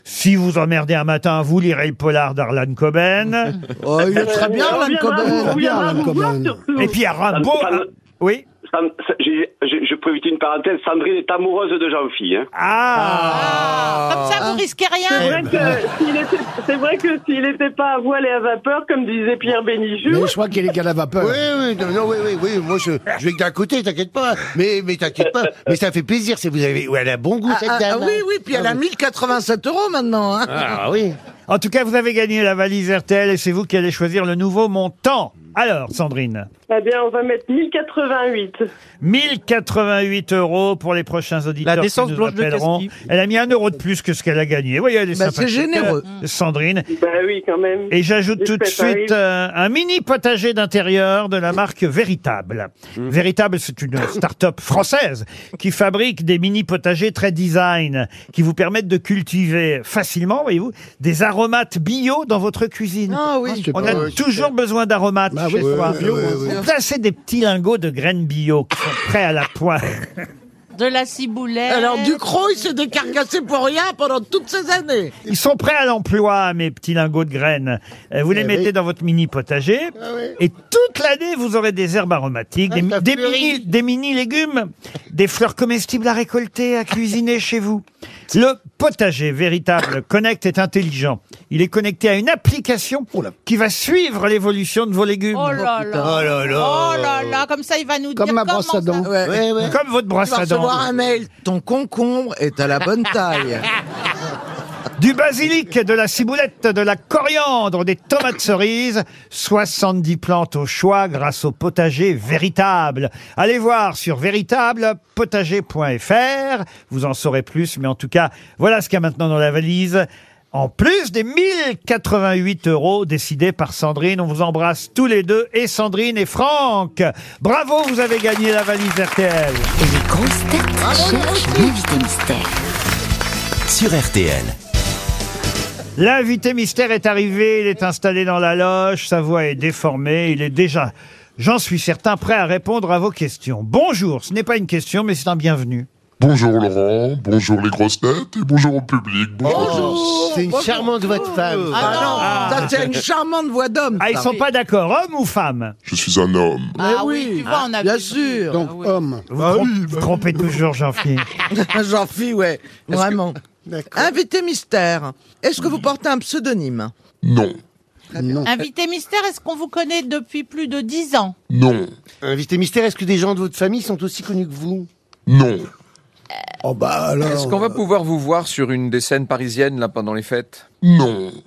B: Si vous emmerdez un matin, vous lirez le polar d'Arlan Coben.
Q: Oh, il est très bien,
R: Euh,
Q: Arlan Coben. Très bien, Arlan Coben.
B: Et puis il y
R: Ah,
B: aura un
M: Sam-
B: beau.
M: Sam-
B: Oui.
M: Sam- Sa- j'ai- j'ai- je peux éviter une parenthèse. Sandrine est amoureuse de Jean-Phi. Hein.
E: Comme ça, vous risquez
R: C'est
E: rien.
R: vrai que s'il était- c'est vrai que s'il n'était pas à voile et à vapeur, comme disait Pierre Bénichou,
I: Mais je crois qu'il est qu'à la vapeur.
N: Oui, oui, non, non, oui, oui, oui, moi je, je vais que d'un côté, t'inquiète pas. Mais, mais t'inquiète pas. Mais ça fait plaisir si vous avez. ouais, Elle a bon goût
C: Ah,
N: cette
C: ah,
N: dame.
C: ah, oui, oui, puis elle a 1087 euros maintenant. hein.
N: Ah oui.
B: En tout cas, vous avez gagné la valise RTL et c'est vous qui allez choisir le nouveau montant. Alors, Sandrine,
R: eh bien, on va mettre 1088.
B: 1088 euros pour les prochains auditeurs.
F: La décence
B: qui nous
F: blanche de
B: appelleront. Elle a mis un euro de plus que ce qu'elle a gagné. Vous voyez, elle est
R: Bah, c'est
B: sympathique,
R: généreux.
B: euh, Sandrine.
R: Bah oui, quand même.
B: Et j'ajoute tout de
R: J'espère que
B: suite
R: ça arrive.
B: euh, un mini potager d'intérieur de la marque Véritable. Véritable, c'est une start-up française qui fabrique des mini potagers très design qui vous permettent de cultiver facilement, voyez-vous, des aromates bio dans votre cuisine. On
Q: Ah, pas
B: a
Q: vrai, Bah
B: toujours besoin d'aromates chez
Q: oui,
B: soi.
Q: c'est bio, ouais,
B: Vous
Q: ouais.
B: placez des petits lingots de graines bio qui sont prêts à la poêle.
E: De la ciboulette.
C: Alors Ducrot, il s'est décarcassé pour rien pendant toutes ces années.
B: Ils sont prêts à l'emploi, mes petits lingots de graines. Euh, Vous les
C: Eh
B: mettez
C: oui. Ah
B: dans votre mini potager et toute l'année, vous aurez des herbes aromatiques, des, des mini, des mini légumes, des fleurs comestibles à récolter, à cuisiner chez vous. Le potager véritable Connect est intelligent. Il est connecté à une application
C: Oh
B: qui va suivre l'évolution de vos légumes.
E: Oh là là.
B: Oh là là.
E: Oh là là, comme ça, il va nous
B: Euh, Comme
E: dire
B: ma
E: comment
B: brosse à dents.
E: ça-
B: Ouais, ouais, ouais. Comme votre brosse
C: Eh Tu vas
B: à dents.
C: recevoir un mail. Ton concombre est à la bonne taille.
B: Du basilic, de la ciboulette, de la coriandre, des tomates cerises, 70 plantes au choix grâce au potager véritable. Allez voir sur véritable-potager.fr, vous en saurez plus, mais en tout cas, voilà ce qu'il y a maintenant dans la valise. En plus des 1088 euros décidés par Sandrine, on vous embrasse tous les deux, et Sandrine et Franck. Bravo, vous avez gagné la valise RTL.
J: Les grosses têtes cherchent l'invité mystère.
A: Sur RTL.
B: L'invité mystère est arrivé, il est installé dans la loge, sa voix est déformée, il est déjà, j'en suis certain, prêt à répondre à vos questions. Bonjour, ce n'est pas une question, mais c'est un bienvenu.
S: Bonjour Laurent, bonjour les grosses têtes et bonjour au public. Bonjour. à tous.
N: C'est une charmante voix de femme.
C: Ah non, ça c'est une charmante voix d'homme.
B: Ah, ils
C: ça.
B: sont pas d'accord, homme ou femme
S: Je suis un homme.
C: Mais
E: Ah
C: oui, bien sûr.
I: Donc, homme.
B: Vous, trompe- vous trompez toujours, Jean-Philippe.
C: Jean-Phi, ouais, vraiment. Invité mystère, est-ce que vous portez un pseudonyme
S: Non.
E: Invité mystère, est-ce qu'on vous connaît depuis plus de 10 ans
S: Non.
N: Invité mystère, est-ce que des gens de votre famille sont aussi connus que vous
S: Non.
I: Oh bah
H: Est-ce qu'on va pouvoir vous voir sur une des scènes parisiennes là pendant les fêtes
S: Non.
C: Invité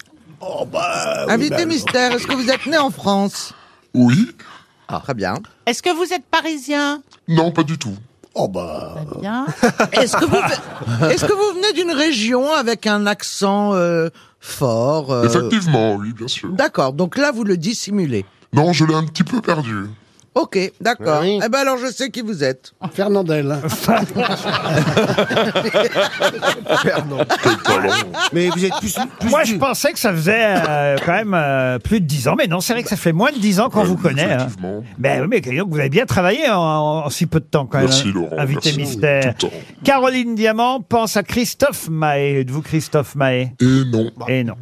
S: Ah
H: bah alors.
C: mystère, est-ce que vous êtes né en France
S: ben
C: Ah,
S: Oui.
C: Très bien.
E: Est-ce que vous êtes parisien Euh,
S: Non, pas du tout.
I: Oh bah.
E: Bien.
C: Est-ce que, vous... est-ce que vous venez d'une région avec un accent euh, fort euh,
S: Effectivement, oui, bien sûr.
C: D'accord, donc là vous le dissimulez.
S: Non, je l'ai un petit peu perdu.
C: Ok, d'accord.
S: Oui.
C: Eh ben alors je sais qui vous êtes.
I: Fernandel.
N: Mais vous êtes plus.
B: Moi, je pensais que ça faisait euh, quand même euh, plus de 10 ans, mais non, c'est vrai que ça fait moins de 10 ans qu'on
S: Euh,
B: vous connaît. hein. Ben oui, mais disons que vous avez bien travaillé en, en- en si peu de temps quand
S: Merci,
B: même. hein,
S: Laurent,
B: Invité
S: merci.
B: mystère.
S: Tout le temps.
B: Caroline Diamant pense à Christophe Maé. Êtes-vous Christophe Maé
S: Et non.
B: Et non.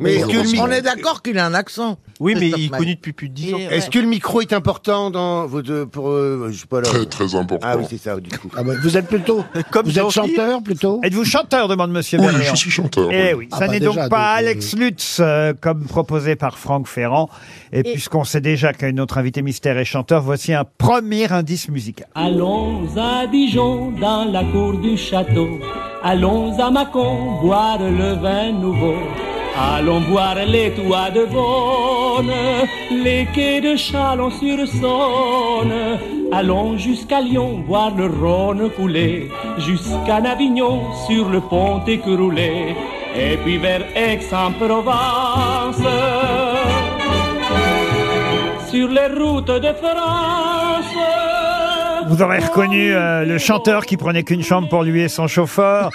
N: Mais est-ce que le mi-
C: on est d'accord qu'il a un accent
N: Oui, mais
C: Christophe
N: il est
C: Maé.
N: connu depuis plus de 10 ans.
C: Et, ouais.
N: Est-ce que le micro est important dans vos deux- pour euh, je sais pas là.
S: Très, très important.
N: Ah oui, c'est ça du coup.
I: vous êtes plutôt. vous êtes chanteur plutôt
B: Êtes-vous chanteur demande Monsieur
S: Oui,
B: Berléand.
S: je suis chanteur,
B: Eh
S: oui.
B: oui,
S: Ah
B: ça
S: bah
B: n'est
S: déjà,
B: donc pas
S: donc, euh,
B: Alex Lutz euh, comme proposé par Franck Ferrand. Et, puisqu'on sait déjà que notre invité mystère est chanteur, voici un premier indice musical.
T: Allons à Dijon, dans la cour du château. Allons à Mâcon, boire le vin nouveau. Ah. Allons voir les toits de Beaune, les quais de Chalon-sur-Saône. Allons jusqu'à Lyon, voir le Rhône couler. Jusqu'à Navignon, sur le pont écroulé. Et puis vers Aix-en-Provence sur les routes de France.
B: Vous aurez reconnu euh, le chanteur qui prenait qu'une chambre pour lui et son chauffeur.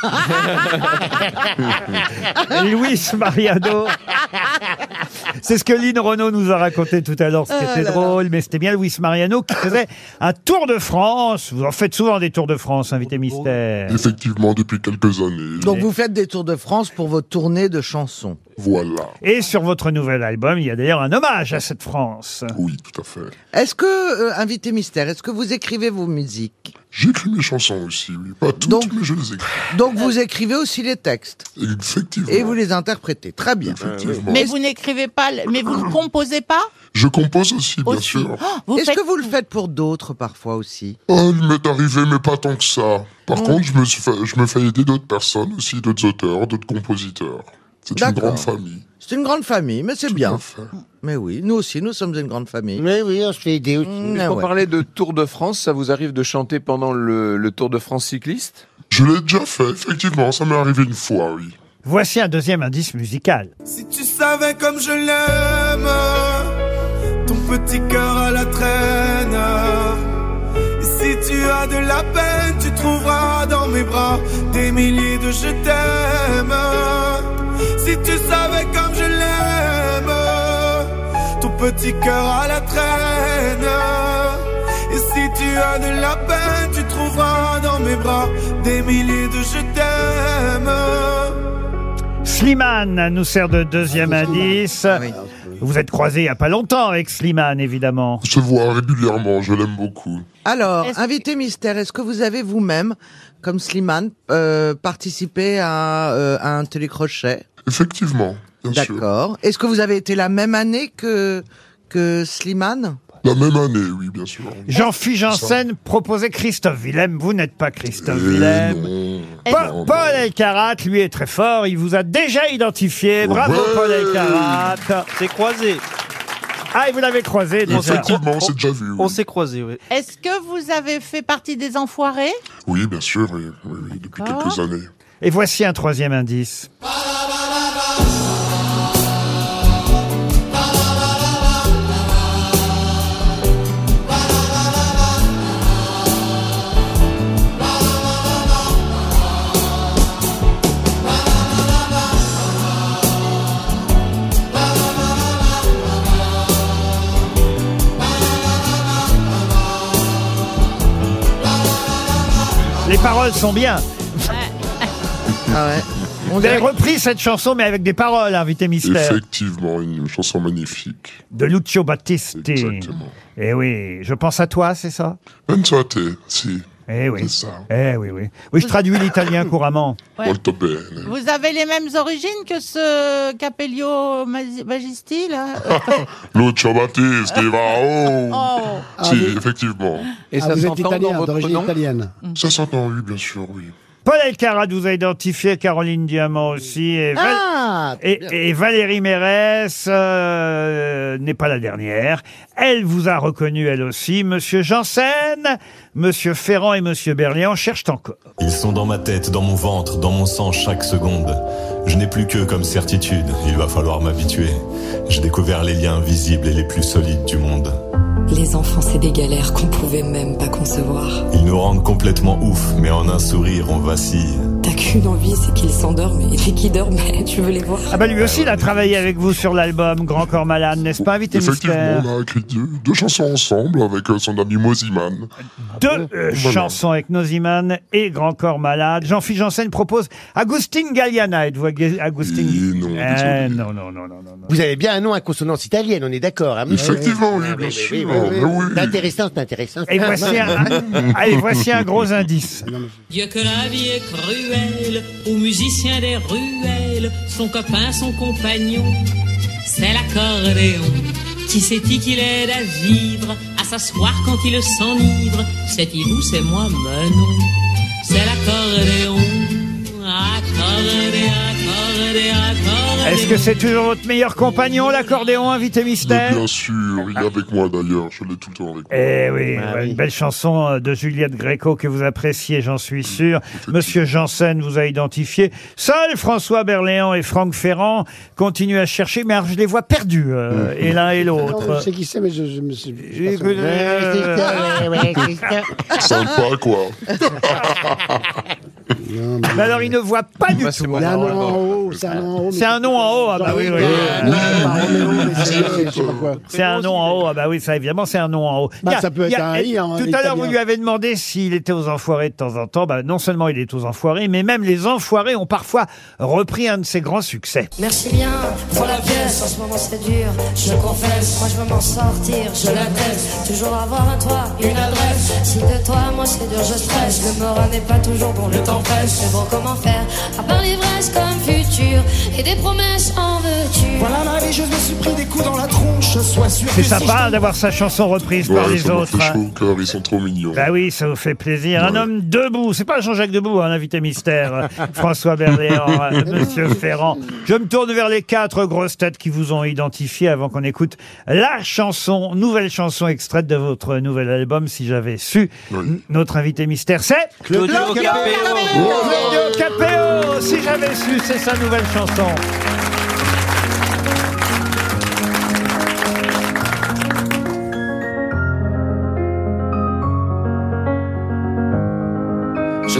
B: Luis Mariano. C'est ce que Lynn Renault nous a raconté tout à l'heure.
T: Ah
B: C'était
T: là
B: drôle, mais c'était bien Luis Mariano qui faisait un tour de France. Vous en faites souvent des tours de France, invité mystère.
S: Effectivement, depuis quelques années.
C: Donc vous faites des tours de France pour vos tournées de chansons.
S: Voilà.
B: Et sur votre nouvel album, il y a d'ailleurs un hommage à cette France.
S: Oui, tout à fait.
C: Est-ce que, euh, invité mystère, est-ce que vous écrivez vos musiques
S: J'écris mes chansons aussi, oui. Pas toutes,
C: Donc-
S: mais je les écris.
C: Donc vous écrivez aussi les textes
S: Effectivement.
C: et vous les interprétez. Très bien.
S: Effectivement.
E: Mais vous n'écrivez pas, le- mais vous ne composez pas
S: Je compose aussi, bien
E: Aussi.
S: sûr.
E: Oh, vous
C: Est-ce
E: faites-
C: que vous le faites pour d'autres parfois aussi
S: Oh, il m'est arrivé, mais pas tant que ça. Par
C: Mm.
S: contre, je me, suis fait- je me fais aider d'autres personnes aussi, d'autres auteurs, d'autres compositeurs. C'est une
C: D'accord.
S: grande famille.
C: C'est une grande famille, mais c'est bien. Mais oui, nous aussi, nous sommes une grande famille. Mm,
N: Mais oui, on se fait aider aussi.
H: Puisqu'on parlait de Tour de France, ça vous arrive de chanter pendant le, le Tour de France cycliste
S: Je l'ai déjà fait, effectivement, ça m'est arrivé une fois, oui.
B: Voici un deuxième indice musical.
U: Si tu savais comme je l'aime, ton petit cœur à la traîne. Et si tu as de la peine, tu trouveras dans mes bras des milliers de je t'aime. Si tu savais comme je l'aime, ton petit cœur à la traîne. Et si tu as de la peine, tu trouveras dans mes bras des milliers de je t'aime.
B: Slimane nous sert de deuxième
C: Ah,
B: indice. Vous êtes croisé il n'y a pas longtemps avec Slimane, évidemment.
S: Je vois régulièrement, je l'aime beaucoup.
C: Alors, invité mystère, est-ce que vous avez vous-même, comme Slimane, euh, participé à, euh, à un télécrochet
S: Effectivement, bien sûr.
C: D'accord. Est-ce que vous avez été la même année que, que Slimane
S: La même année, oui, bien sûr.
B: Jean-Philippe Janssen proposait Christophe Willem. Vous n'êtes pas Christophe
S: Euh,
B: Willem.
C: Eh ben-
B: Pa- Paul Elkarat, lui, est très fort. Il vous a déjà identifié. Bravo,
S: Ouais.
B: Paul Elkarat. C'est croisé. Ah, et vous l'avez croisé déjà.
S: Effectivement, on s'est déjà vu. oui.
F: On s'est croisés, oui.
E: Est-ce que vous avez fait partie des enfoirés
S: Oui, bien sûr, oui, oui, oui, depuis
E: Ah.
S: quelques années.
B: Et voici un troisième indice. Les paroles sont bien. On avait repris cette chanson, mais avec des paroles, invité mystère.
S: Effectivement, une chanson magnifique.
B: De Lucio Battisti. Eh oui, je pense à toi, c'est ça
S: Pensate, si.
B: Eh oui.
S: C'est ça.
B: Eh oui, oui. Oui, je traduis l'italien couramment.
E: Ouais.
S: Molto bene.
E: Vous avez les mêmes origines que ce Capello Mas- Magisti, là
S: Lucio Battisti, va oh
E: Ah. Oh.
S: Si, effectivement.
B: Ah, Et Ah, ça vous êtes s'entend dans italien, votre d'origine nom
I: italienne
S: Ça s'entend, oui, bien sûr, oui.
B: Paul Elkarat vous a identifié, Caroline Diamant aussi, et, ben, Val-
C: Ah,
B: et- et Valérie Mérès euh, n'est pas la dernière. Elle vous a reconnu, elle aussi, Monsieur Janssen, Monsieur Ferrand et Monsieur Bernier. On cherche encore.
G: Ils sont dans ma tête, dans mon ventre, dans mon sang chaque seconde. Je n'ai plus que comme certitude, il va falloir m'habituer. J'ai découvert les liens visibles et les plus solides du monde.
V: Les enfants, c'est des galères qu'on pouvait même pas concevoir.
G: Ils nous rendent complètement ouf, mais en un sourire on vacille.
V: T'as qu'une envie, c'est qu'ils s'endorment. Et dès qu'ils dorment, tu veux les voir.
B: Ah bah lui aussi, il a travaillé avec vous sur l'album Grand Corps Malade, n'est-ce pas, invité
S: Effectivement,
B: mystère
S: on a écrit deux, deux chansons ensemble avec euh, son ami Moziman.
B: Deux euh,
S: Voilà.
B: chansons avec Noziman et Grand Corps Malade. Jean-Philippe Janssen propose Agustin Galliana. Êtes-vous Ag- Agustin Eh, non, non, non, non, non.
W: Vous avez bien un nom à consonance italienne, on est d'accord. hein, monsieur
S: Effectivement, oui,
W: Ah,
S: bien sûr,
W: oui,
S: mais
W: oui.
S: oui.
W: C'est intéressant, c'est intéressant.
B: Et voici un, allez, voici un gros indice.
I: Ah,
X: Dieu que la vie est cruelle, aux musiciens des ruelles, son copain, son compagnon, c'est l'accordéon. Qui sait-il qui l'aide à vivre, à s'asseoir quand il s'enivre C'est-il vous, c'est moi, mais non, c'est l'accordéon. Accordé, accordé, accordé.
B: Est-ce que c'est toujours votre meilleur compagnon, l'accordéon, invité
S: Mais
B: mystère
S: bien sûr, il est avec moi d'ailleurs, je l'ai tout le temps avec moi.
B: Eh oui, ouais, une belle chanson euh, de Juliette Gréco que vous appréciez, j'en suis sûr. Monsieur Janssen vous a identifié. Seuls François Berléand et Franck Ferrand continuent à chercher, mais alors je les vois perdus, euh, et l'un et
I: Non,
B: l'autre.
N: Ah,
I: Je sais qui c'est, mais je, je me suis.
B: Écoute, euh,
S: Sympa, quoi.
I: Ah,
B: Mais alors il ne voit pas du tout.
I: Il y a un nom en haut, c'est un nom en haut. mais-
B: C'est un nom en haut, ah bah oui, oui.
I: Je sais pas quoi.
B: C'est un nom en haut, ah bah oui, ça évidemment, c'est un nom en haut.
I: Bah,
B: Il y a-
I: ça peut
B: il y
I: être
B: a-
I: un I, hein,
B: Tout à l'heure,
I: italien.
B: vous lui avez demandé s'il était aux enfoirés de temps en temps. Bah, non seulement il est aux enfoirés, mais même les enfoirés ont parfois repris un de ses grands succès.
Y: Merci bien pour la pièce, en ce moment c'est dur, je confesse, moi je veux m'en sortir, je l'atteste, toujours avoir un toit, une adresse, si de toi moi c'est dur, je stresse, le moral n'est pas toujours bon, le temps presse, mais bon comment faire, à part l'ivresse comme futur, et des promesses en veux-tu
U: Voilà la vie, je me suis pris des coups dans la tronche. Sois sûr
B: C'est
U: que si je
B: sympa hein, d'avoir sa chanson reprise par
S: Ouais,
B: les
S: ça m'a
B: autres.
S: fait
B: hein.
S: chaud au cœur, ils sont trop mignons.
B: Bah oui, ça vous fait plaisir. Un homme debout, c'est pas Jean-Jacques Debout, un invité mystère. euh, François Berléand, euh, Monsieur Ferrand. Je me tourne vers les quatre grosses têtes qui vous ont identifié avant qu'on écoute la chanson, nouvelle chanson extraite de votre nouvel album, si j'avais su. N- Notre invité mystère, c'est
U: Claudio Claudio Capéo. Capéo.
B: Claudio Capéo, si j'avais su, c'est sa nouvelle chanson.
D: Je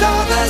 Y: j'avais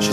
D: Je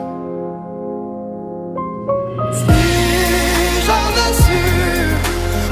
Y: si j'avais su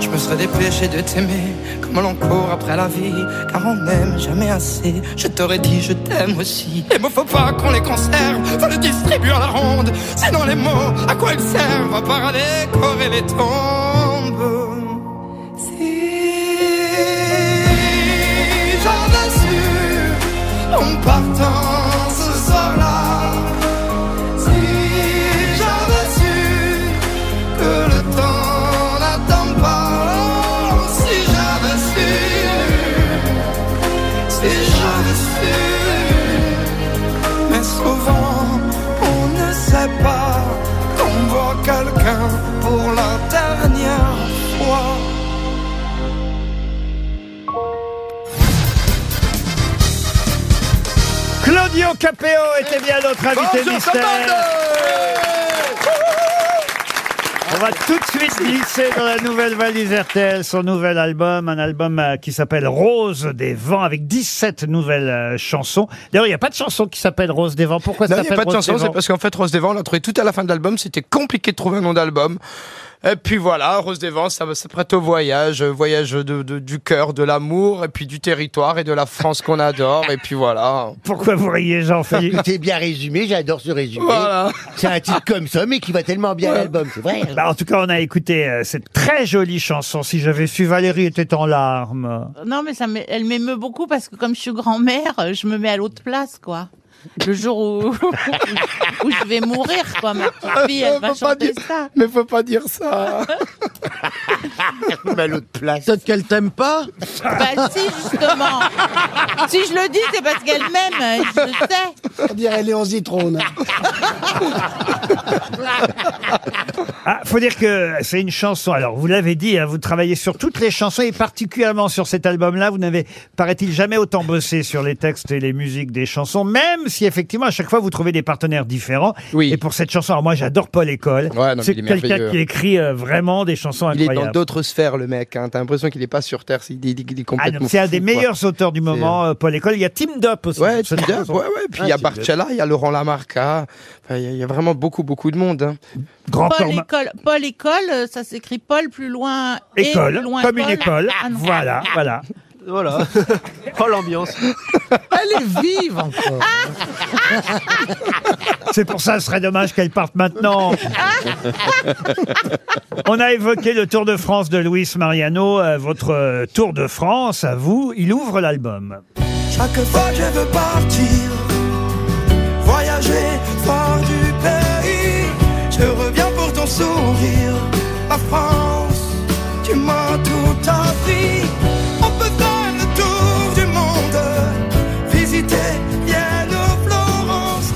D: Je me serais dépêché de t'aimer comme l'on court après la vie, car on n'aime jamais assez. Je t'aurais dit je t'aime aussi. Les mots faut pas qu'on les conserve, faut les distribuer à la ronde. Sinon les mots, à quoi ils servent à part à décorer les tombes.
Y: si j'avais su en partant ce soir-là, si j'avais su que le temps n'attend pas, Oh, si j'avais su, si j'avais su,
D: Mais souvent, on ne sait pas qu'on voit quelqu'un pour la dernière fois.
B: Claudio Capéo était bien notre invité
Y: Bonjour,
B: mystère. On va tout de suite glisser dans la nouvelle valise RTL, son nouvel album, un album euh, qui s'appelle Rose des Vents, avec 17 nouvelles euh, chansons. D'ailleurs, il n'y a pas de chanson qui s'appelle Rose des Vents. Pourquoi ça
D: Non, il n'y a
B: s'appelle
D: pas de
B: Rose
D: chanson,
B: des
D: c'est
B: Vents
D: parce qu'en fait, Rose des Vents, on l'a trouvé tout à la fin de l'album, c'était compliqué de trouver un nom d'album. Et puis voilà, Rose des Vents, ça s'apprête au voyage, euh, voyage de- de- du cœur, de l'amour, et puis du territoire et de la France qu'on adore, et puis voilà.
B: Pourquoi vous riez, Jean-Philippe
W: C'est Bah, bien résumé, j'adore ce résumé. C'est un titre comme ça, mais qui va tellement bien à l'album, c'est vrai.
B: Bah, en tout cas, on a écouté euh, cette très jolie chanson. Si j'avais su, Valérie était en larmes.
E: Non, mais ça m'é- elle m'émeut beaucoup parce que comme je suis grand-mère, euh, je me mets à l'autre place, quoi. Le jour où, où je vais mourir, quoi, ma petite fille, elle va
D: Ah, Faut pas
E: chanter
D: dire-
E: ça.
D: Mais faut pas dire ça.
N: Ah,
W: Mais à l'autre place.
E: Peut-être qu'elle t'aime pas Bah si, justement. si je le dis, c'est parce qu'elle m'aime, euh, je le sais.
I: On dirait Léon Zitrone.
B: Ah, faut dire que c'est une chanson. Alors, vous l'avez dit, hein, vous travaillez sur toutes les chansons et particulièrement sur cet album-là. Vous n'avez, paraît-il, jamais autant bossé sur les textes et les musiques des chansons, même si effectivement, à chaque fois, vous trouvez des partenaires différents. Et pour cette chanson, alors moi, j'adore Paul École.
D: Ouais, non, mais
B: c'est
D: il est
B: quelqu'un
D: merveilleux.
B: qui écrit euh, vraiment des chansons
D: Il est
B: incroyables.
D: dans d'autres sphères, le mec. hein. T'as l'impression qu'il est pas sur Terre. Il, il- il est
B: Ah
D: complètement.
B: non, c'est un
D: fou,
B: des
D: quoi.
B: meilleurs auteurs du
D: C'est-
B: moment, euh, Paul École. Il y a Tim Dup aussi.
D: Ouais,
B: sur
D: Tim
B: cette
D: Dup,
B: chanson.
D: ouais, ouais. Puis il y a
B: Tim Dup.
D: Barcella, il y a Laurent Lamarca. Enfin, Il y, a- il y a vraiment beaucoup, beaucoup de monde. hein.
E: Paul école, Paul école, euh, ça s'écrit Paul plus loin. et
D: École,
E: plus loin
D: comme une
E: Paul.
D: école.
E: Ah non.
B: Voilà, voilà.
F: Voilà. oh l'ambiance.
I: Elle est vive encore.
B: C'est pour ça, ce serait dommage qu'elle parte maintenant. On a évoqué le Tour de France de Luis Mariano, euh, votre euh, Tour de France, à vous. Il ouvre l'album.
T: Chaque fois que je veux partir, voyager fort du pays, je reviens pour ton sourire. Ma France, tu m'as tout appris. On peut faire le tour du monde, visiter Vienne ou Florence.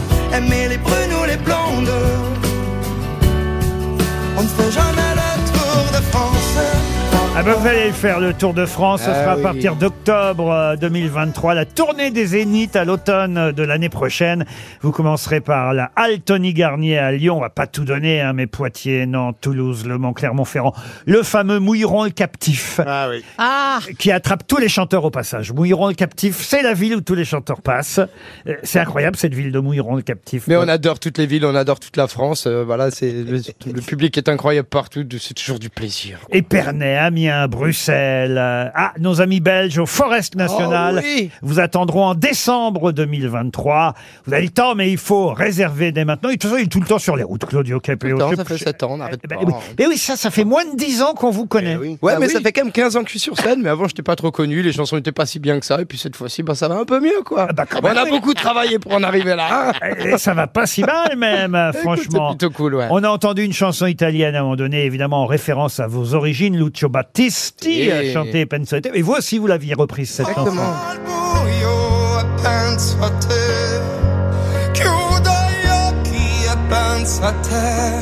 B: bah, vous allez faire le Tour de France, ce
D: Ah
B: sera à
D: oui.
B: partir d'octobre euh, 2023, la tournée des Zéniths à l'automne de l'année prochaine. Vous commencerez par la halle Tony Garnier à Lyon, on va pas tout donner, hein, mais Poitiers, Nantes, Toulouse, Le Mans, Clermont-Ferrand, le fameux Mouilleron le Captif. Ah oui.
E: Ah
B: Qui attrape tous les chanteurs au passage. Mouilleron le Captif, c'est la ville où tous les chanteurs passent. Euh, C'est incroyable cette ville de Mouilleron le Captif.
D: Mais on adore toutes les villes, on adore toute la France. euh, voilà, c'est le, le public est incroyable partout. C'est toujours du plaisir.
B: Épernay, Amiens, Bruxelles. euh, Ah, nos amis belges au Forest National
D: Oh oui
B: vous attendront en décembre 2023. Vous avez le temps, mais il faut réserver dès maintenant. Et de toute façon, il est tout le temps sur les routes, Claudio Capello.
D: Non,
B: Je-
D: ça fait 7 ans, on n'arrête
B: Eh ben
D: pas. hein. Eh
B: oui. Mais oui, ça, ça fait moins de 10 ans qu'on vous connaît.
D: Ouais,
B: Ah
D: mais
B: oui.
D: ça fait quand même 15 ans que je suis sur scène, mais avant j'étais pas trop connu, les chansons n'étaient pas si bien que ça, et puis cette fois-ci, bah, ça va un peu mieux, quoi. on
B: Ah bah, même,
D: a
B: oui.
D: beaucoup travaillé pour en arriver là. hein.
B: Ah, Et ça va pas si mal même, euh,
D: Écoute,
B: franchement.
D: C'est plutôt cool, ouais.
B: On a entendu une chanson italienne à un moment donné, évidemment en référence à vos origines, Lucio Battisti
D: Et-
B: a chanté Pensoete. Et vous aussi, vous l'aviez reprise cette chanson.
Y: buio e penso a te. Chiudo gli occhi e penso a te.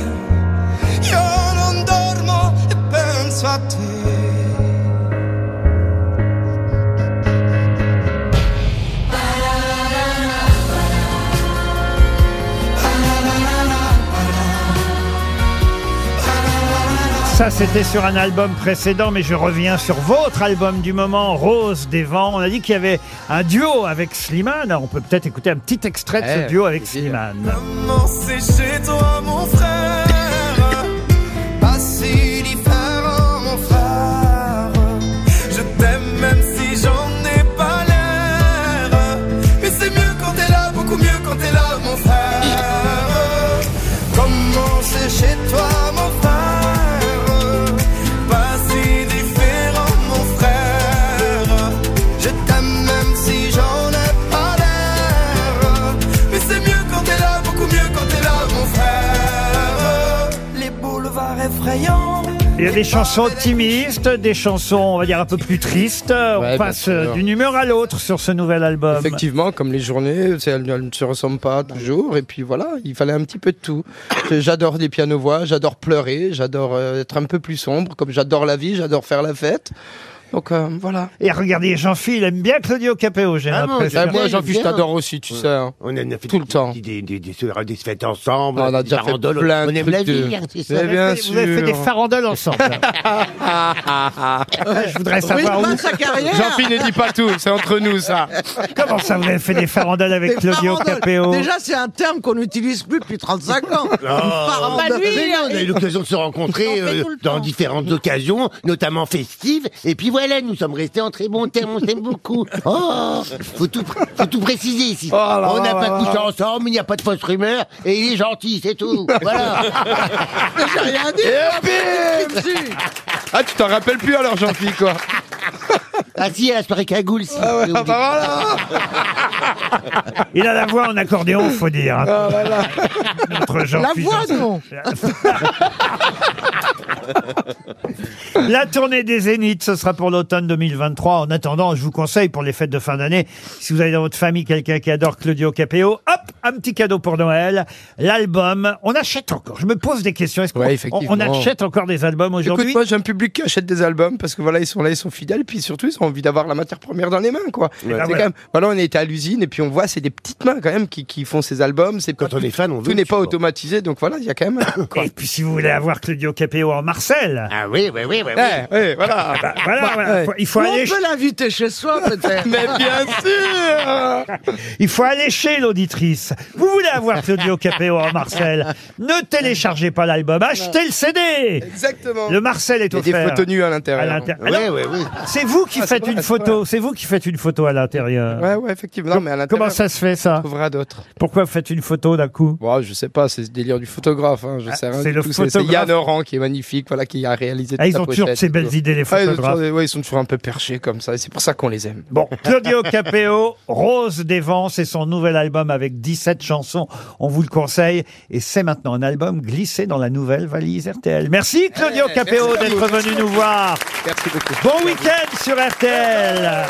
Y: Io non dormo e penso a te.
B: Ça, c'était sur un album précédent, mais je reviens sur votre album du moment, Rose des Vents. On a dit qu'il y avait un duo avec Slimane. On peut peut-être écouter un petit extrait de
Y: Eh,
B: ce duo avec Slimane.
Y: Maman, c'est chez toi, mon frère. Pas si différent, mon frère. Je t'aime même si j'en ai pas l'air. Mais c'est mieux quand t'es là, beaucoup mieux quand t'es là, mon frère. Comment c'est chez toi, mon frère. Pas si différent, mon frère. Je t'aime même si j'en ai pas l'air. Mais c'est mieux quand t'es là, beaucoup mieux quand t'es là, mon frère. Les boulevards effrayants.
B: Il y a des chansons optimistes, des chansons, on va dire, un peu plus tristes.
D: Ouais,
B: on
D: bien
B: passe
D: sûr.
B: euh, d'une humeur à l'autre sur ce nouvel album.
D: Effectivement, comme les journées, c'est- elles, elles ne se ressemblent pas toujours. Et puis voilà, il fallait un petit peu de tout. J'adore des pianos-voix, j'adore pleurer, j'adore euh, être un peu plus sombre, comme j'adore la vie, j'adore faire la fête. Donc euh, voilà.
B: Et regardez, Jean-Phil aime bien Claudio Capéo, j'ai
D: Ah bon,
B: l'impression.
D: j'aime bien, Moi, Jean-Phil, je bien. t'adore aussi, tu sais, hein.
N: On aime fait
D: Tout le temps. Ah,
N: Des, des, des, des, soirées, des fêtes ensemble.
D: On a
N: des
D: déjà fait
N: farandoles.
D: plein de
N: On aime
D: trucs
N: la
D: de-
N: vie. hein, c'est
D: Mais
N: ça.
D: bien
B: Vous avez fait des
D: sûr. Ah,
B: farandoles ensemble. je voudrais savoir où-
D: Jean-Phil ne dit pas tout, c'est entre nous ça.
B: Comment ça, vous avez fait des farandoles avec
D: Des
B: Claudio
D: farandoles.
B: Capéo
C: Déjà, c'est un terme qu'on n'utilise plus depuis 35 ans. Parole
N: Bah,
C: de-
N: lui, mais non, on a eu l'occasion de se rencontrer euh, dans différentes occasions, notamment festives. Et puis voilà, nous sommes restés en très bons termes, on s'aime beaucoup. Oh, faut tout, pr- faut tout préciser ici.
D: Oh là
N: on
D: là
N: n'a pas
D: là
N: couché
D: là.
N: ensemble, il n'y a pas de fausse rumeur, et il est gentil, c'est tout. Voilà.
C: J'ai rien dit.
D: Et bim Ah, tu t'en rappelles plus alors, Jean-Phil, quoi.
N: Ah si, à la soirée cagoule, si.
D: Ah ouais, bah voilà.
B: Il a la voix en accordéon, faut dire. hein.
D: Ah,
B: Notre Jean
C: La
B: Puy
C: voix,
B: Janssen.
C: non
B: La tournée des Zéniths, ce sera pour l'automne 2023. En attendant, je vous conseille pour les fêtes de fin d'année, si vous avez dans votre famille quelqu'un qui adore Claudio Capéo, hop, un petit cadeau pour Noël, l'album. On achète encore. Je me pose des questions. Est-ce qu'on
D: Ouais,
B: on-
D: effectivement.
B: on achète encore des albums
D: Écoute,
B: aujourd'hui
D: moi j'ai un public qui achète des albums parce que voilà, ils sont là, ils sont fidèles, puis surtout ils ont envie d'avoir la matière première dans les mains, quoi.
N: Ouais.
D: C'est
B: Ah
N: Bah voilà.
D: quand même, voilà, on était à l'usine et puis on voit, c'est des petites mains quand même qui, qui font ces albums. C'est quand
N: on est fan, on veut
D: Tout
N: le
D: n'est pas
N: support.
D: automatisé, donc voilà, il y a quand même.
B: Et puis si vous voulez avoir Claudio Capéo en Marcel.
N: Ah oui, oui, oui, oui. oui.
D: Eh, eh, voilà.
B: Bah, voilà, voilà.
D: ouais.
B: Faut- il faut
C: Ou
B: aller
C: On peut l'inviter chez soi, peut-être.
D: Mais bien sûr.
B: Il faut aller chez l'auditrice. Vous voulez avoir Claudio Capéo en Marcel Ne téléchargez pas l'album, achetez le CD
D: Exactement.
B: Le Marcel est
D: Il y a des
B: offert.
D: photos nues à
B: À
D: l'intérieur.
B: l'intérieur.
N: Ouais,
B: Alors,
N: ouais, oui.
B: C'est vous qui
D: Ah, c'est
B: faites
D: vrai,
B: une
D: c'est vrai.
B: photo, c'est vous qui faites une photo à l'intérieur.
D: Ouais, ouais, effectivement. Non, mais à l'intérieur,
B: Comment ça se fait ça
D: on trouvera d'autres.
B: Pourquoi vous faites une photo d'un coup Ah,
D: Bon, je sais pas, c'est ce délire du photographe. hein, je sais rien
B: c'est
D: du
B: le
D: tout, c'est- C'est
B: photographe.
D: Yann Oran qui est magnifique, voilà, qui a réalisé.
B: Ah,
D: toute
B: ils
D: la
B: ont toujours
D: pochette
B: ces
D: et
B: belles
D: tout.
B: idées, les
D: Ah, ils ont
B: photographes.
D: toujours- ouais, ils sont toujours un peu perchés comme ça. et C'est pour ça qu'on les aime.
B: Bon, Claudio Capéo, Rose des Vents, c'est son nouvel album avec 17 chansons. On vous le conseille. Et c'est maintenant un album glissé dans la nouvelle valise RTL. Merci Claudio
D: Eh,
B: Capéo
D: merci à
B: d'être
D: vous.
B: venu nous voir.
D: Merci beaucoup.
B: Bon week-end sur RTL.